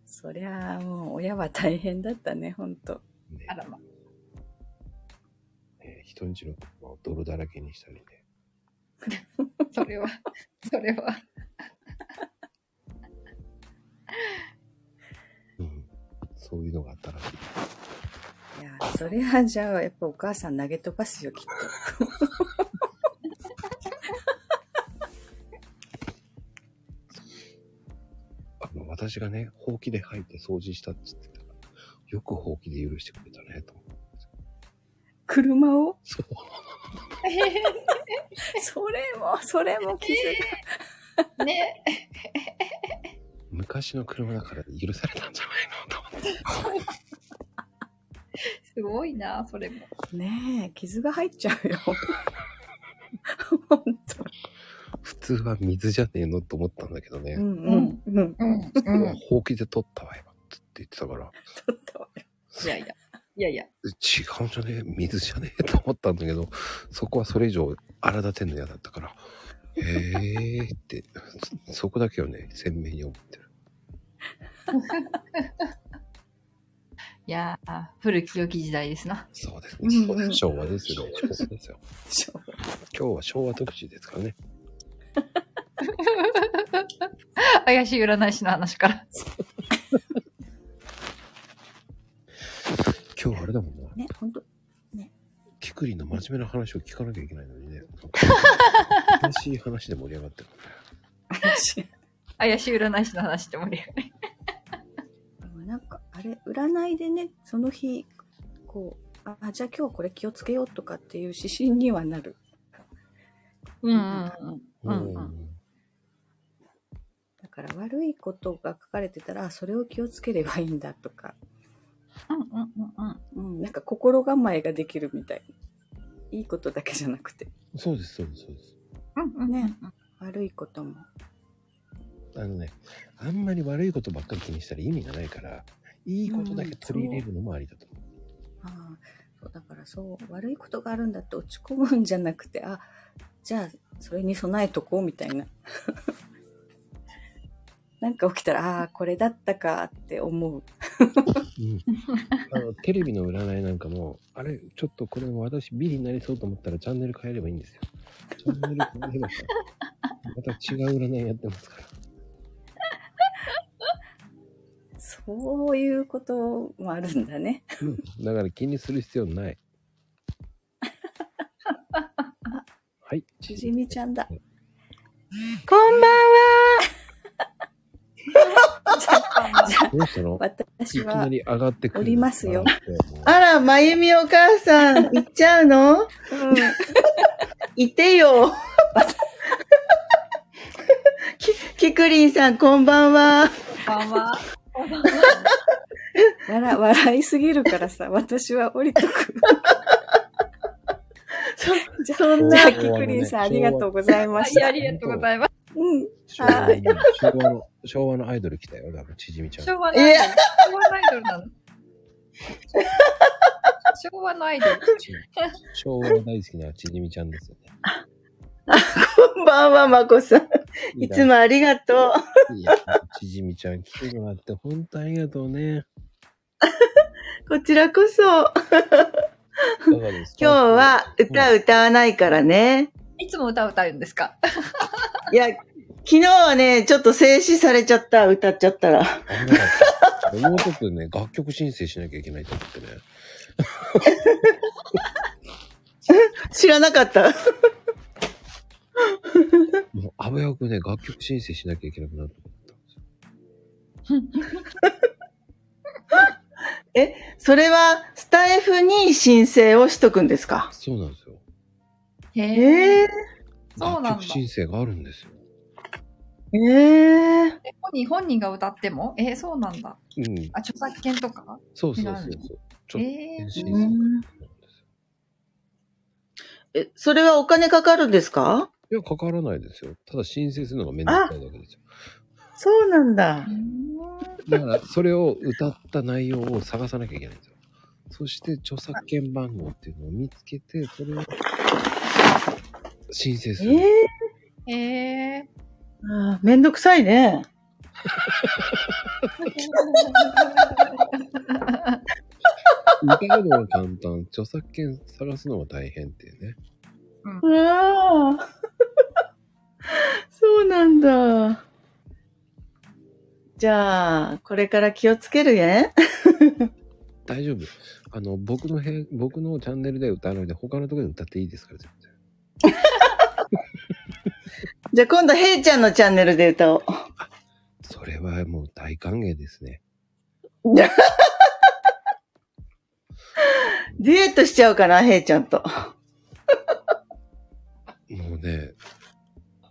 Speaker 6: そりゃあもう親は大変だったね、ほんと。
Speaker 1: ね
Speaker 2: あらま。
Speaker 1: えー人んちの車を泥だらけにしたりね。
Speaker 2: それは、それは。
Speaker 1: うん。そういうのがあったらしい。
Speaker 6: いや、それはじゃあ、やっぱお母さん投げ飛ばすよ、きっと。
Speaker 1: あの、私がね、ほうきで入って掃除したって言ってたから、よくほうきで許してくれたね、と思って。
Speaker 6: 車を
Speaker 1: そう。
Speaker 6: それも、それも気づ く。
Speaker 2: ね。
Speaker 1: 昔の車だから許されたんじゃないのと思って。
Speaker 2: すごいな、それも。
Speaker 6: ねえ、傷が入っちゃうよ。ほんと。
Speaker 1: 普通は水じゃねえのと思ったんだけどね。
Speaker 6: うんうんうん。
Speaker 2: うん。う
Speaker 1: いや。ほうきで取ったわよつって言ってたから、
Speaker 6: ちょっと。
Speaker 2: いやいや。いやいや。
Speaker 1: 違うんじゃねえ水じゃねえと思ったんだけど、そこはそれ以上荒立てんの嫌だったから、へえーって、そそこだけをね、鮮明に思ってる。
Speaker 2: いやー古き良き時代ですな。
Speaker 1: そうです
Speaker 6: うんう
Speaker 1: ね。
Speaker 6: ん
Speaker 1: そうです昭和ですよ。昭和ですよ。
Speaker 6: しょう
Speaker 1: 今日は昭和特集ですからね。
Speaker 2: 怪しい占い師の話から。
Speaker 1: 今日あれだもんな。
Speaker 6: ね、ほんと。
Speaker 1: キクリンの真面目な話を聞かなきゃいけないのにね。悲しい話で盛り上がってるもんね。
Speaker 2: 怪しい占い師の話って盛り上がる。
Speaker 6: でもなんかあれ占いでねその日こうああじゃあ今日これ気をつけようとかっていう指針にはなる
Speaker 2: うんうんうんう
Speaker 6: だから悪いことが書かれてたらあそれを気をつければいいんだとか、
Speaker 2: うんうんうんうん。
Speaker 6: うん、なんか心構えができるみたいないいことだけじゃなくて
Speaker 1: そうです、そうです、そうです。
Speaker 2: うんうんね。
Speaker 6: 悪いことも
Speaker 1: あのね、あんまり悪いことばっかり気にしたら意味がないから、いいことだけ取り入れるのもありだと思う。
Speaker 6: ああそうだからそう悪いことがあるんだって落ち込むんじゃなくてあじゃあそれに備えとこうみたいな なんか起きたらああこれだったかって思う
Speaker 1: うん、あのテレビの占いなんかも、あれ、ちょっとこれ私ビリになりそうと思ったらチャンネル変えればいいんですよ。チャンネル変えればさ、また違う占いやってますから。
Speaker 6: そういうこともあるんだね。
Speaker 1: うん、だから気にする必要 ない。はい。
Speaker 6: ちじみちゃんだ。
Speaker 5: こんばん
Speaker 1: どうしたのい
Speaker 6: 私
Speaker 1: きな
Speaker 6: は、
Speaker 1: り上がってくる。
Speaker 6: おりますよ
Speaker 1: あ
Speaker 5: あら、まゆみお母さ ん、行っちゃうのいて よ。き、きくりんさん、こんばんは。
Speaker 2: こんばんは。
Speaker 6: 笑笑いすぎるからさ、私は降りとく。じ ゃ
Speaker 5: そん
Speaker 6: じ
Speaker 5: な
Speaker 6: ゃあ、キクリンさん、ありがとうございま
Speaker 2: は
Speaker 6: し
Speaker 2: い、
Speaker 6: た。
Speaker 2: ありがとうございます。
Speaker 6: うん。
Speaker 1: 昭和の昭和の、昭和のアイドル来たよ。だから、ちじみちゃん。
Speaker 2: 昭和のアイドル。昭和のアイドルなの。昭和のアイドル。
Speaker 1: 昭和の大好きなちじみちゃんですよね。
Speaker 8: こんばんは、まこさん。
Speaker 1: い
Speaker 8: いつもありがとう。
Speaker 1: いや、ちじみちゃん来てもらって、本当ありがとう ね。
Speaker 8: こちらこそ、
Speaker 1: いかがですか
Speaker 8: 今日は歌歌わないからね。
Speaker 2: いつも歌歌うんですか
Speaker 8: いや、昨日はね、ちょっと静止されちゃった、歌っちゃったら。
Speaker 1: 危なかったもう ちょっとね、楽曲申請しなきゃいけないと思ってね。
Speaker 8: 知らなかった。
Speaker 1: もう、危うくね、楽曲申請しなきゃいけなくなった。
Speaker 8: それは、スタイフに申請をしとくんですか
Speaker 1: そうなんですよ。
Speaker 2: へ
Speaker 8: え
Speaker 2: え
Speaker 8: え
Speaker 2: そうなん
Speaker 1: 楽
Speaker 2: だ
Speaker 1: 曲申請があるんですよ。
Speaker 8: ええ
Speaker 2: 本人本人が歌ってもえー、そうなんだ
Speaker 1: うん。
Speaker 2: あ著作権とか
Speaker 1: そうそうそうそう。ちょっと
Speaker 2: え
Speaker 1: 申請
Speaker 8: う
Speaker 1: なん
Speaker 8: ん
Speaker 1: ですよ。
Speaker 8: え、それはお金かかるんですか
Speaker 1: いや、かからないですよ。ただ申請するのがめんどくさいだけですよ。
Speaker 8: そうなん
Speaker 2: ー、
Speaker 8: だ
Speaker 2: う。ん
Speaker 1: だから、それを歌った内容を探さなきゃいけないんですよ。そして、著作権番号っていうのを見つけて、それを申請す
Speaker 8: え
Speaker 1: る。
Speaker 8: え
Speaker 2: えー、
Speaker 8: あーめんどくさいね。
Speaker 1: 歌うのは簡単、著作権探すのは大変っていうね。
Speaker 8: うわあ。 そうなんだ。じゃあ、これから気をつけるね。
Speaker 1: 大丈夫。あの、僕の部屋、僕のチャンネルでは歌わないで、他のところで歌っていいですから、全然。
Speaker 8: じゃあ今度、ヘイちゃんのチャンネルで歌おう。
Speaker 1: それはもう大歓迎ですね。
Speaker 8: デュエットしちゃおうかな、ヘイちゃんと。
Speaker 1: もうね、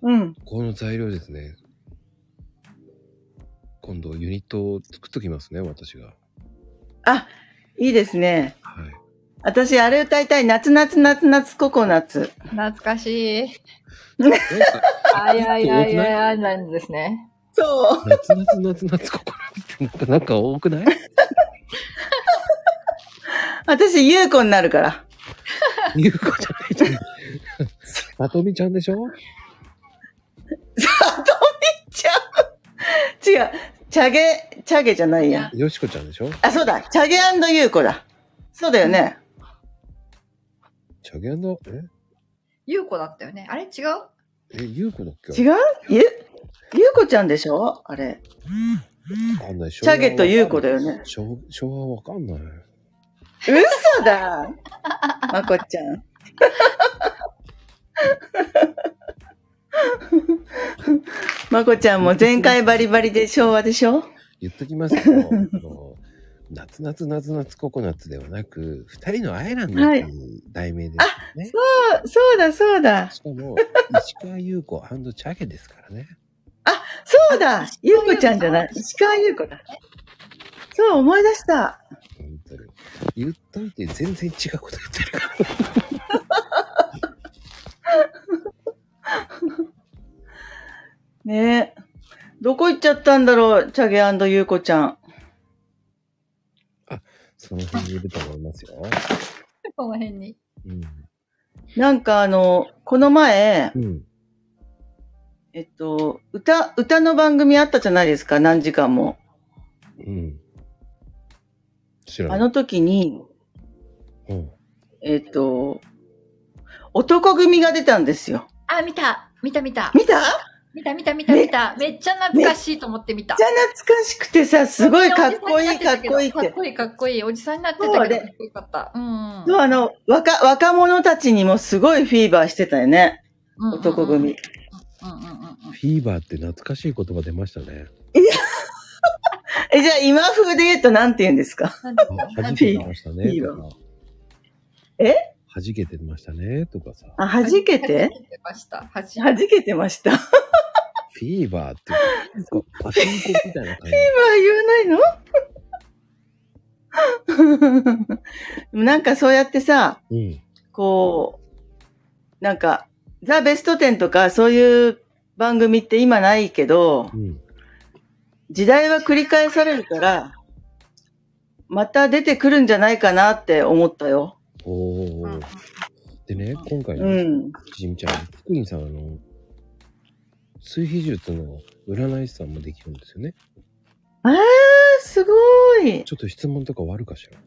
Speaker 8: うん。
Speaker 1: この材料ですね。今度ユニットを作っときますね、私が。
Speaker 8: あ、いいですね。
Speaker 1: はい。
Speaker 8: 私、あれ歌いたい。夏夏夏夏ココナツ。
Speaker 2: 懐かしい
Speaker 1: なんか
Speaker 2: あいやいやいやいやなんですね
Speaker 8: そう。
Speaker 1: 夏夏夏夏心ってなんかなんか多くない
Speaker 8: 私、優子になるから。
Speaker 1: ゆうこじゃないじゃん。さとみちゃんでしょ
Speaker 8: さとみちゃん。違う。チャゲ、チャゲじゃないや。
Speaker 1: よしこちゃんでしょ
Speaker 8: あ、そうだ。チャゲ優子だ。そうだよね。
Speaker 1: チャゲンド、え
Speaker 2: 優子だったよねあれ違う
Speaker 1: え、ゆうこだっけ
Speaker 8: 違うゆ、ゆうこちゃんでしょあれ。
Speaker 1: わかんない。チ
Speaker 8: チャゲとゆうこだよね。
Speaker 1: 昭昭和わかんない。
Speaker 8: 嘘だまこちゃん。 まこちゃんも前回バリバリで昭和でしょ
Speaker 1: 言っときますけど、あの夏夏夏夏ココナッツではなく、二人のアイランドっていう題名ですね。
Speaker 8: そう、そうだ、そうだ。
Speaker 1: しかも、石川優子チャゲですからね。
Speaker 8: そうだゆうこちゃんじゃない。石川ゆうこだ。そう、思い出した。
Speaker 1: 本当に。言っといて全然違うこと言ってるから。
Speaker 8: ねえ。どこ行っちゃったんだろうチャゲゆうこちゃん。
Speaker 1: その辺にいると思いますよ。
Speaker 2: この辺に
Speaker 1: うん。
Speaker 8: なんかあの、この前、
Speaker 1: うん。
Speaker 8: えっと、歌、歌の番組あったじゃないですか、何時間も。
Speaker 1: うん。知らな
Speaker 8: あ
Speaker 1: い。
Speaker 8: の時に、
Speaker 1: うん
Speaker 8: えっと、男組が出たんですよ。
Speaker 2: あ見た見た見た
Speaker 8: 見た
Speaker 2: 見た見た見た見ためっちゃ懐かしいと思って見た
Speaker 8: じゃ懐かしくてさ、すごいかっこいい、かっこいいっ。
Speaker 2: かってこいいかっこいいおじさんになってたけど
Speaker 8: そう
Speaker 2: かっこよかったうん
Speaker 8: そう、あの、若、若者たちにもすごいフィーバーしてたよね。
Speaker 2: うんうんうん
Speaker 8: 男組。
Speaker 2: うんうんうんうん
Speaker 1: フィーバーって懐かしい言葉出ましたね。
Speaker 8: え、じゃあ今風で言うと何て言うんですか
Speaker 2: なんだろう
Speaker 1: あ弾けてましたね。
Speaker 8: フィー
Speaker 1: と
Speaker 8: バ
Speaker 1: か
Speaker 8: え
Speaker 1: 弾けてましたね。とかさ。
Speaker 8: あ、弾けて
Speaker 2: 弾けてました弾け
Speaker 8: 弾けてました。フィ
Speaker 1: フィ
Speaker 8: ー
Speaker 1: ーバー って、なんかパチンコみたいな感じ。
Speaker 8: バー言わないの でもなんかそうやってさ、
Speaker 1: うん。
Speaker 8: こう、なんか、ザ・ベストテンとかそういう番組って今ないけど
Speaker 1: う、ん。
Speaker 8: 時代は繰り返されるから、また出てくるんじゃないかなって思ったよ。
Speaker 1: おー。でね、今回
Speaker 8: う
Speaker 1: ね、
Speaker 8: ん。
Speaker 1: ちじみちゃん、福林さん、あの、水比術の占い師さんもできるんですよね。
Speaker 8: えー、すごい。
Speaker 1: ちょっと質問とか終わるかしら。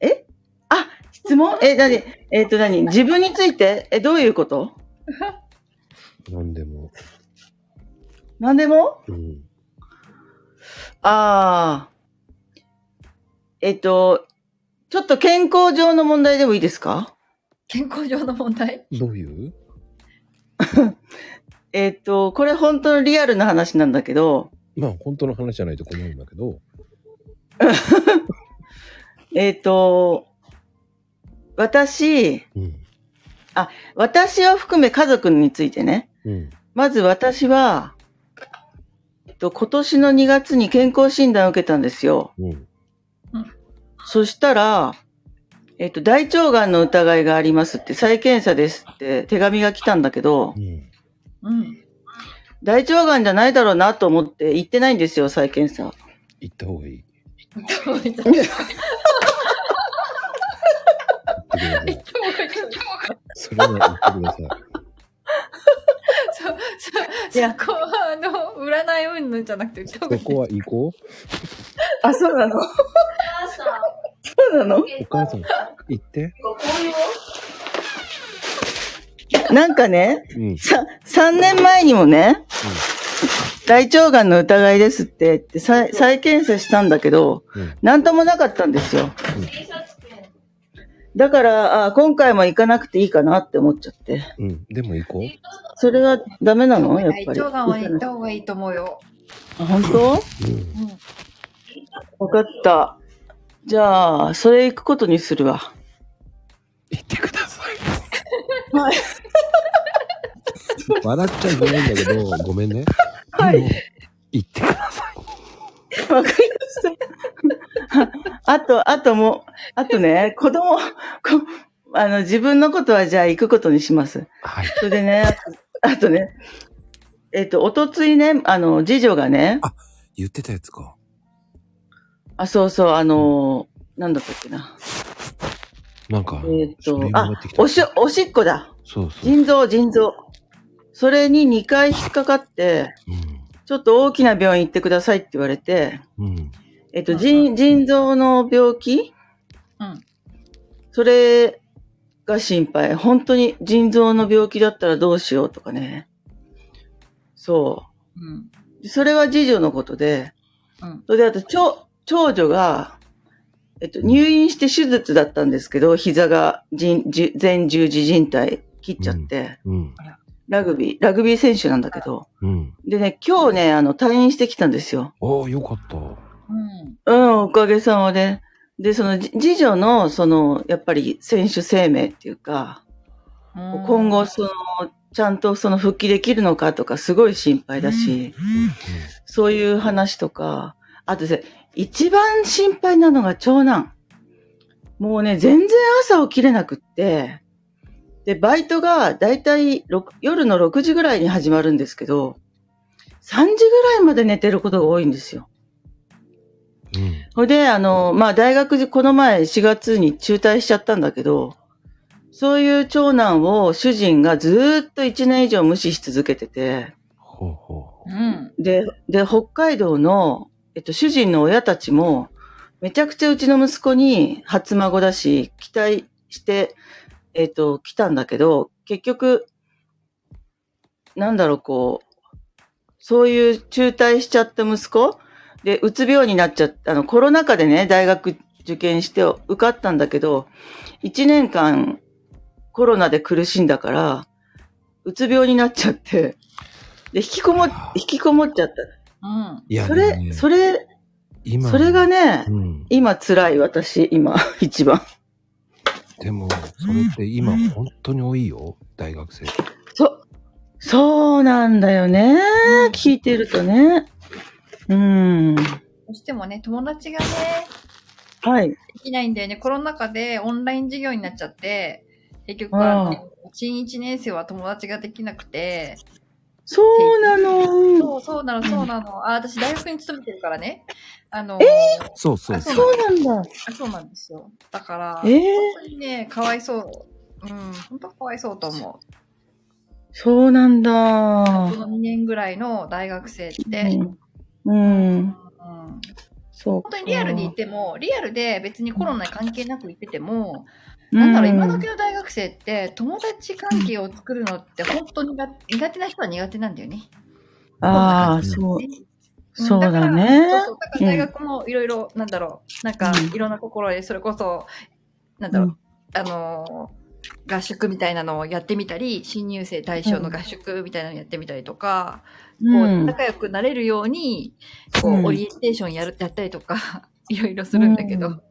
Speaker 8: えあ、質問え、なに、えっ、と、なに、自分についてえ、どういうこと
Speaker 1: なんでも。
Speaker 8: 何でも
Speaker 1: うん。
Speaker 8: ああ。えっ、と、ちょっと健康上の問題でもいいですか
Speaker 2: 健康上の問題
Speaker 1: どういう
Speaker 8: えっ、と、これ本当のリアルな話なんだけど、
Speaker 1: まあ、本当の話じゃないと困るんだけど。
Speaker 8: えっ、と、私、
Speaker 1: うん。
Speaker 8: 私を含め家族についてね。
Speaker 1: うん。
Speaker 8: まず私は、えっと、今年の2月に健康診断を受けたんですよ。
Speaker 1: うん。
Speaker 8: そしたら、えっと、大腸がんの疑いがありますって、再検査ですって手紙が来たんだけど
Speaker 1: う、ん。
Speaker 2: うん。
Speaker 8: 大腸がんじゃないだろうなと思って行ってないんですよ、再検査。
Speaker 1: 行った方がいい。
Speaker 2: どういった
Speaker 1: 行ってください。それは言ってください。
Speaker 2: そう、
Speaker 8: い
Speaker 2: そう、
Speaker 8: や
Speaker 2: そこは、あの、占い云々じゃなくて、多分
Speaker 1: そこは行こう。
Speaker 8: あ、そうなのそうなの
Speaker 1: お母さん、行って。
Speaker 8: なんかね、
Speaker 1: うん。
Speaker 8: さ、3年前にもね、大腸がんの疑いですって言って再再検査したんだけど、
Speaker 1: うん。
Speaker 8: なんともなかったんですよ。だから、あ今回も行かなくていいかなって思っちゃって。
Speaker 1: うん。でも行こう。
Speaker 8: それはダメなのやっ
Speaker 2: 大
Speaker 8: ぱり。
Speaker 2: 腸がんは行った方がいいと思うよ。
Speaker 8: あ本当
Speaker 1: うん。
Speaker 8: わかった。じゃあ、それ行くことにするわ。
Speaker 1: 行ってください。
Speaker 8: はい。
Speaker 1: 笑っちゃいけないんだ けど、ごめんね。
Speaker 8: はい
Speaker 1: でも。行ってください。
Speaker 8: わかりました。 あと、あともう、あとね、子供、こ あの、自分のことはじゃあ行くことにします。
Speaker 1: はい。
Speaker 8: それでね、あとね、えっ、と、おとついね、あの、次女がね、
Speaker 1: 言ってたやつか。
Speaker 8: あ、そうそう、あの、なんだったっけな。
Speaker 1: なんか、
Speaker 8: えっ、
Speaker 1: 書
Speaker 8: と
Speaker 1: 類、
Speaker 8: あ
Speaker 1: もらってき、た
Speaker 8: おし、おしっこだ。
Speaker 1: そうそう。
Speaker 8: 腎臓、腎臓。それに2回引っかかって、ちょっと大きな病院行ってくださいって言われて、
Speaker 1: うん。うん。
Speaker 8: えっと、腎、腎臓の病気
Speaker 2: うん。
Speaker 8: それが心配。本当に腎臓の病気だったらどうしようとかね。そ
Speaker 2: うん。
Speaker 8: う。それは次女のことで、
Speaker 2: うん
Speaker 8: それであと、長、長女が、えっと、入院して手術だったんですけど、膝が腎、じ前十字靭帯切っちゃって、
Speaker 1: うん。
Speaker 8: ラグビー、ラグビー選手なんだけど、
Speaker 1: うん。
Speaker 8: でね、今日ね、あの、退院してきたんですよ。
Speaker 1: ああ、よかった。
Speaker 2: うん。
Speaker 8: うん、おかげさまで。で、その、じ次女の、その、やっぱり選手生命っていうか、
Speaker 2: うん
Speaker 8: 今後、その、ちゃんとその復帰できるのかとか、すごい心配だし、そういう話とか、あとですね、一番心配なのが長男。もうね、全然朝起きれなくって、で、バイトがだいたいろく夜の6時ぐらいに始まるんですけど、3時ぐらいまで寝てることが多いんですよ。
Speaker 1: うん。うん
Speaker 8: ほいで、あの、まあ、大学時、この前4月に中退しちゃったんだけど、そういう長男を主人がずーっと1年以上無視し続けてて、
Speaker 1: ほうほ
Speaker 2: うん。
Speaker 8: で、で、北海道の、えっと、主人の親たちも、めちゃくちゃうちの息子に初孫だし、期待して、えっと、来たんだけど、結局、なんだろう、こう、そういう中退しちゃった息子で、うつ病になっちゃった、あの、コロナ禍でね、大学受験して受かったんだけど、1年間コロナで苦しんだから、うつ病になっちゃって、で、引きこも、引きこもっちゃった。
Speaker 2: うん。
Speaker 1: う。いや、
Speaker 8: そ
Speaker 1: でも
Speaker 8: れ、
Speaker 1: ね
Speaker 8: それ、
Speaker 1: 今
Speaker 8: それがね
Speaker 1: う、ん。
Speaker 8: 今辛い、私、今、 一番。
Speaker 1: でも、それって今、本当に多いよ。大学生。
Speaker 8: そ、そうなんだよね。
Speaker 2: うん
Speaker 8: 聞いてるとね。うん。
Speaker 2: どうしてもね、友達がね、
Speaker 8: はい。
Speaker 2: できないんだよね。コロナ禍でオンライン授業になっちゃって、結局
Speaker 8: ああ
Speaker 2: は、新1年生は友達ができなくて、
Speaker 8: そうなの。
Speaker 2: そう、そうなの、そうなの。あ、私大学に勤めてるからね。あの、
Speaker 7: そうそう
Speaker 2: あそうな
Speaker 8: そうなんだ。
Speaker 2: あそうなんですよ。だから、
Speaker 8: ええ
Speaker 2: 本当にね、かわいそう。うん、本当かわいそうと思
Speaker 8: そうなんだ
Speaker 2: こ。の2年ぐらいの大学生って、
Speaker 8: うん。う
Speaker 2: う
Speaker 8: ん
Speaker 2: ん
Speaker 8: そうか。
Speaker 2: 本当にリアルにいても、リアルで別にコロナに関係なくいてても、
Speaker 8: う
Speaker 2: なんだろう、今時の大学生って友達関係を作るのって本当に苦苦手な人は苦手なんだよね。
Speaker 8: ああ、そう、
Speaker 2: うん
Speaker 8: そうだね
Speaker 2: から。そうそうだから大学もいろいろ、なんだろう、なんか
Speaker 8: うん
Speaker 2: いろんな心で、それこそ、なんだろう、
Speaker 8: うん
Speaker 2: あのー合宿みたいなのをやってみたり、新入生対象の合宿みたいなのやってみたりとか、こう仲良くなれるように、こう、
Speaker 8: うん
Speaker 2: オリエンテーションやるやったりとか、 いろいろするんだけど、
Speaker 8: う。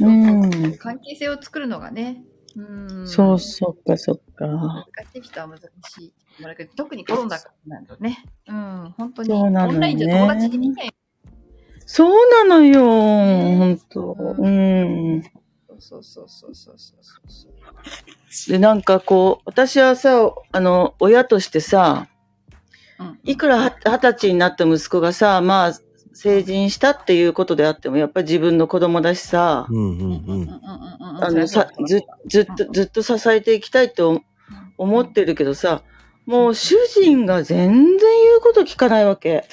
Speaker 2: そうそうん
Speaker 8: うん
Speaker 2: 関係性を作るのがね、うん、
Speaker 8: そう、そっか、そっか。
Speaker 2: 難しい人は難しい。だけど特にコロナ禍なんだね。うん、本当に。
Speaker 8: そうなのよね
Speaker 2: オンラインじゃ友達できないよ。
Speaker 8: そうなのよ、ほんと。うん。
Speaker 2: そうそうそうそうそうそう。
Speaker 8: で、なんかこう、私はさ、あの、親としてさ、
Speaker 2: うん
Speaker 8: いくらは二十歳になった息子がさ、まあ、成人したっていうことであっても、やっぱり自分の子供だしさ、
Speaker 1: うんう
Speaker 2: うんんうん
Speaker 1: う
Speaker 2: うんう
Speaker 1: ん。
Speaker 2: んうんうん。
Speaker 8: あの、さ、ず、ずっと、ずっと支えていきたいと思ってるけどさ、もう主人が全然言うこと聞かないわけ。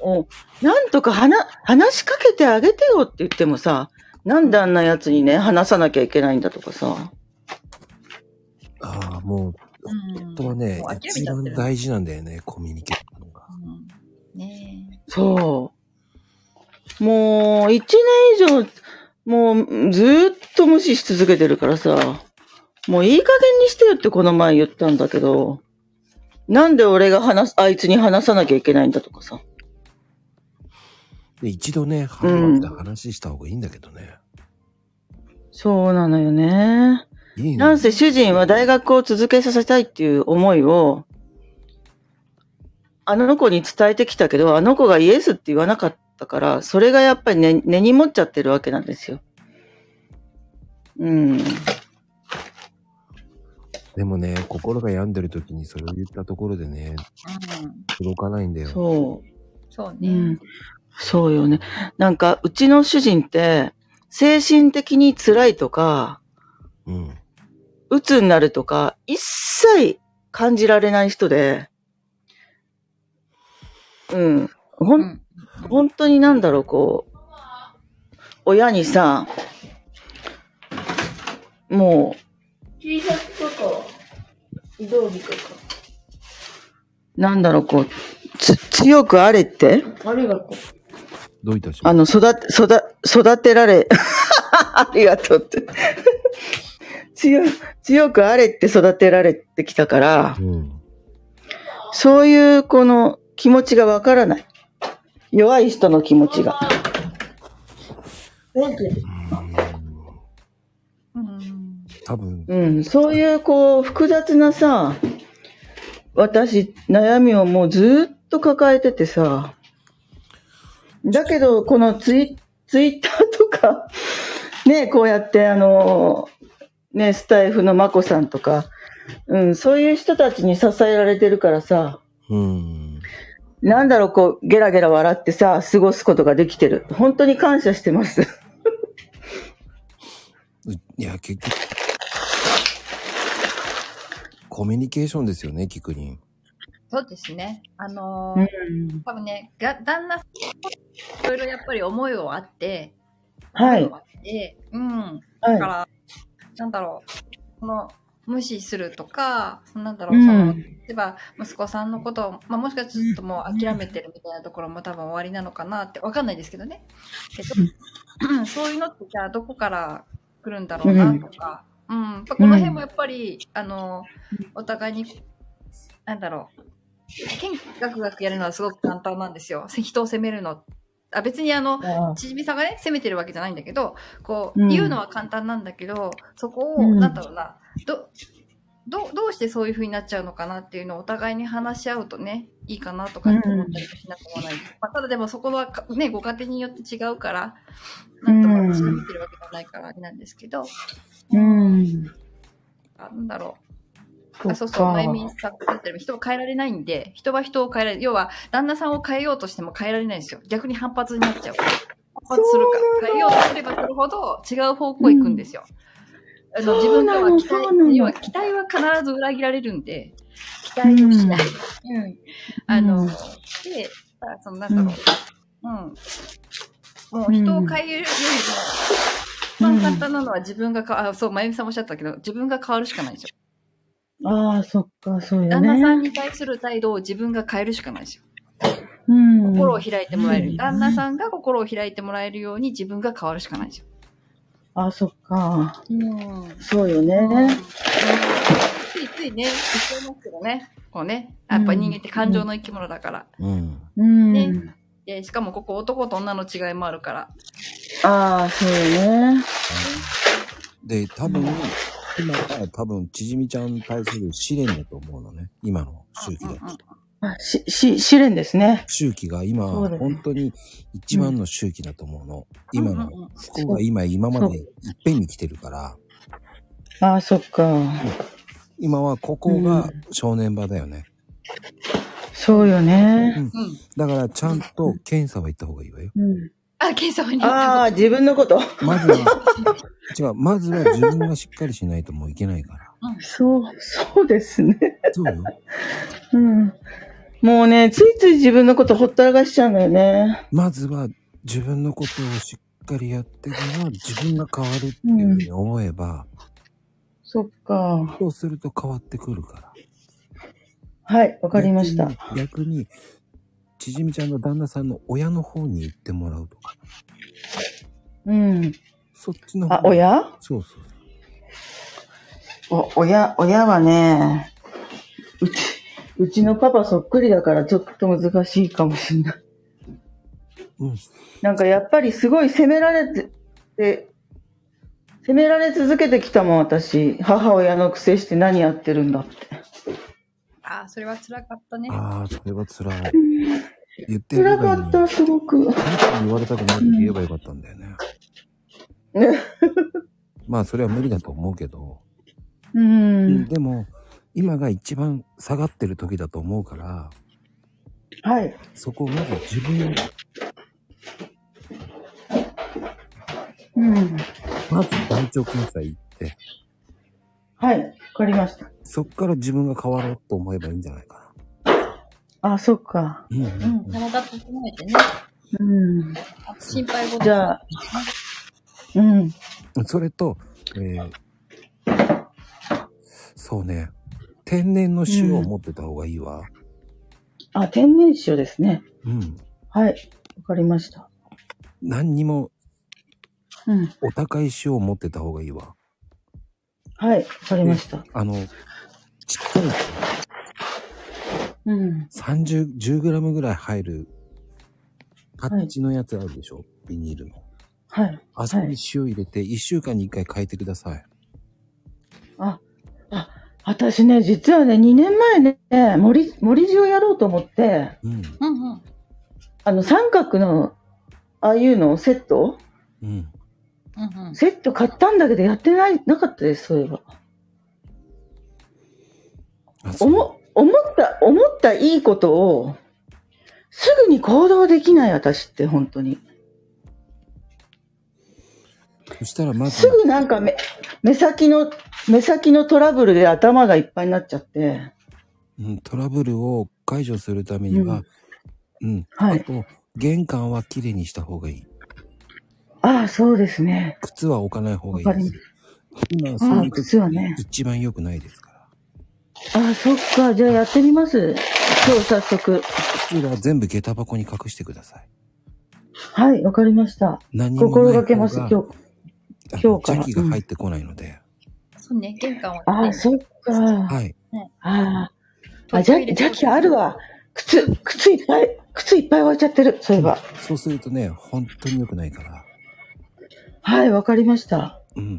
Speaker 8: おなんとか話、話しかけてあげてよって言ってもさ、なんであんなやつにね、話さなきゃいけないんだとかさ。
Speaker 1: ああ、もう、
Speaker 2: うん、
Speaker 1: 本当はね
Speaker 2: もう諦、め
Speaker 1: 一
Speaker 2: ちゃっ
Speaker 1: 番
Speaker 2: てる
Speaker 1: 大事なんだよね、コミュニケーションが。
Speaker 2: うんね
Speaker 8: そう。もう、一年以上、もう、ずーっと無視し続けてるからさ、もういい加減にしてよってこの前言ったんだけど、なんで俺が話す、あいつに話さなきゃいけないんだとかさ。
Speaker 1: で、一度ね、話って話した方がいいんだけどね。
Speaker 8: そうなのよね。
Speaker 1: いい
Speaker 8: な
Speaker 1: の
Speaker 8: んせ主人は大学を続けさせたいっていう思いを、あの子に伝えてきたけど、あの子がイエスって言わなかったから、それがやっぱり根、根に持っちゃってるわけなんですよ。うん。
Speaker 1: でもね、心が病んでる時にそれを言ったところでね、
Speaker 2: うん、
Speaker 1: 届かないんだよ。
Speaker 8: そ
Speaker 2: そう
Speaker 8: う。う
Speaker 2: ね。
Speaker 8: ん。そうよね。なんか、うちの主人って、精神的に辛いとか、
Speaker 1: うん。
Speaker 8: 鬱になるとか、一切感じられない人で、うん。ほ、
Speaker 2: うんん
Speaker 8: 本当になんだろう、こう、親にさ、もう、
Speaker 6: T シャツとか、移動着と
Speaker 8: なんだろう、こう、つ、強くあれって、
Speaker 6: か。ありがとう。
Speaker 7: どういたしま
Speaker 8: あの、育て、育、育てられ、 ありがとうって。強、強くあれって育てられてきたから、
Speaker 1: うん。
Speaker 8: そういうこの気持ちがわからない。弱い人の気持ちが。
Speaker 2: うん
Speaker 1: 多分、
Speaker 8: うん、そういうこう複雑なさ、私、悩みをもうずっと抱えててさ、だけど、このツイツイッターとか、 ね、こうやってあの、ね、スタイフのまこさんとか、うん、そういう人たちに支えられてるからさ、
Speaker 1: うん。
Speaker 8: なんだろう、こう、ゲラゲラ笑ってさ、過ごすことができてる。本当に感謝してます。
Speaker 1: ういや、結局、コミュニケーションですよね、キクリン。
Speaker 2: そうですね。あの
Speaker 8: う
Speaker 2: ー
Speaker 8: ん、
Speaker 2: 多分ね、が旦那さんいろいろやっぱり思いをあって、
Speaker 8: はい
Speaker 2: 思いをあって、うん。だか
Speaker 8: は
Speaker 2: ら、なんだろう、この、無視するとか、なんだろ
Speaker 8: い。う
Speaker 2: う、その、
Speaker 8: ん。
Speaker 2: 例えば、息子さんのことを、まあ、もしかするともう諦めてるみたいなところも多分終わりなのかなって、わかんないですけどね。けど、 そういうのってじゃあどこから来るんだろうなとか、うん、やっぱこの辺もやっぱり、あの、お互いに、なんだろう、剣ガクガクやるのはすごく簡単なんですよ。人を責めるの。あ別にあの、ちじみさんがね、責めてるわけじゃないんだけど、こう、
Speaker 8: うん
Speaker 2: 言うのは簡単なんだけど、そこを、
Speaker 8: うん
Speaker 2: なんだろうな、ど、ど、どうしてそういう風になっちゃうのかなっていうのをお互いに話し合うとね、いいかなとかって思ったりもしなくもない。まあ、ただでもそこはかね、ご家庭によって違うから、なんとも私が見てるわけじゃないからあれなんですけど、
Speaker 8: うん。
Speaker 2: あなんだろう。
Speaker 8: っ
Speaker 2: あそうそう、前見さんが言ってたように人を変えられないんで、人は人を変えられない。要は、旦那さんを変えようとしても変えられないんですよ。逆に反発になっちゃうから。反発するから。変えようとすればするほど違う方向行くんですよ。あの自分からは期
Speaker 8: そうなのそうなの
Speaker 2: 待要は期待は必ず裏切られるんで、期待をしない。うん。あの、
Speaker 9: うん
Speaker 2: で、まあそのなんだろう。うん。もう人を変えるよりも、一番簡単なのは自分がか、あ、そう、まゆみさんもおっしゃったけど、自分が変わるしかないでしょ。
Speaker 9: ああ、そっか、そうよ
Speaker 2: 旦那さ
Speaker 9: ね。
Speaker 2: んに対する態度を自分が変えるしかないでしょ。
Speaker 9: うん。
Speaker 2: 心を開いてもらえ
Speaker 9: う
Speaker 2: る。
Speaker 9: ん
Speaker 2: 旦那さんが心を開いてもらえるように自分が変わるしかないでしょ。
Speaker 9: ああ、そっか。
Speaker 2: うん。
Speaker 9: そうよ
Speaker 2: うん
Speaker 9: ね。
Speaker 2: ついついね、言っちゃいますけどね。こうね。やっぱ人間って感情の生き物だから。
Speaker 1: うん。
Speaker 9: うん。
Speaker 2: ねでしかもここ男と女の違いもあるから。
Speaker 9: ああ、そうよね。
Speaker 1: で、多分、今は多分、ちじみちゃんに対する試練だと思うのね。今の周期で。
Speaker 8: あし、し、試練ですね。
Speaker 1: 周期が今、
Speaker 9: そうだね
Speaker 1: 本当に一番の周期だと思うの。今の、
Speaker 2: うんうん
Speaker 1: 不幸が今、今までいっぺんに来てるから、
Speaker 8: ああ、そっか。
Speaker 1: 今はここが正念場だよね。
Speaker 8: そうよね。
Speaker 2: うん。
Speaker 1: だから、ちゃんと検査は行った方がいいわよ。
Speaker 9: うん。
Speaker 2: あ、ケンさんに言った
Speaker 8: ああ、自分のこと。
Speaker 1: まずは、 違う、まずは自分がしっかりしないともういけないから。
Speaker 9: そう、そうですね。
Speaker 1: そうよ。
Speaker 9: うん。
Speaker 8: もうね、ついつい自分のことほったらかしちゃうのよね。
Speaker 1: まずは自分のことをしっかりやってから自分が変わるっていうふうに思えば、
Speaker 8: そっか。
Speaker 1: そうすると変わってくるから。
Speaker 8: はい、わかりました。
Speaker 1: 逆に、ちじみちゃんの旦那さんの親の方に行ってもらうとか、
Speaker 8: うん。
Speaker 1: そっちの方
Speaker 8: あ、親
Speaker 1: そうそう。
Speaker 8: お、親、親はね、うち、うちのパパそっくりだからちょっと難しいかもしれない。
Speaker 1: うん。
Speaker 8: なんかやっぱりすごい責められて、て責められ続けてきたもん、私。母親のくせして何やってるんだって。
Speaker 2: あー、それは辛かったね。
Speaker 1: ああ、それは辛 い。言ってやれ
Speaker 8: 辛
Speaker 1: ば
Speaker 8: か
Speaker 1: いいの
Speaker 8: っ
Speaker 1: に
Speaker 8: た、すごく。
Speaker 1: あなたに言われたくないって言えばよかったんだよね。
Speaker 8: ね
Speaker 1: まあ、それは無理だと思うけど、
Speaker 9: う
Speaker 1: うん
Speaker 9: ん。
Speaker 1: でも、今が一番下がってる時だと思うから、
Speaker 8: はい。
Speaker 1: そこをまず自分を、
Speaker 8: うん。
Speaker 1: まず大腸検査行って、
Speaker 8: はい。わかりました。
Speaker 1: そっから自分が変わろうと思えばいいんじゃないか
Speaker 8: あ、そっか。
Speaker 1: な。うんう
Speaker 2: うんん。体整えてね。
Speaker 8: うん。
Speaker 2: 心配事。
Speaker 8: じゃあ、うん。
Speaker 1: うん。それと、えー、そうね、天然の塩を持ってた方がいいわ。
Speaker 8: あ、天然塩ですね。
Speaker 1: うん。
Speaker 8: はい。わかりました。
Speaker 1: 何にも
Speaker 8: うん。
Speaker 1: お高い塩を持ってた方がいいわ。
Speaker 8: はい。わかりました。
Speaker 1: あの、ちっちゃい
Speaker 8: うん。
Speaker 1: 30、10グラムぐらい入る、パッチのやつあるでしょ、ビニールの。
Speaker 8: はい。
Speaker 1: あそこに塩入れて、1週間に1回変えてください。
Speaker 8: 私ね、実はね、2年前ね、森、森地をやろうと思って、
Speaker 1: うん。
Speaker 2: うんうん。
Speaker 8: あの、三角の、ああいうのをセット
Speaker 1: うん。
Speaker 2: うんうん。
Speaker 8: セット買ったんだけど、やってない、なかったです、そういえば。
Speaker 1: あそう
Speaker 8: おも、思った、思ったいいことを、すぐに行動できない私って、本当に。
Speaker 1: そしたらますず、
Speaker 8: ぐなんか目、目先の、目先のトラブルで頭がいっぱいになっちゃって。
Speaker 1: うん、トラブルを解除するためには、うん、
Speaker 8: は
Speaker 1: あ
Speaker 8: い。
Speaker 1: と、玄関はきれいにした方がいい。
Speaker 8: ああ、そうですね。
Speaker 1: 靴は置かない方がいい
Speaker 8: わかり
Speaker 1: です。今、そういう
Speaker 8: 靴はね
Speaker 1: 一番良くないですから。
Speaker 8: ああ、そっか。じゃあやってみます。今日早速。
Speaker 1: 靴は全部下駄箱に隠してください。
Speaker 8: はい、わかりました。
Speaker 1: 何にもない
Speaker 8: 心
Speaker 1: 方
Speaker 8: がけます、今日。
Speaker 1: あの
Speaker 8: 今日から
Speaker 1: 邪気が入ってこないので。
Speaker 2: そうね、玄関を。
Speaker 8: ああ、そっか。
Speaker 1: はい。
Speaker 8: ああ。あ、じゃ、じゃきあるわ。靴、靴いっぱい、靴いっぱい置いちゃってる。そういえば。
Speaker 1: そうするとね、本当に良くないから。
Speaker 8: はい、わかりました。
Speaker 1: うん。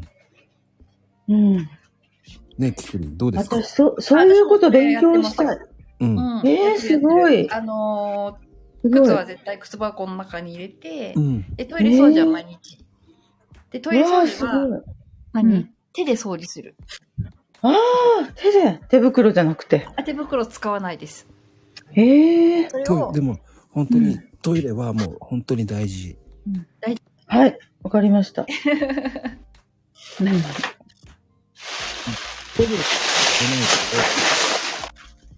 Speaker 8: うん。
Speaker 1: ね、キクリン、どうですか
Speaker 8: 私、そ、そういうこと勉強したい。
Speaker 1: うん。
Speaker 2: うん。
Speaker 8: えーすごい
Speaker 2: あの
Speaker 8: す
Speaker 2: ー、
Speaker 8: ご
Speaker 2: 靴
Speaker 8: い。
Speaker 2: は絶対靴箱の中に入れて
Speaker 1: う、ん。
Speaker 2: で、トイレ掃除は毎日。で、トイレ
Speaker 8: わ
Speaker 2: 掃
Speaker 8: あ、
Speaker 2: 除
Speaker 8: す
Speaker 2: は、
Speaker 8: ごい。
Speaker 2: 何、
Speaker 9: うん
Speaker 2: 手で掃除する。
Speaker 8: ああ、手で、手袋じゃなくて。
Speaker 2: あ手袋使わないです。
Speaker 8: ええ
Speaker 2: それ
Speaker 1: トイ
Speaker 2: を
Speaker 1: レ、でも、本当に、トイレはもう本当に大事。
Speaker 8: はい、わかりました。うん
Speaker 1: ほぼ出ない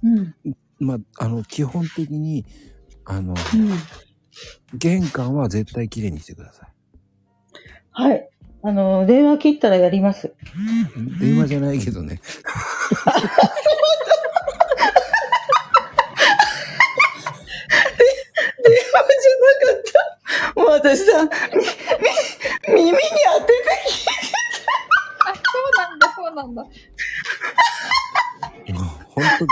Speaker 10: うん。
Speaker 1: けど、まあ、あの、基本的に、あの、
Speaker 10: うん。
Speaker 1: 玄関は絶対きれいにしてくださ
Speaker 10: はい。あの、電話切ったらやります。
Speaker 1: い。電話じゃないけどね。
Speaker 10: 電話じゃなかった。もう私さ、み、み、耳に当て
Speaker 2: あ、そうなんだ、そうなんだ。
Speaker 1: 本当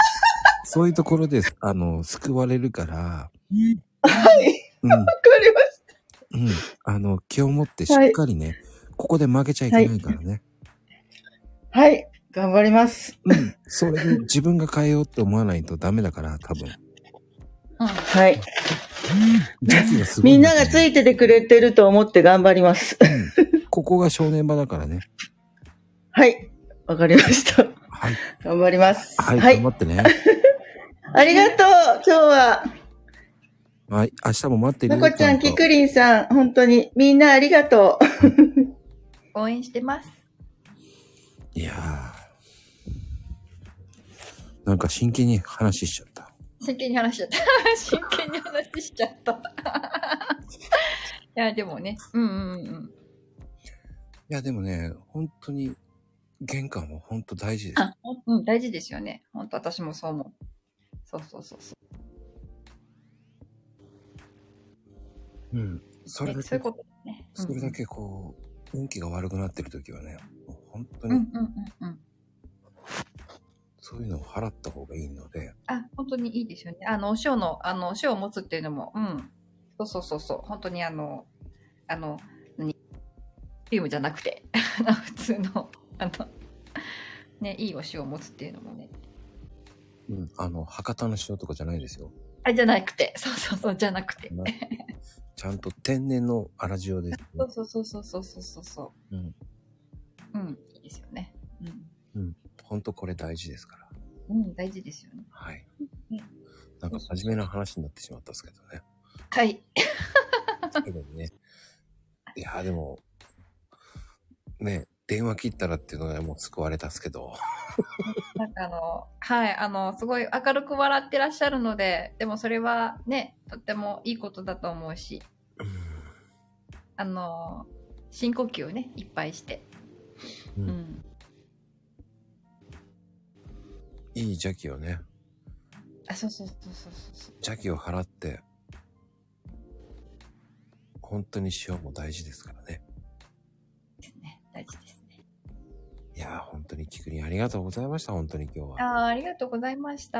Speaker 1: そういうところで、あの、救われるから、
Speaker 10: はい。
Speaker 1: うん、
Speaker 10: わかりまし
Speaker 1: うん、あの、気を持ってしっかりね、ここで負けちゃいけないからね。
Speaker 10: た。はい。頑張ります。
Speaker 1: うん、それで自分が変えようって思わないとダメだから、多分。
Speaker 10: はい。
Speaker 1: 時期がすごい
Speaker 8: みん
Speaker 1: だ
Speaker 8: な
Speaker 1: と思う
Speaker 8: がついててくれてると思って頑張ります。
Speaker 1: ここが正念場だからね。
Speaker 8: はい。わかりました。
Speaker 1: はい。
Speaker 8: 頑張ります。
Speaker 1: はい、
Speaker 8: は
Speaker 1: 頑
Speaker 8: い
Speaker 1: 張。ってね。
Speaker 8: ありがとう。今日は、
Speaker 1: はい、明日も待ってる
Speaker 8: ま
Speaker 1: よ
Speaker 8: こちゃん、
Speaker 1: と
Speaker 8: きくりんさん、本当に、みんなありがとう。
Speaker 2: 応援してます。
Speaker 1: いやー。なんか真剣に話しちゃった。
Speaker 2: 真剣に話しちゃった。真剣に話しちゃった。いや、でもね、うんうんうん。
Speaker 1: いや、でもね、本当に、玄関は本当大事です。
Speaker 2: うん、大事ですよね。本当私もそう思う。そうそうそうそう。
Speaker 1: うん。それだ
Speaker 2: そうい
Speaker 1: け
Speaker 2: う、ことですね。
Speaker 1: それだ
Speaker 2: け。
Speaker 1: けこう、運気が悪くなってる時はね、もう本当
Speaker 2: うんう
Speaker 1: に
Speaker 2: んうんうん。
Speaker 1: そういうのを払った方がいいので、
Speaker 2: あ、本当にいいですよね。あの、お塩の、あの、お塩を持つっていうのも、うん。そうそうそうそう。本当にあの、あの、何クリームじゃなくて、 あの普通の、あの、ね、いいお塩を持つっていうのもね。
Speaker 1: うん、あの、博多の塩とかじゃないですよ。
Speaker 2: あ、じゃなくて、そうそうそう、じゃなくて。
Speaker 1: な ちゃんと天然の粗塩です、ね。
Speaker 2: そうそうそうそうそうそうそうう。
Speaker 1: ん。
Speaker 2: うん、いいですよね。う
Speaker 1: 本当これ大事ですから。
Speaker 2: ん。うん、大事ですよね。
Speaker 1: はい
Speaker 2: うん。
Speaker 1: なんか真面目な話になってしまったんですけどね。
Speaker 2: はい。
Speaker 1: 最後にね。いやーでも、ね、電話切ったらっていうのがもう救われたっすけど。
Speaker 2: なんかあの、はい、あの、すごい明るく笑ってらっしゃるので、でもそれはね、とってもいいことだと思うし、あの、深呼吸をね、いっぱいして。
Speaker 1: う
Speaker 2: うんん。
Speaker 1: いい邪気をね、
Speaker 2: あ、そうそうそうそうそう。
Speaker 1: 邪気を払って、本当に塩も大事ですからね。
Speaker 2: ですね。大事ですね。
Speaker 1: いやー本当にキクリンありがとうございました。本当に今日は。
Speaker 2: あーありがとうございました。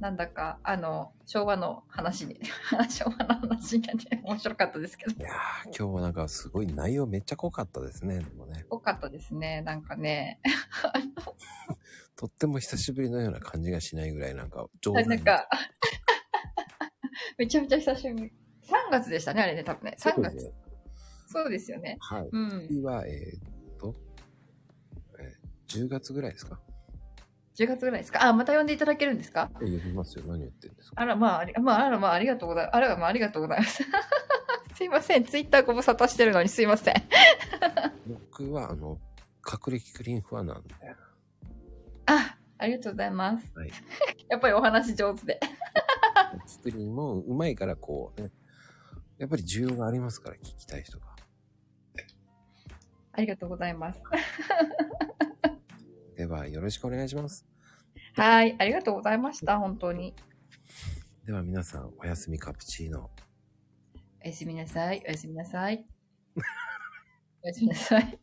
Speaker 2: なんだか、あの、昭和の話に、 昭和の話になって面白かったですけど
Speaker 1: い。やー今日はなんかすごい内容めっちゃ濃かったですね。でもね、
Speaker 2: 多かったですね。なんかね。
Speaker 1: とっても久しぶりのような感じがしないぐらいなんか上手
Speaker 2: なんか、 めちゃめちゃ久しぶり。3月でしたね、あれね、多分ね。3月。そうですよね。
Speaker 1: はい。
Speaker 2: うん。
Speaker 1: 次は、えーっと、えー10月ぐらいですか
Speaker 2: 10月ぐらいですか。あ、また呼んでいただけるんですか
Speaker 1: え呼びますよ。何言ってんですか
Speaker 2: あら、まあ、ありまあ、あら、まあ、ありがとうございます。あら、まあ、ありがとうございます。 すいません。ツイッターご無沙汰してるのにすいません。
Speaker 1: 僕は、あの、隠れキクリンファンなんで。
Speaker 2: あ、ありがとうございます。
Speaker 1: はい
Speaker 2: やっぱりお話上手で。
Speaker 1: キクリンもうまいから、こうね。やっぱり需要がありますから、聞きたい人が。
Speaker 2: ありがとうございます。
Speaker 1: では、よろしくお願いします。
Speaker 2: はい。ありがとうございました。本当に。
Speaker 1: では、皆さん、おやすみカプチーノ。
Speaker 2: おやすみなさい。おやすみなさい。おやすみなさい。